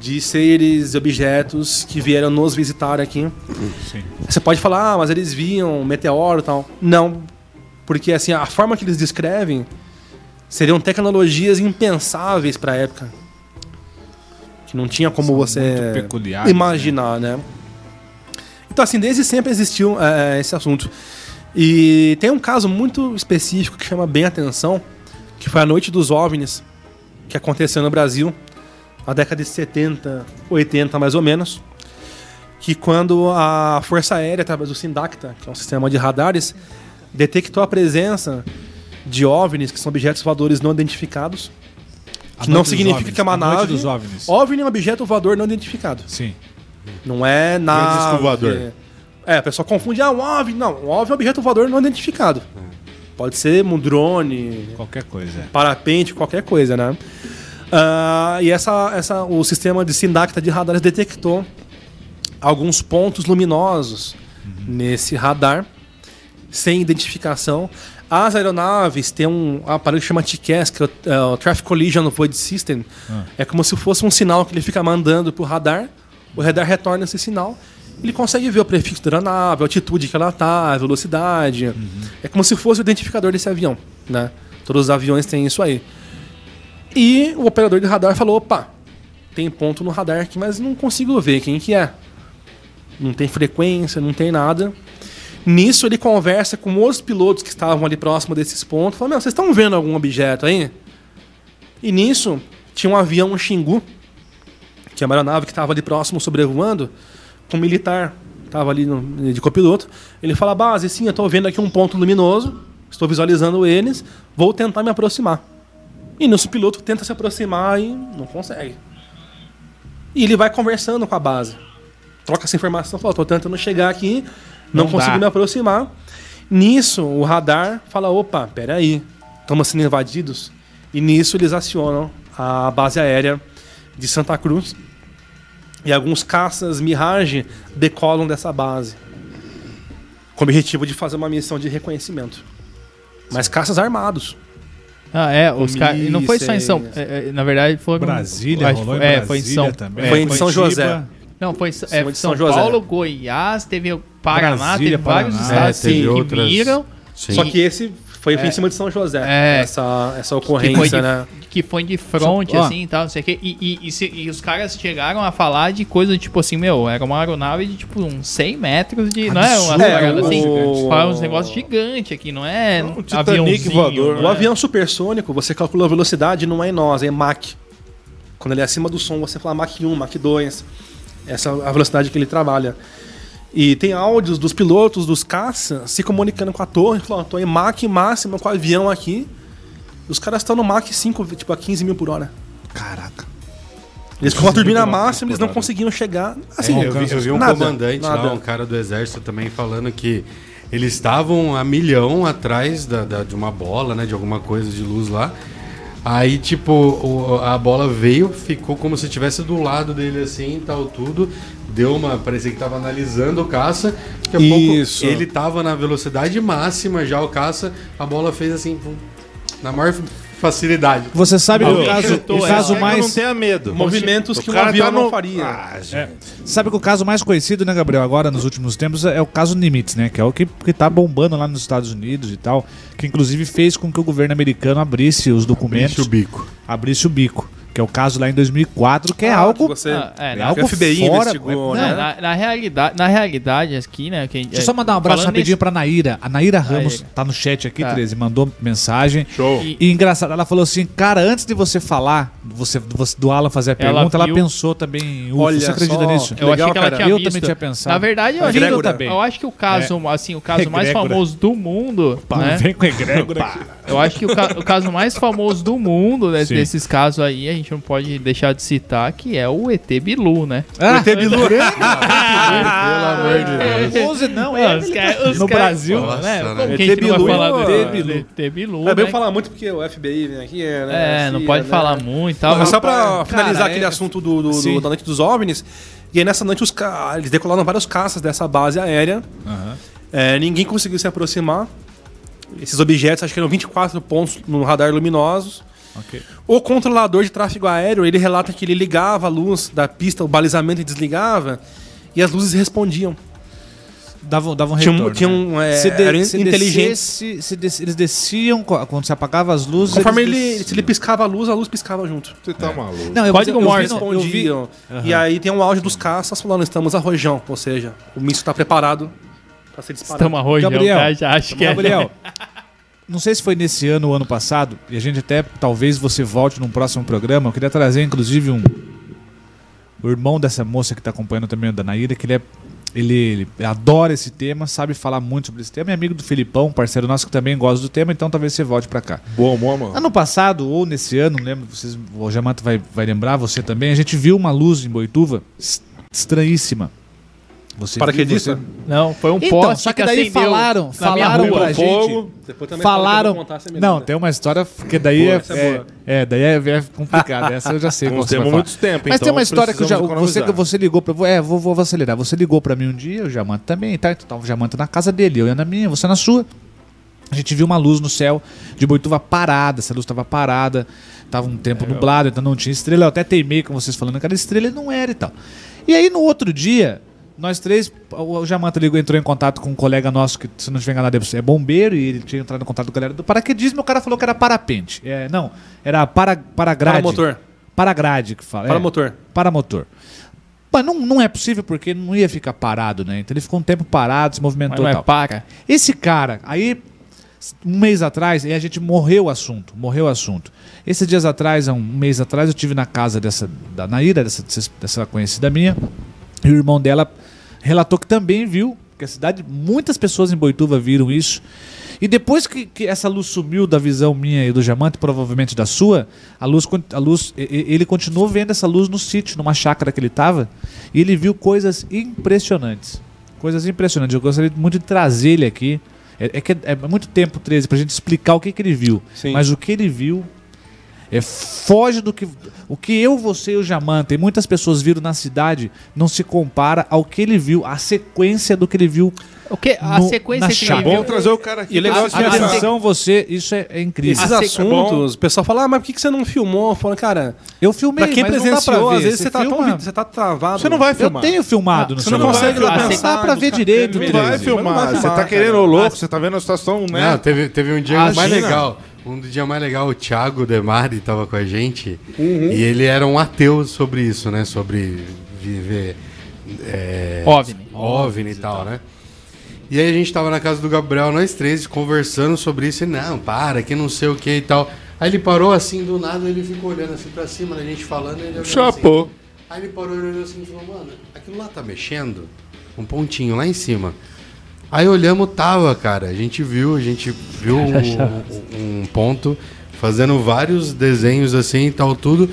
Speaker 5: de seres, objetos que vieram nos visitar aqui. Você pode falar, ah, mas eles viam meteoro e tal. Não, porque assim, a forma que eles descrevem seriam tecnologias impensáveis para a época. Que não tinha como você
Speaker 4: muito peculiares,
Speaker 5: imaginar, né? Então, assim, desde sempre existiu é, esse assunto. E tem um caso muito específico que chama bem a atenção, que foi a Noite dos OVNIs, que aconteceu no Brasil, na década de 70, 80 mais ou menos que quando a Força Aérea, através do Sindacta, que é um sistema de radares, detectou a presença de OVNIs, que são objetos voadores não identificados,
Speaker 4: A
Speaker 5: que não
Speaker 4: noite dos
Speaker 5: significa
Speaker 4: OVNIs,
Speaker 5: que é uma
Speaker 4: a noite
Speaker 5: nave.
Speaker 4: dos OVNIs.
Speaker 5: OVNI é um objeto voador não identificado.
Speaker 4: Sim.
Speaker 5: Não é nave.
Speaker 4: disco voador.
Speaker 5: É, o pessoal confunde, ah, um OVNI. Não, um OVNI é um objeto voador não identificado. Pode ser um drone,
Speaker 4: É. Qualquer coisa. é.
Speaker 5: parapente, qualquer coisa, né? Ah, e essa, essa, o sistema de sindacta de radares detectou alguns pontos luminosos nesse radar, sem identificação. As aeronaves têm um aparelho que chama TCAS, que é o, é o Traffic Collision Void System.
Speaker 4: Ah.
Speaker 5: É como se fosse um sinal que ele fica mandando pro radar. O radar retorna esse sinal. Ele consegue ver o prefixo da aeronave, a altitude que ela tá, a velocidade. É como se fosse o identificador desse avião, né? Todos os aviões têm isso aí. E o operador de radar falou: opa, tem ponto no radar aqui, mas não consigo ver quem que é. não tem frequência, não tem nada. Nisso ele conversa com outros pilotos que estavam ali próximo desses pontos. Fala, meu, vocês estão vendo algum objeto aí? E nisso tinha um avião Xingu, que é uma aeronave que estava ali próximo sobrevoando, com um militar. Estava ali no- de copiloto. Ele fala, base, sim, eu estou vendo aqui um ponto luminoso, estou visualizando eles, vou tentar me aproximar. E nosso piloto tenta se aproximar e não consegue. E ele vai conversando com a base. Troca essa informação, fala, tô tentando chegar aqui, não,
Speaker 4: Não
Speaker 5: consegui
Speaker 4: dá.
Speaker 5: me aproximar. Nisso, o radar fala, opa, peraí, estamos sendo invadidos. E nisso eles acionam a base aérea de Santa Cruz. E alguns caças Mirage decolam dessa base. Com o objetivo de fazer uma missão de reconhecimento. Mas caças armados.
Speaker 2: Ah, é, os caras. e Não foi só em São.
Speaker 5: Mísseis.
Speaker 2: é, é, na verdade, foram.
Speaker 5: Brasília,
Speaker 2: acho que
Speaker 5: rolou em
Speaker 2: foi- é, foi em
Speaker 5: Brasília
Speaker 2: São.
Speaker 5: também.
Speaker 2: é,
Speaker 5: Foi em São José.
Speaker 2: Não, foi em São,
Speaker 5: Cima
Speaker 2: é,
Speaker 5: de
Speaker 2: São,
Speaker 5: São José.
Speaker 2: Paulo, Goiás, teve o Paraná,
Speaker 5: Brasília,
Speaker 2: teve vários
Speaker 5: Paraná.
Speaker 2: estados
Speaker 5: É, teve
Speaker 2: que
Speaker 5: outras-
Speaker 2: viram.
Speaker 5: Sim. Só que esse foi em cima de São José, essa- essa ocorrência,
Speaker 2: que foi de,
Speaker 5: né?
Speaker 2: Que foi de front,
Speaker 5: Ó.
Speaker 2: assim, e tal, não sei o quê. E, e- e se- e os caras chegaram a falar de coisa, tipo assim, meu, era uma aeronave de, tipo, uns 100 metros de... Não é, uma
Speaker 5: Absurdo.
Speaker 2: parada
Speaker 5: É,
Speaker 2: assim,
Speaker 5: o-
Speaker 2: falaram uns negócios gigantes aqui, não é Ah, um
Speaker 5: O avião supersônico, você calcula a velocidade, não é em nós, é em Mach. Quando ele é acima do som, você fala Mach 1, Mach 2. Essa é a velocidade que ele trabalha. E tem áudios dos pilotos, dos caças, se comunicando com a torre, falando, tô em Mach máximo com o avião aqui. Os caras estão no Mach 5, tipo, a 15 mil por hora. Caraca. Eles com a turbina máxima, eles não conseguiam chegar. Assim,
Speaker 3: É, eu, vi, eu vi um
Speaker 5: nada,
Speaker 3: comandante
Speaker 5: nada.
Speaker 3: lá, um cara do exército também falando que eles estavam a milhão atrás da, da- de uma bola, né? De alguma coisa de luz lá. Aí, tipo, o- a bola veio, ficou como se estivesse do lado dele assim e tal, tudo. Deu uma. Parecia que tava analisando o caça. Daqui a
Speaker 5: Isso.
Speaker 3: pouco ele tava na velocidade máxima já, o caça. A bola fez assim, pum, na maior facilidade.
Speaker 4: Você sabe que o
Speaker 3: Alguém
Speaker 4: caso,
Speaker 3: chutou
Speaker 4: o
Speaker 3: essa.
Speaker 4: caso
Speaker 3: Eu
Speaker 4: mais.
Speaker 3: não tenho medo.
Speaker 5: Movimentos
Speaker 3: O
Speaker 5: que um
Speaker 3: cara
Speaker 5: avião
Speaker 3: tá
Speaker 5: não
Speaker 3: no-
Speaker 5: faria.
Speaker 3: Ah,
Speaker 5: É.
Speaker 4: Sabe que o caso mais conhecido, né, Gabriel, agora nos últimos tempos é o caso Nimitz, né? Que é o que, que tá bombando lá nos Estados Unidos e tal. Que inclusive fez com que o governo americano abrisse os documentos.
Speaker 3: Abrisse o bico.
Speaker 4: Abrisse o bico. Que é o caso lá em 2004, que é algo.
Speaker 5: um
Speaker 2: Ah, é,
Speaker 4: é
Speaker 2: não.
Speaker 4: algo
Speaker 2: O
Speaker 5: FBI
Speaker 4: fora,
Speaker 5: investigou,
Speaker 4: né?
Speaker 2: Não, é na, na realidade, na realidade, aqui, né... Que,
Speaker 4: Deixa eu só mandar um abraço
Speaker 2: falando
Speaker 4: rapidinho pra Naira. A Naira Ramos
Speaker 2: Naira.
Speaker 4: tá no chat aqui,
Speaker 2: Tá.
Speaker 4: 13, mandou mensagem.
Speaker 2: Show.
Speaker 4: E, e engraçado, ela falou assim: cara, antes de você falar, você, você- do Alan fazer a
Speaker 2: Ela
Speaker 4: pergunta, ela,
Speaker 2: viu-
Speaker 4: pensou também em UFO.
Speaker 2: Olha
Speaker 4: você acredita
Speaker 2: só,
Speaker 4: nisso?
Speaker 2: Eu achei que ela tinha
Speaker 4: Eu
Speaker 2: visto.
Speaker 4: também tinha pensado.
Speaker 2: Na verdade, eu,
Speaker 4: Tá
Speaker 2: acho que-
Speaker 4: vindo também.
Speaker 2: eu acho que o caso, assim, o caso mais
Speaker 4: Egrégora.
Speaker 2: famoso do mundo.
Speaker 4: Opa,
Speaker 2: né?
Speaker 4: vem com egrégora
Speaker 2: Opa.
Speaker 4: aqui.
Speaker 2: Eu acho que o, ca- o caso mais famoso do mundo, né,
Speaker 4: Sim.
Speaker 2: desses casos aí, a gente não pode deixar de citar, que é o ET Bilu, né?
Speaker 4: Ah,
Speaker 2: ET Bilu. Ah,
Speaker 4: Famoso não, é
Speaker 2: Os
Speaker 4: ele
Speaker 2: cara-
Speaker 4: tá-
Speaker 2: os
Speaker 4: No
Speaker 2: cara-
Speaker 4: Brasil,
Speaker 2: Nossa, né?
Speaker 4: né?
Speaker 2: Como
Speaker 5: É,
Speaker 2: que a gente não
Speaker 5: Tebilu,
Speaker 2: vai falar do
Speaker 5: é,
Speaker 2: ET Bilu,
Speaker 5: É bem
Speaker 2: né?
Speaker 5: falar muito porque o FBI vem aqui, né?
Speaker 2: É,
Speaker 5: a
Speaker 2: não
Speaker 5: CIA,
Speaker 2: pode
Speaker 5: né?
Speaker 2: falar muito e tal.
Speaker 5: Mas Só pra
Speaker 2: Cara,
Speaker 5: finalizar
Speaker 2: é-
Speaker 5: aquele assunto do, do- do-
Speaker 2: Sim.
Speaker 5: da noite dos OVNIs. E aí nessa noite os ca- eles decolaram vários caças dessa base aérea. É, ninguém conseguiu se aproximar. Esses objetos, acho que eram 24 pontos no radar luminosos.
Speaker 4: Ok.
Speaker 5: O controlador de tráfego aéreo, ele relata que ele ligava a luz da pista, o balizamento ele desligava, e as luzes respondiam.
Speaker 4: Davam, davam
Speaker 5: Tinha um-
Speaker 4: retorno.
Speaker 5: tinha
Speaker 4: né?
Speaker 5: um, é,
Speaker 4: Se de-
Speaker 5: era
Speaker 4: se
Speaker 5: inteligente.
Speaker 4: descesse- se des- eles desciam co- quando se apagava as luzes.
Speaker 5: Conforme
Speaker 4: eles
Speaker 5: ele,
Speaker 4: desciam.
Speaker 5: se ele piscava a luz, a luz piscava junto. Você
Speaker 4: tá É. maluco. Não, eu vou dizer,
Speaker 5: Código
Speaker 4: eu vi
Speaker 5: Morse.
Speaker 4: no- eu vi-
Speaker 5: Respondiam.
Speaker 4: Aham.
Speaker 5: E aí tem um áudio dos caças falando, estamos a rojão. Ou seja, o míssil está preparado para ser disparado.
Speaker 2: Estamos a rojão,
Speaker 4: Gabriel,
Speaker 2: cara, já acho que é.
Speaker 4: Gabriel, não sei se foi nesse ano ou ano passado, e a gente até, talvez você volte num próximo programa, eu queria trazer, inclusive, um... O irmão dessa moça que tá acompanhando também, da Naíra, que ele é... Ele, ele adora esse tema, sabe falar muito sobre esse tema. É amigo do Filipão, parceiro nosso que também gosta do tema, então talvez você volte pra cá.
Speaker 1: Bom, bom, mano.
Speaker 4: Ano passado, ou nesse ano, não lembro, vocês, o Jamanta vai, vai lembrar, você também, a gente viu uma luz em Boituva es- estranhíssima. Você
Speaker 5: Paraquedista?
Speaker 4: viu, você-
Speaker 2: Não, foi um
Speaker 4: Então,
Speaker 2: poste
Speaker 4: só que
Speaker 2: que
Speaker 4: daí
Speaker 2: acendeu
Speaker 4: falaram,
Speaker 2: na
Speaker 4: falaram
Speaker 2: minha rua.
Speaker 4: pra
Speaker 2: Fogo.
Speaker 5: Depois também
Speaker 4: falaram.
Speaker 5: fala que eu vou contar, você me
Speaker 4: não,
Speaker 5: lembra.
Speaker 4: tem uma história que daí
Speaker 5: Boa,
Speaker 4: é,
Speaker 5: essa é boa.
Speaker 4: é, daí é, é complicada. Essa eu já sei.
Speaker 1: Nós
Speaker 4: qual você
Speaker 1: temos
Speaker 4: vai falar.
Speaker 1: muitos tempos,
Speaker 4: Mas tem
Speaker 1: então
Speaker 4: uma história que eu já,
Speaker 1: precisamos
Speaker 4: você que
Speaker 1: economizar.
Speaker 4: você ligou para é, vou, vou acelerar. Você ligou pra mim um dia, o Jamanta também, tá? Então tava o Jamanta na casa dele, eu ia na minha, você na sua. A gente viu uma luz no céu de Boituva parada, essa luz estava parada, tava um
Speaker 1: É,
Speaker 4: tempo nublado, então não tinha estrela. Eu até teimei com vocês falando que era estrela e não era e tal. E aí no outro dia, nós três, o o Jamanta ligou, entrou em contato com um colega nosso que, se não tiver enganado, é bombeiro e ele tinha entrado em contato com a galera do paraquedismo e o cara falou que era parapente. É, não, era para, para grade.
Speaker 5: Paramotor.
Speaker 4: Paragrade que fala.
Speaker 5: Paramotor.
Speaker 4: É, paramotor. Mas não, não é possível porque não ia ficar parado, né? Então ele ficou um tempo parado, se movimentou
Speaker 2: Mas
Speaker 4: e
Speaker 2: não é
Speaker 4: tal.
Speaker 2: para.
Speaker 4: Esse cara, aí, um mês atrás, e a gente morreu o assunto, morreu o assunto. Esses dias atrás, há um mês atrás, eu tive na casa dessa, da Naira, dessa, dessa conhecida minha, e o irmão dela relatou que também viu, que a cidade, muitas pessoas em Boituva viram isso. E depois que, que essa luz sumiu da visão minha e do Diamante, provavelmente da sua, a luz, con- a luz, e- e- ele continuou vendo essa luz no sítio, numa chácara que ele estava, e ele viu coisas impressionantes. Coisas impressionantes. Eu gostaria muito de trazer ele aqui. É, é que é, é muito tempo, 13, pra gente explicar o que, que ele viu. Mas o que ele viu é, foge do que. O que eu, você e o Jamanta e muitas pessoas viram na cidade não se compara ao que ele viu, a sequência do que ele viu.
Speaker 2: O que? A
Speaker 4: no-
Speaker 2: sequência
Speaker 4: na
Speaker 2: que ele
Speaker 4: chapa.
Speaker 2: viu- Bom trazer o cara aqui.
Speaker 4: E o legal é que
Speaker 2: A- a-
Speaker 4: atenção, você, isso é, é incrível.
Speaker 5: Esses assuntos, o pessoal fala, ah, mas por que que você não filmou? Fala, cara.
Speaker 4: Eu filmei,
Speaker 5: Pra quem
Speaker 4: mas não dá
Speaker 5: presenciou,
Speaker 4: pra ver.
Speaker 5: às vezes
Speaker 4: Você
Speaker 5: você tá, tão,
Speaker 4: filma-
Speaker 5: você tá travado.
Speaker 4: Você não vai filmar. Eu tenho filmado no
Speaker 5: Você não
Speaker 4: celular.
Speaker 5: consegue
Speaker 4: Ah,
Speaker 5: pensar,
Speaker 4: você dá pra ver
Speaker 5: buscar
Speaker 4: direito,
Speaker 5: câmera.
Speaker 1: Tu vai filmar, você tá querendo o louco, você tá vendo a situação, né?
Speaker 3: Não,
Speaker 4: tá
Speaker 3: teve, teve um dia mais
Speaker 1: Imagina.
Speaker 3: legal. Um dia mais legal, o Thiago Demari tava com a gente. E ele era um ateu sobre isso, né? Sobre viver. É,
Speaker 2: OVNI.
Speaker 3: OVNI e tal, né? E aí a gente tava na casa do Gabriel, nós três, conversando sobre isso. E não, para, que não sei o que e tal. Aí ele parou assim do nada, ele ficou olhando assim pra cima, né, a gente falando. Ele olhando assim.
Speaker 9: Chapô.
Speaker 3: Aí ele parou e olhou assim e falou: Mano, aquilo lá tá mexendo? Um pontinho lá em cima. Aí olhamos, tava, cara. A gente viu, a gente viu um, um ponto fazendo vários desenhos assim e tal, tudo.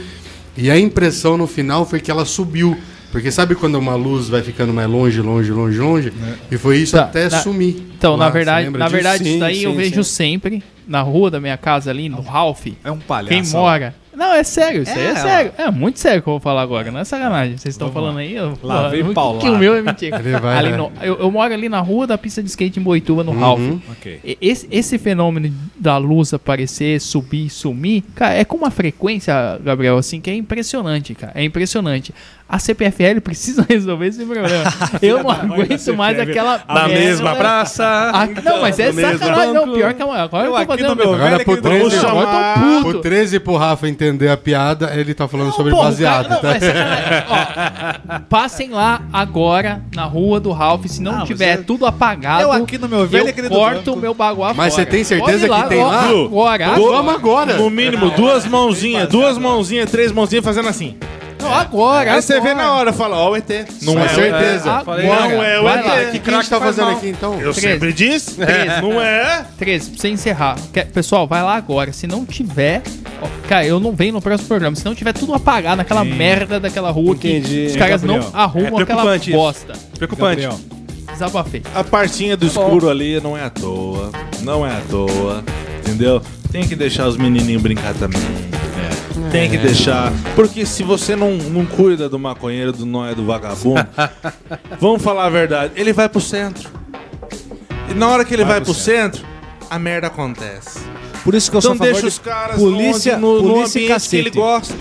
Speaker 3: E a impressão no final foi que ela subiu. Porque sabe quando uma luz vai ficando mais longe, longe, longe, longe? E foi isso
Speaker 2: Tá,
Speaker 3: até
Speaker 2: na-
Speaker 3: sumir.
Speaker 2: Então,
Speaker 3: Lá,
Speaker 2: na
Speaker 3: você
Speaker 2: verdade,
Speaker 3: lembra
Speaker 2: na
Speaker 3: disso?
Speaker 2: verdade
Speaker 3: Sim,
Speaker 2: isso daí eu
Speaker 3: sim,
Speaker 2: vejo
Speaker 3: sim.
Speaker 2: sempre na rua da minha casa ali, no Ralph.
Speaker 4: É um palhaço.
Speaker 2: Quem mora. Não, é sério, isso aí é,
Speaker 4: É, ó.
Speaker 2: sério. É muito sério que eu vou falar agora, não é sacanagem. Vocês estão falando aí. Eu,
Speaker 4: Lá
Speaker 2: pô,
Speaker 4: vem
Speaker 2: que-
Speaker 4: paulada.
Speaker 2: Que o meu é mentira.
Speaker 4: Ele vai,
Speaker 2: Ali
Speaker 4: vai.
Speaker 2: no- eu, eu moro ali na rua da pista de skate em Boituva, no
Speaker 4: Uhum.
Speaker 2: Ralph.
Speaker 4: Ok.
Speaker 2: E- Esse, esse fenômeno da luz aparecer, subir, sumir, cara, é com uma frequência, Gabriel, assim, que é impressionante, cara. É impressionante. A CPFL precisa resolver esse problema. Eu não aguento mais aquela.
Speaker 5: Na mesma
Speaker 2: merda.
Speaker 5: praça.
Speaker 2: Ah, não, mas é
Speaker 5: No mesmo
Speaker 2: sacanagem. Não,
Speaker 5: banco.
Speaker 2: pior que é uma- agora eu, tô fazendo.
Speaker 3: Agora pro 13,
Speaker 2: Vamos chamar-
Speaker 3: agora
Speaker 2: tá um puto.
Speaker 3: pro 13 e pro Rafa entender a piada, ele tá falando sobre
Speaker 2: porra,
Speaker 3: baseado.
Speaker 2: cara, não, é
Speaker 3: tá?
Speaker 2: Passem lá agora na rua do Ralph. Se
Speaker 1: Ah,
Speaker 2: não, tiver tudo apagado, eu aqui
Speaker 4: no meu
Speaker 1: velho
Speaker 2: eu
Speaker 1: e aquele do
Speaker 2: corto
Speaker 1: banco.
Speaker 2: o meu baguá
Speaker 3: Mas você tem certeza
Speaker 2: Olhe
Speaker 3: que tem lá?
Speaker 2: ó, Agora,
Speaker 1: Du-
Speaker 2: agora.
Speaker 1: No mínimo, duas mãozinhas, duas mãozinhas, três mãozinhas fazendo assim.
Speaker 2: Não, agora.
Speaker 1: Aí você vê na hora, fala, ó, é o ET.
Speaker 3: Com certeza.
Speaker 1: Falei, não é o
Speaker 2: Vai lá.
Speaker 1: ET.
Speaker 2: Que
Speaker 3: que a gente tá
Speaker 1: faz
Speaker 3: fazendo
Speaker 1: mal?
Speaker 3: aqui, então?
Speaker 1: Eu sempre disse.
Speaker 2: Treze.
Speaker 1: Não é?
Speaker 2: 13, pra você encerrar. Que- Pessoal, vai lá agora. Se não tiver. ó, Cara, eu não venho no próximo programa. Se não tiver tudo apagado naquela merda daquela rua
Speaker 1: Entendi.
Speaker 2: que os caras
Speaker 1: Gabriel.
Speaker 2: não arrumam
Speaker 1: É
Speaker 2: aquela
Speaker 1: preocupante isso.
Speaker 2: bosta.
Speaker 1: Preocupante.
Speaker 2: Desabafei.
Speaker 1: A partinha do
Speaker 2: bom.
Speaker 1: escuro ali não é à toa. Não é à toa. Entendeu? Tem que deixar os menininhos brincar também. né? Tem que
Speaker 4: É.
Speaker 1: deixar. Porque se você não, não cuida do maconheiro, do nóia, do vagabundo, vamos falar a verdade. Ele vai pro centro. E na hora que ele vai, pro centro, a merda acontece.
Speaker 4: Por isso que eu
Speaker 1: então
Speaker 4: sou a favor
Speaker 1: deixa
Speaker 4: de
Speaker 1: os caras
Speaker 4: polícia-
Speaker 1: onde, no, no
Speaker 4: polícia e
Speaker 1: ambiente que ele
Speaker 4: cacete.
Speaker 1: gosta.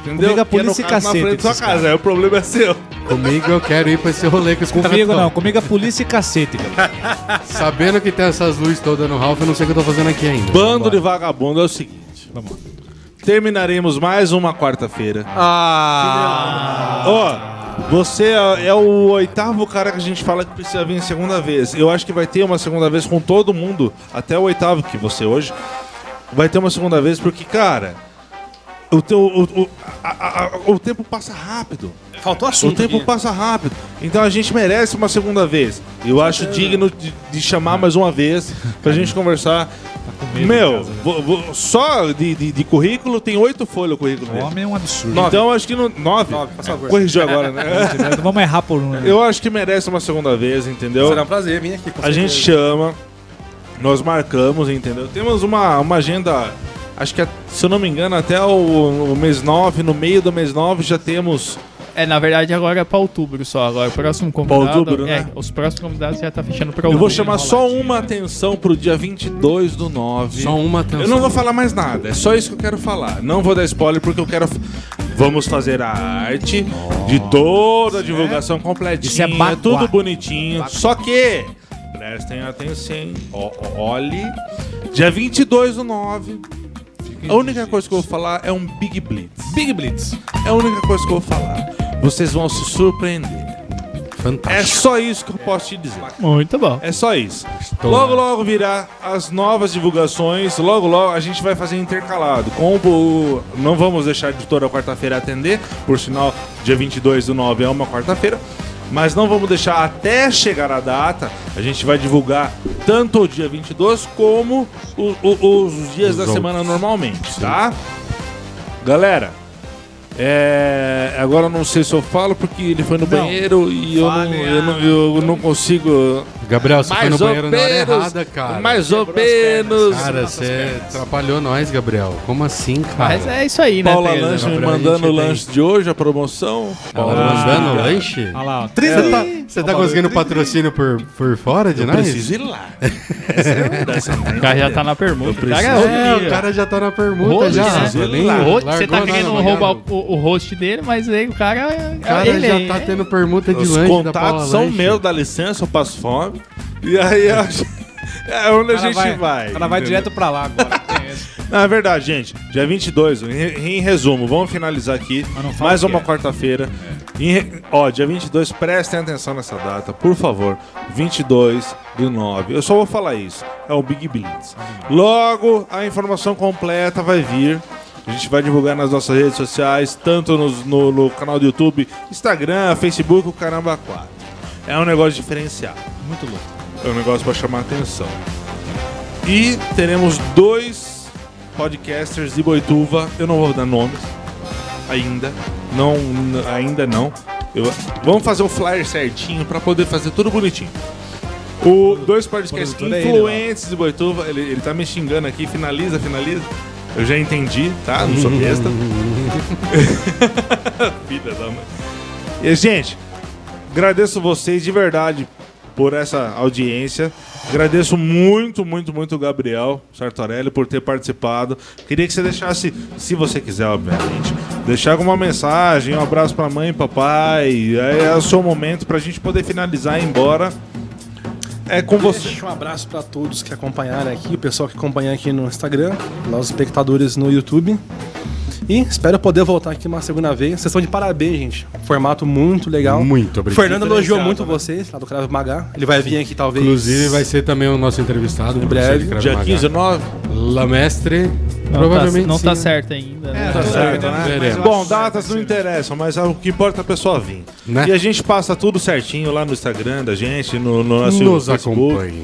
Speaker 1: Entendeu?
Speaker 4: Comigo é
Speaker 1: Que no
Speaker 4: polícia e
Speaker 1: caso,
Speaker 4: cacete
Speaker 1: Na frente da
Speaker 4: desses
Speaker 1: sua casa.
Speaker 4: caras.
Speaker 1: Aí o problema é seu.
Speaker 3: Comigo eu quero ir pra esse rolê que os caras
Speaker 4: Comigo
Speaker 3: tão.
Speaker 4: não, comigo é polícia e cacete, cara.
Speaker 3: Sabendo que tem essas luzes todas no Ralph, eu não sei o que eu tô fazendo aqui ainda.
Speaker 1: Bando de vagabundo é o seguinte. Vamos. Terminaremos mais uma quarta-feira. Ah! Ó, você é, é o oitavo cara que a gente fala que precisa vir segunda vez. Eu acho que vai ter uma segunda vez com todo mundo, até o oitavo que você hoje. Vai ter uma segunda vez porque, cara, o teu o, o, a- a- a- o tempo passa rápido.
Speaker 5: Faltou assunto
Speaker 1: O tempo
Speaker 5: aqui.
Speaker 1: passa rápido. Então a gente merece uma segunda vez. Eu acho digno de, de chamar mais uma vez pra gente conversar.
Speaker 5: Tá
Speaker 1: Meu, vou- vou- só de, de- de currículo tem oito folhas o currículo
Speaker 4: O
Speaker 1: dele.
Speaker 4: homem é um absurdo.
Speaker 1: Então acho que no, nove. nove
Speaker 5: por favor.
Speaker 1: Corrigiu agora, né?
Speaker 4: Então Vamos errar por um.
Speaker 1: Eu acho que merece uma segunda vez, entendeu?
Speaker 5: Será um prazer vir aqui. com
Speaker 1: A gente
Speaker 5: certeza.
Speaker 1: chama, nós marcamos, entendeu? Temos uma, uma agenda, acho que é, se eu não me engano, até o, o mês 9, no meio do mês 9 já temos.
Speaker 2: É, na verdade agora é pra outubro só. Agora o próximo convidado.
Speaker 1: outubro,
Speaker 2: é,
Speaker 1: né?
Speaker 2: Os próximos convidados já tá fechando pra
Speaker 1: Eu
Speaker 2: outubro.
Speaker 1: vou chamar só uma atenção pro dia 22 do 9.
Speaker 3: Só uma atenção.
Speaker 1: Eu não vou falar mais nada, é só isso que eu quero falar. Não vou dar spoiler porque eu quero. f- Vamos fazer a arte de toda a divulgação completinha.
Speaker 4: Isso é baguá.
Speaker 1: tudo bonitinho. Só que, prestem atenção, ó, ó, olhe. Dia 22 do 9. A única coisa que eu vou falar é um Big Blitz.
Speaker 4: Big Blitz.
Speaker 1: É a única coisa que eu vou falar. Vocês vão se surpreender.
Speaker 4: Tá
Speaker 1: É só isso que eu posso te dizer.
Speaker 2: Muito bom.
Speaker 1: É só isso. Logo, logo virá as novas divulgações. Logo, logo a gente vai fazer intercalado. Com o... Não vamos deixar a editora quarta-feira atender. Por sinal, dia 22 do 9 é uma quarta-feira. Mas não vamos deixar até chegar a data. A gente vai divulgar tanto o dia 22 como o- o- os dias
Speaker 3: Os
Speaker 1: da
Speaker 3: outros.
Speaker 1: semana normalmente, tá? Galera, é, agora eu não sei se eu falo porque ele foi no banheiro e eu não, eu, não, eu não consigo.
Speaker 3: Gabriel, você foi no
Speaker 1: É Mais ou
Speaker 3: banheiro na hora
Speaker 1: menos,
Speaker 3: errada, cara.
Speaker 1: Mais ou menos.
Speaker 3: Cara, você atrapalhou nós, Gabriel. Como assim, cara?
Speaker 2: Mas é isso aí, né?
Speaker 1: Paula
Speaker 2: Pedro?
Speaker 1: Lanche me
Speaker 3: Gabriel, a gente
Speaker 1: mandando o
Speaker 3: tem-
Speaker 1: lanche de hoje, a promoção.
Speaker 3: Paula Tá
Speaker 1: Ah.
Speaker 3: mandando lanche?
Speaker 4: Olha lá, ó.
Speaker 3: Você tá, você tá conseguindo patrocínio por, por fora de
Speaker 1: Eu
Speaker 3: nós?
Speaker 1: preciso ir lá. Essa é verdade, essa
Speaker 2: O
Speaker 4: um
Speaker 2: cara já tá na permuta. O cara é
Speaker 3: É,
Speaker 2: horrível.
Speaker 3: o cara já tá na permuta
Speaker 2: Host,
Speaker 3: já.
Speaker 2: né?
Speaker 3: Zé Lin,
Speaker 2: O host- Você
Speaker 3: largou
Speaker 2: tá
Speaker 3: na-
Speaker 2: querendo
Speaker 3: na-
Speaker 2: roubar o, o host dele, mas aí o cara. é-
Speaker 3: O cara
Speaker 2: ele
Speaker 3: já
Speaker 2: é-
Speaker 3: tá tendo permuta de
Speaker 1: Os
Speaker 3: lanche da Paula
Speaker 1: contatos são
Speaker 3: Lanche.
Speaker 1: meus, dá licença, eu passo fome. E aí a gente- é onde a
Speaker 4: Ela
Speaker 1: gente vai.
Speaker 4: vai, ela vai
Speaker 1: entendeu? É
Speaker 4: direto pra lá agora. tem essa.
Speaker 1: Na verdade, gente, dia 22, em, em resumo, vamos finalizar aqui.
Speaker 4: Mas não fala
Speaker 1: Mais
Speaker 4: o que
Speaker 1: uma
Speaker 4: é.
Speaker 1: quarta-feira. Em re- Ó, dia 22, prestem atenção nessa data, por favor. 22 do 9. Eu só vou falar isso. É o Big Blitz.
Speaker 4: Uhum.
Speaker 1: Logo, a informação completa vai vir. A gente vai divulgar nas nossas redes sociais, tanto nos- no, no canal do YouTube, Instagram, Facebook, o Caramba 4. É um negócio diferenciado.
Speaker 4: Muito louco.
Speaker 1: É um negócio pra chamar a atenção. E teremos dois podcasters de Boituva. Eu não vou dar nomes ainda. Não, n- ainda não. Eu- vamos fazer o flyer certinho pra poder fazer tudo bonitinho. O dois podcasts
Speaker 4: produtor é ele,
Speaker 1: influentes de Boituva. Ele, ele tá me xingando aqui. Finaliza, finaliza. Eu já entendi, tá? Não
Speaker 4: Uhum.
Speaker 1: sou besta. Vida da mãe. E, gente, agradeço vocês de verdade por essa audiência. Agradeço muito, muito, muito o Gabriel Sartorelli por ter participado. Queria que você deixasse, se você quiser, obviamente, deixar alguma mensagem, um abraço pra mãe e papai. É, é o seu momento pra gente poder finalizar e ir embora. É com você.
Speaker 5: Deixa um abraço para todos que acompanharam aqui, o pessoal que acompanha aqui no Instagram, nossos espectadores no YouTube. E espero poder voltar aqui uma segunda vez. Vocês estão de parabéns, gente. Formato muito legal.
Speaker 3: Muito obrigado.
Speaker 5: Fernando elogiou muito vocês, lá do Cravo Magá. Ele vai vir aqui talvez.
Speaker 3: Inclusive, vai ser também o nosso entrevistado. Em
Speaker 5: breve,
Speaker 1: Dia 15 ou 9?
Speaker 3: La Mestre.
Speaker 2: Não, tá,
Speaker 3: provavelmente
Speaker 2: não tá
Speaker 3: sim.
Speaker 2: certo ainda. né?
Speaker 1: Tá certo, né?
Speaker 3: Veremos.
Speaker 1: Bom, datas não interessam, mas o que importa é a pessoa vir.
Speaker 3: Né?
Speaker 1: E a gente passa tudo certinho lá no Instagram da gente, no, no nosso
Speaker 3: Nos
Speaker 1: Tá Facebook.
Speaker 3: acompanhe.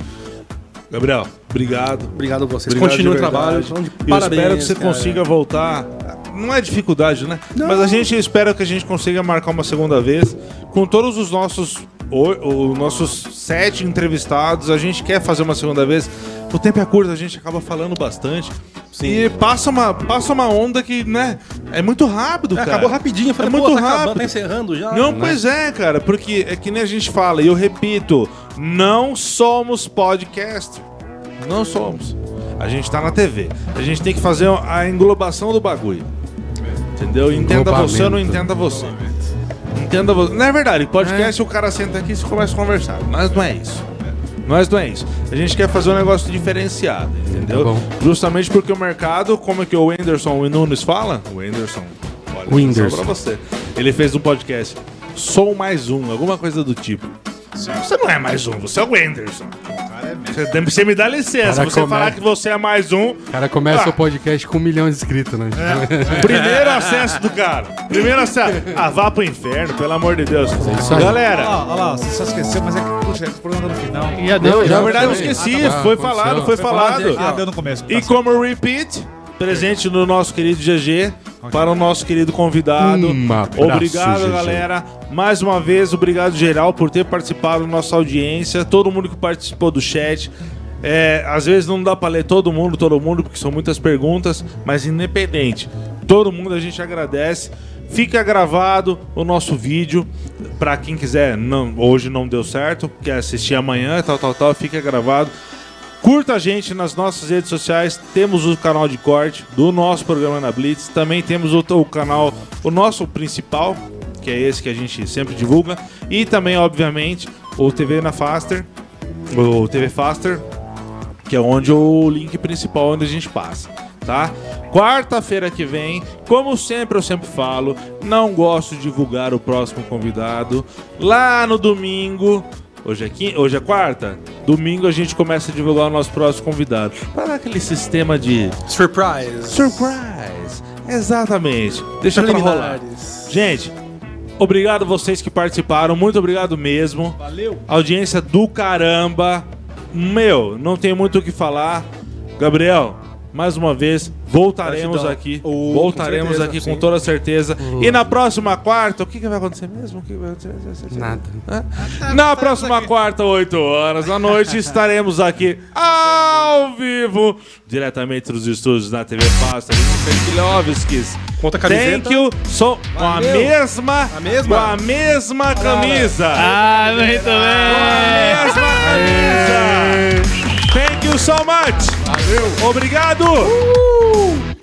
Speaker 1: Gabriel, obrigado.
Speaker 5: Obrigado a vocês.
Speaker 1: Obrigado
Speaker 5: Continua o
Speaker 1: de
Speaker 5: trabalho.
Speaker 1: verdade.
Speaker 5: então, de
Speaker 1: Eu espero que você
Speaker 5: cara. É,
Speaker 1: consiga voltar. Não é dificuldade, né? Mas a gente espera que a gente consiga marcar uma segunda vez com todos os nossos o- os nossos sete entrevistados. A gente quer fazer uma segunda vez. O tempo é curto, a gente acaba falando bastante. E passa uma, passa uma onda que, né? É muito rápido,
Speaker 5: É,
Speaker 1: cara.
Speaker 5: acabou rapidinho. Eu Falei,
Speaker 1: É muito
Speaker 5: pô, tá Acabando,
Speaker 1: rápido.
Speaker 5: tá encerrando já.
Speaker 1: Não, pois é, cara, porque é que nem a gente fala, e eu repito, não somos podcast. Não somos. A gente tá na TV. A gente tem que fazer a englobação do bagulho. Entendeu? Entenda você ou não entenda você. Entenda você. Não é verdade, podcast o cara senta aqui e se começa a conversar. Mas não é isso. Nós não é isso. A gente quer fazer um negócio diferenciado, entendeu?
Speaker 3: Tá bom.
Speaker 1: Justamente porque o mercado, como é que o Anderson o Nunes fala? O Anderson. Olha,
Speaker 3: O Whindersson.
Speaker 1: só pra você. Ele fez um podcast. Sou mais um, alguma coisa do tipo. Você não é mais um, você é o Anderson. Você tem- Você me dá licença.
Speaker 3: Cara,
Speaker 1: você
Speaker 3: como
Speaker 1: falar
Speaker 3: é?
Speaker 1: que você é mais um.
Speaker 3: O cara começa
Speaker 1: Ah. É.
Speaker 3: o podcast com um milhão de inscritos, né?
Speaker 1: Primeiro acesso do cara. Primeiro acesso. Ah, vá pro inferno, pelo amor de Deus.
Speaker 3: é isso aí. Ah,
Speaker 1: Galera.
Speaker 4: Olha lá, olha lá, você só esqueceu, mas é que puxa, é que o programa tá no final.
Speaker 2: Já deu,
Speaker 3: Não,
Speaker 2: já.
Speaker 1: Na verdade, eu
Speaker 3: foi.
Speaker 1: esqueci.
Speaker 3: Ah, tá.
Speaker 1: foi
Speaker 3: Aconteceu.
Speaker 1: falado, foi
Speaker 3: Foi
Speaker 1: falado.
Speaker 4: Ah, deu no começo.
Speaker 1: E como repeat, Tá presente no nosso querido GG, para o nosso querido convidado.
Speaker 3: Um abraço,
Speaker 1: obrigado,
Speaker 3: GG.
Speaker 1: galera. Mais uma vez, obrigado geral por ter participado da nossa audiência, todo mundo que participou do chat. É, às vezes não dá para ler todo mundo, todo mundo, porque são muitas perguntas, mas independente, todo mundo a gente agradece. Fica gravado o nosso vídeo para quem quiser. Não, hoje não deu certo, quer assistir amanhã, tal, tal, tal. Fica gravado. Curta a gente nas nossas redes sociais. Temos o canal de corte do nosso programa na Blitz. Também temos o, o canal, o nosso principal, que é esse que a gente sempre divulga. E também, obviamente, o TV na Faster, o TV Faster, que é onde o link principal onde a gente passa. tá? Quarta-feira que vem, como sempre eu sempre falo, não gosto de divulgar o próximo convidado. Lá no domingo, hoje é, quinta, hoje é quarta, domingo a gente começa a divulgar o nosso próximo convidado. Para dar aquele sistema de
Speaker 5: Surprise.
Speaker 1: Surprise! Exatamente. Deixa pra rolar.
Speaker 5: Preliminares.
Speaker 1: Gente, obrigado vocês que participaram. Muito obrigado mesmo.
Speaker 5: Valeu.
Speaker 1: Audiência do caramba. Meu, não tem muito o que falar. Gabriel, mais uma vez, voltaremos
Speaker 5: Gratidão.
Speaker 1: aqui.
Speaker 5: Oh, com
Speaker 1: voltaremos
Speaker 5: certeza,
Speaker 1: aqui
Speaker 5: sim. Uhum.
Speaker 1: com toda certeza. E na próxima quarta, o que, que vai acontecer mesmo? O que vai acontecer?
Speaker 3: Nada.
Speaker 1: Na próxima quarta, 8 horas da noite, estaremos aqui ao vivo, diretamente dos estúdios da TV Pasta, Petrovskis.
Speaker 5: Conta a
Speaker 1: Thank
Speaker 5: camiseta.
Speaker 1: you, sou com a
Speaker 5: Valeu.
Speaker 1: mesma,
Speaker 5: A mesma?
Speaker 1: com a mesma camisa.
Speaker 2: Ah, muito
Speaker 1: A
Speaker 2: bem!
Speaker 1: mesma camisa. Thank you so much. Valeu. Obrigado.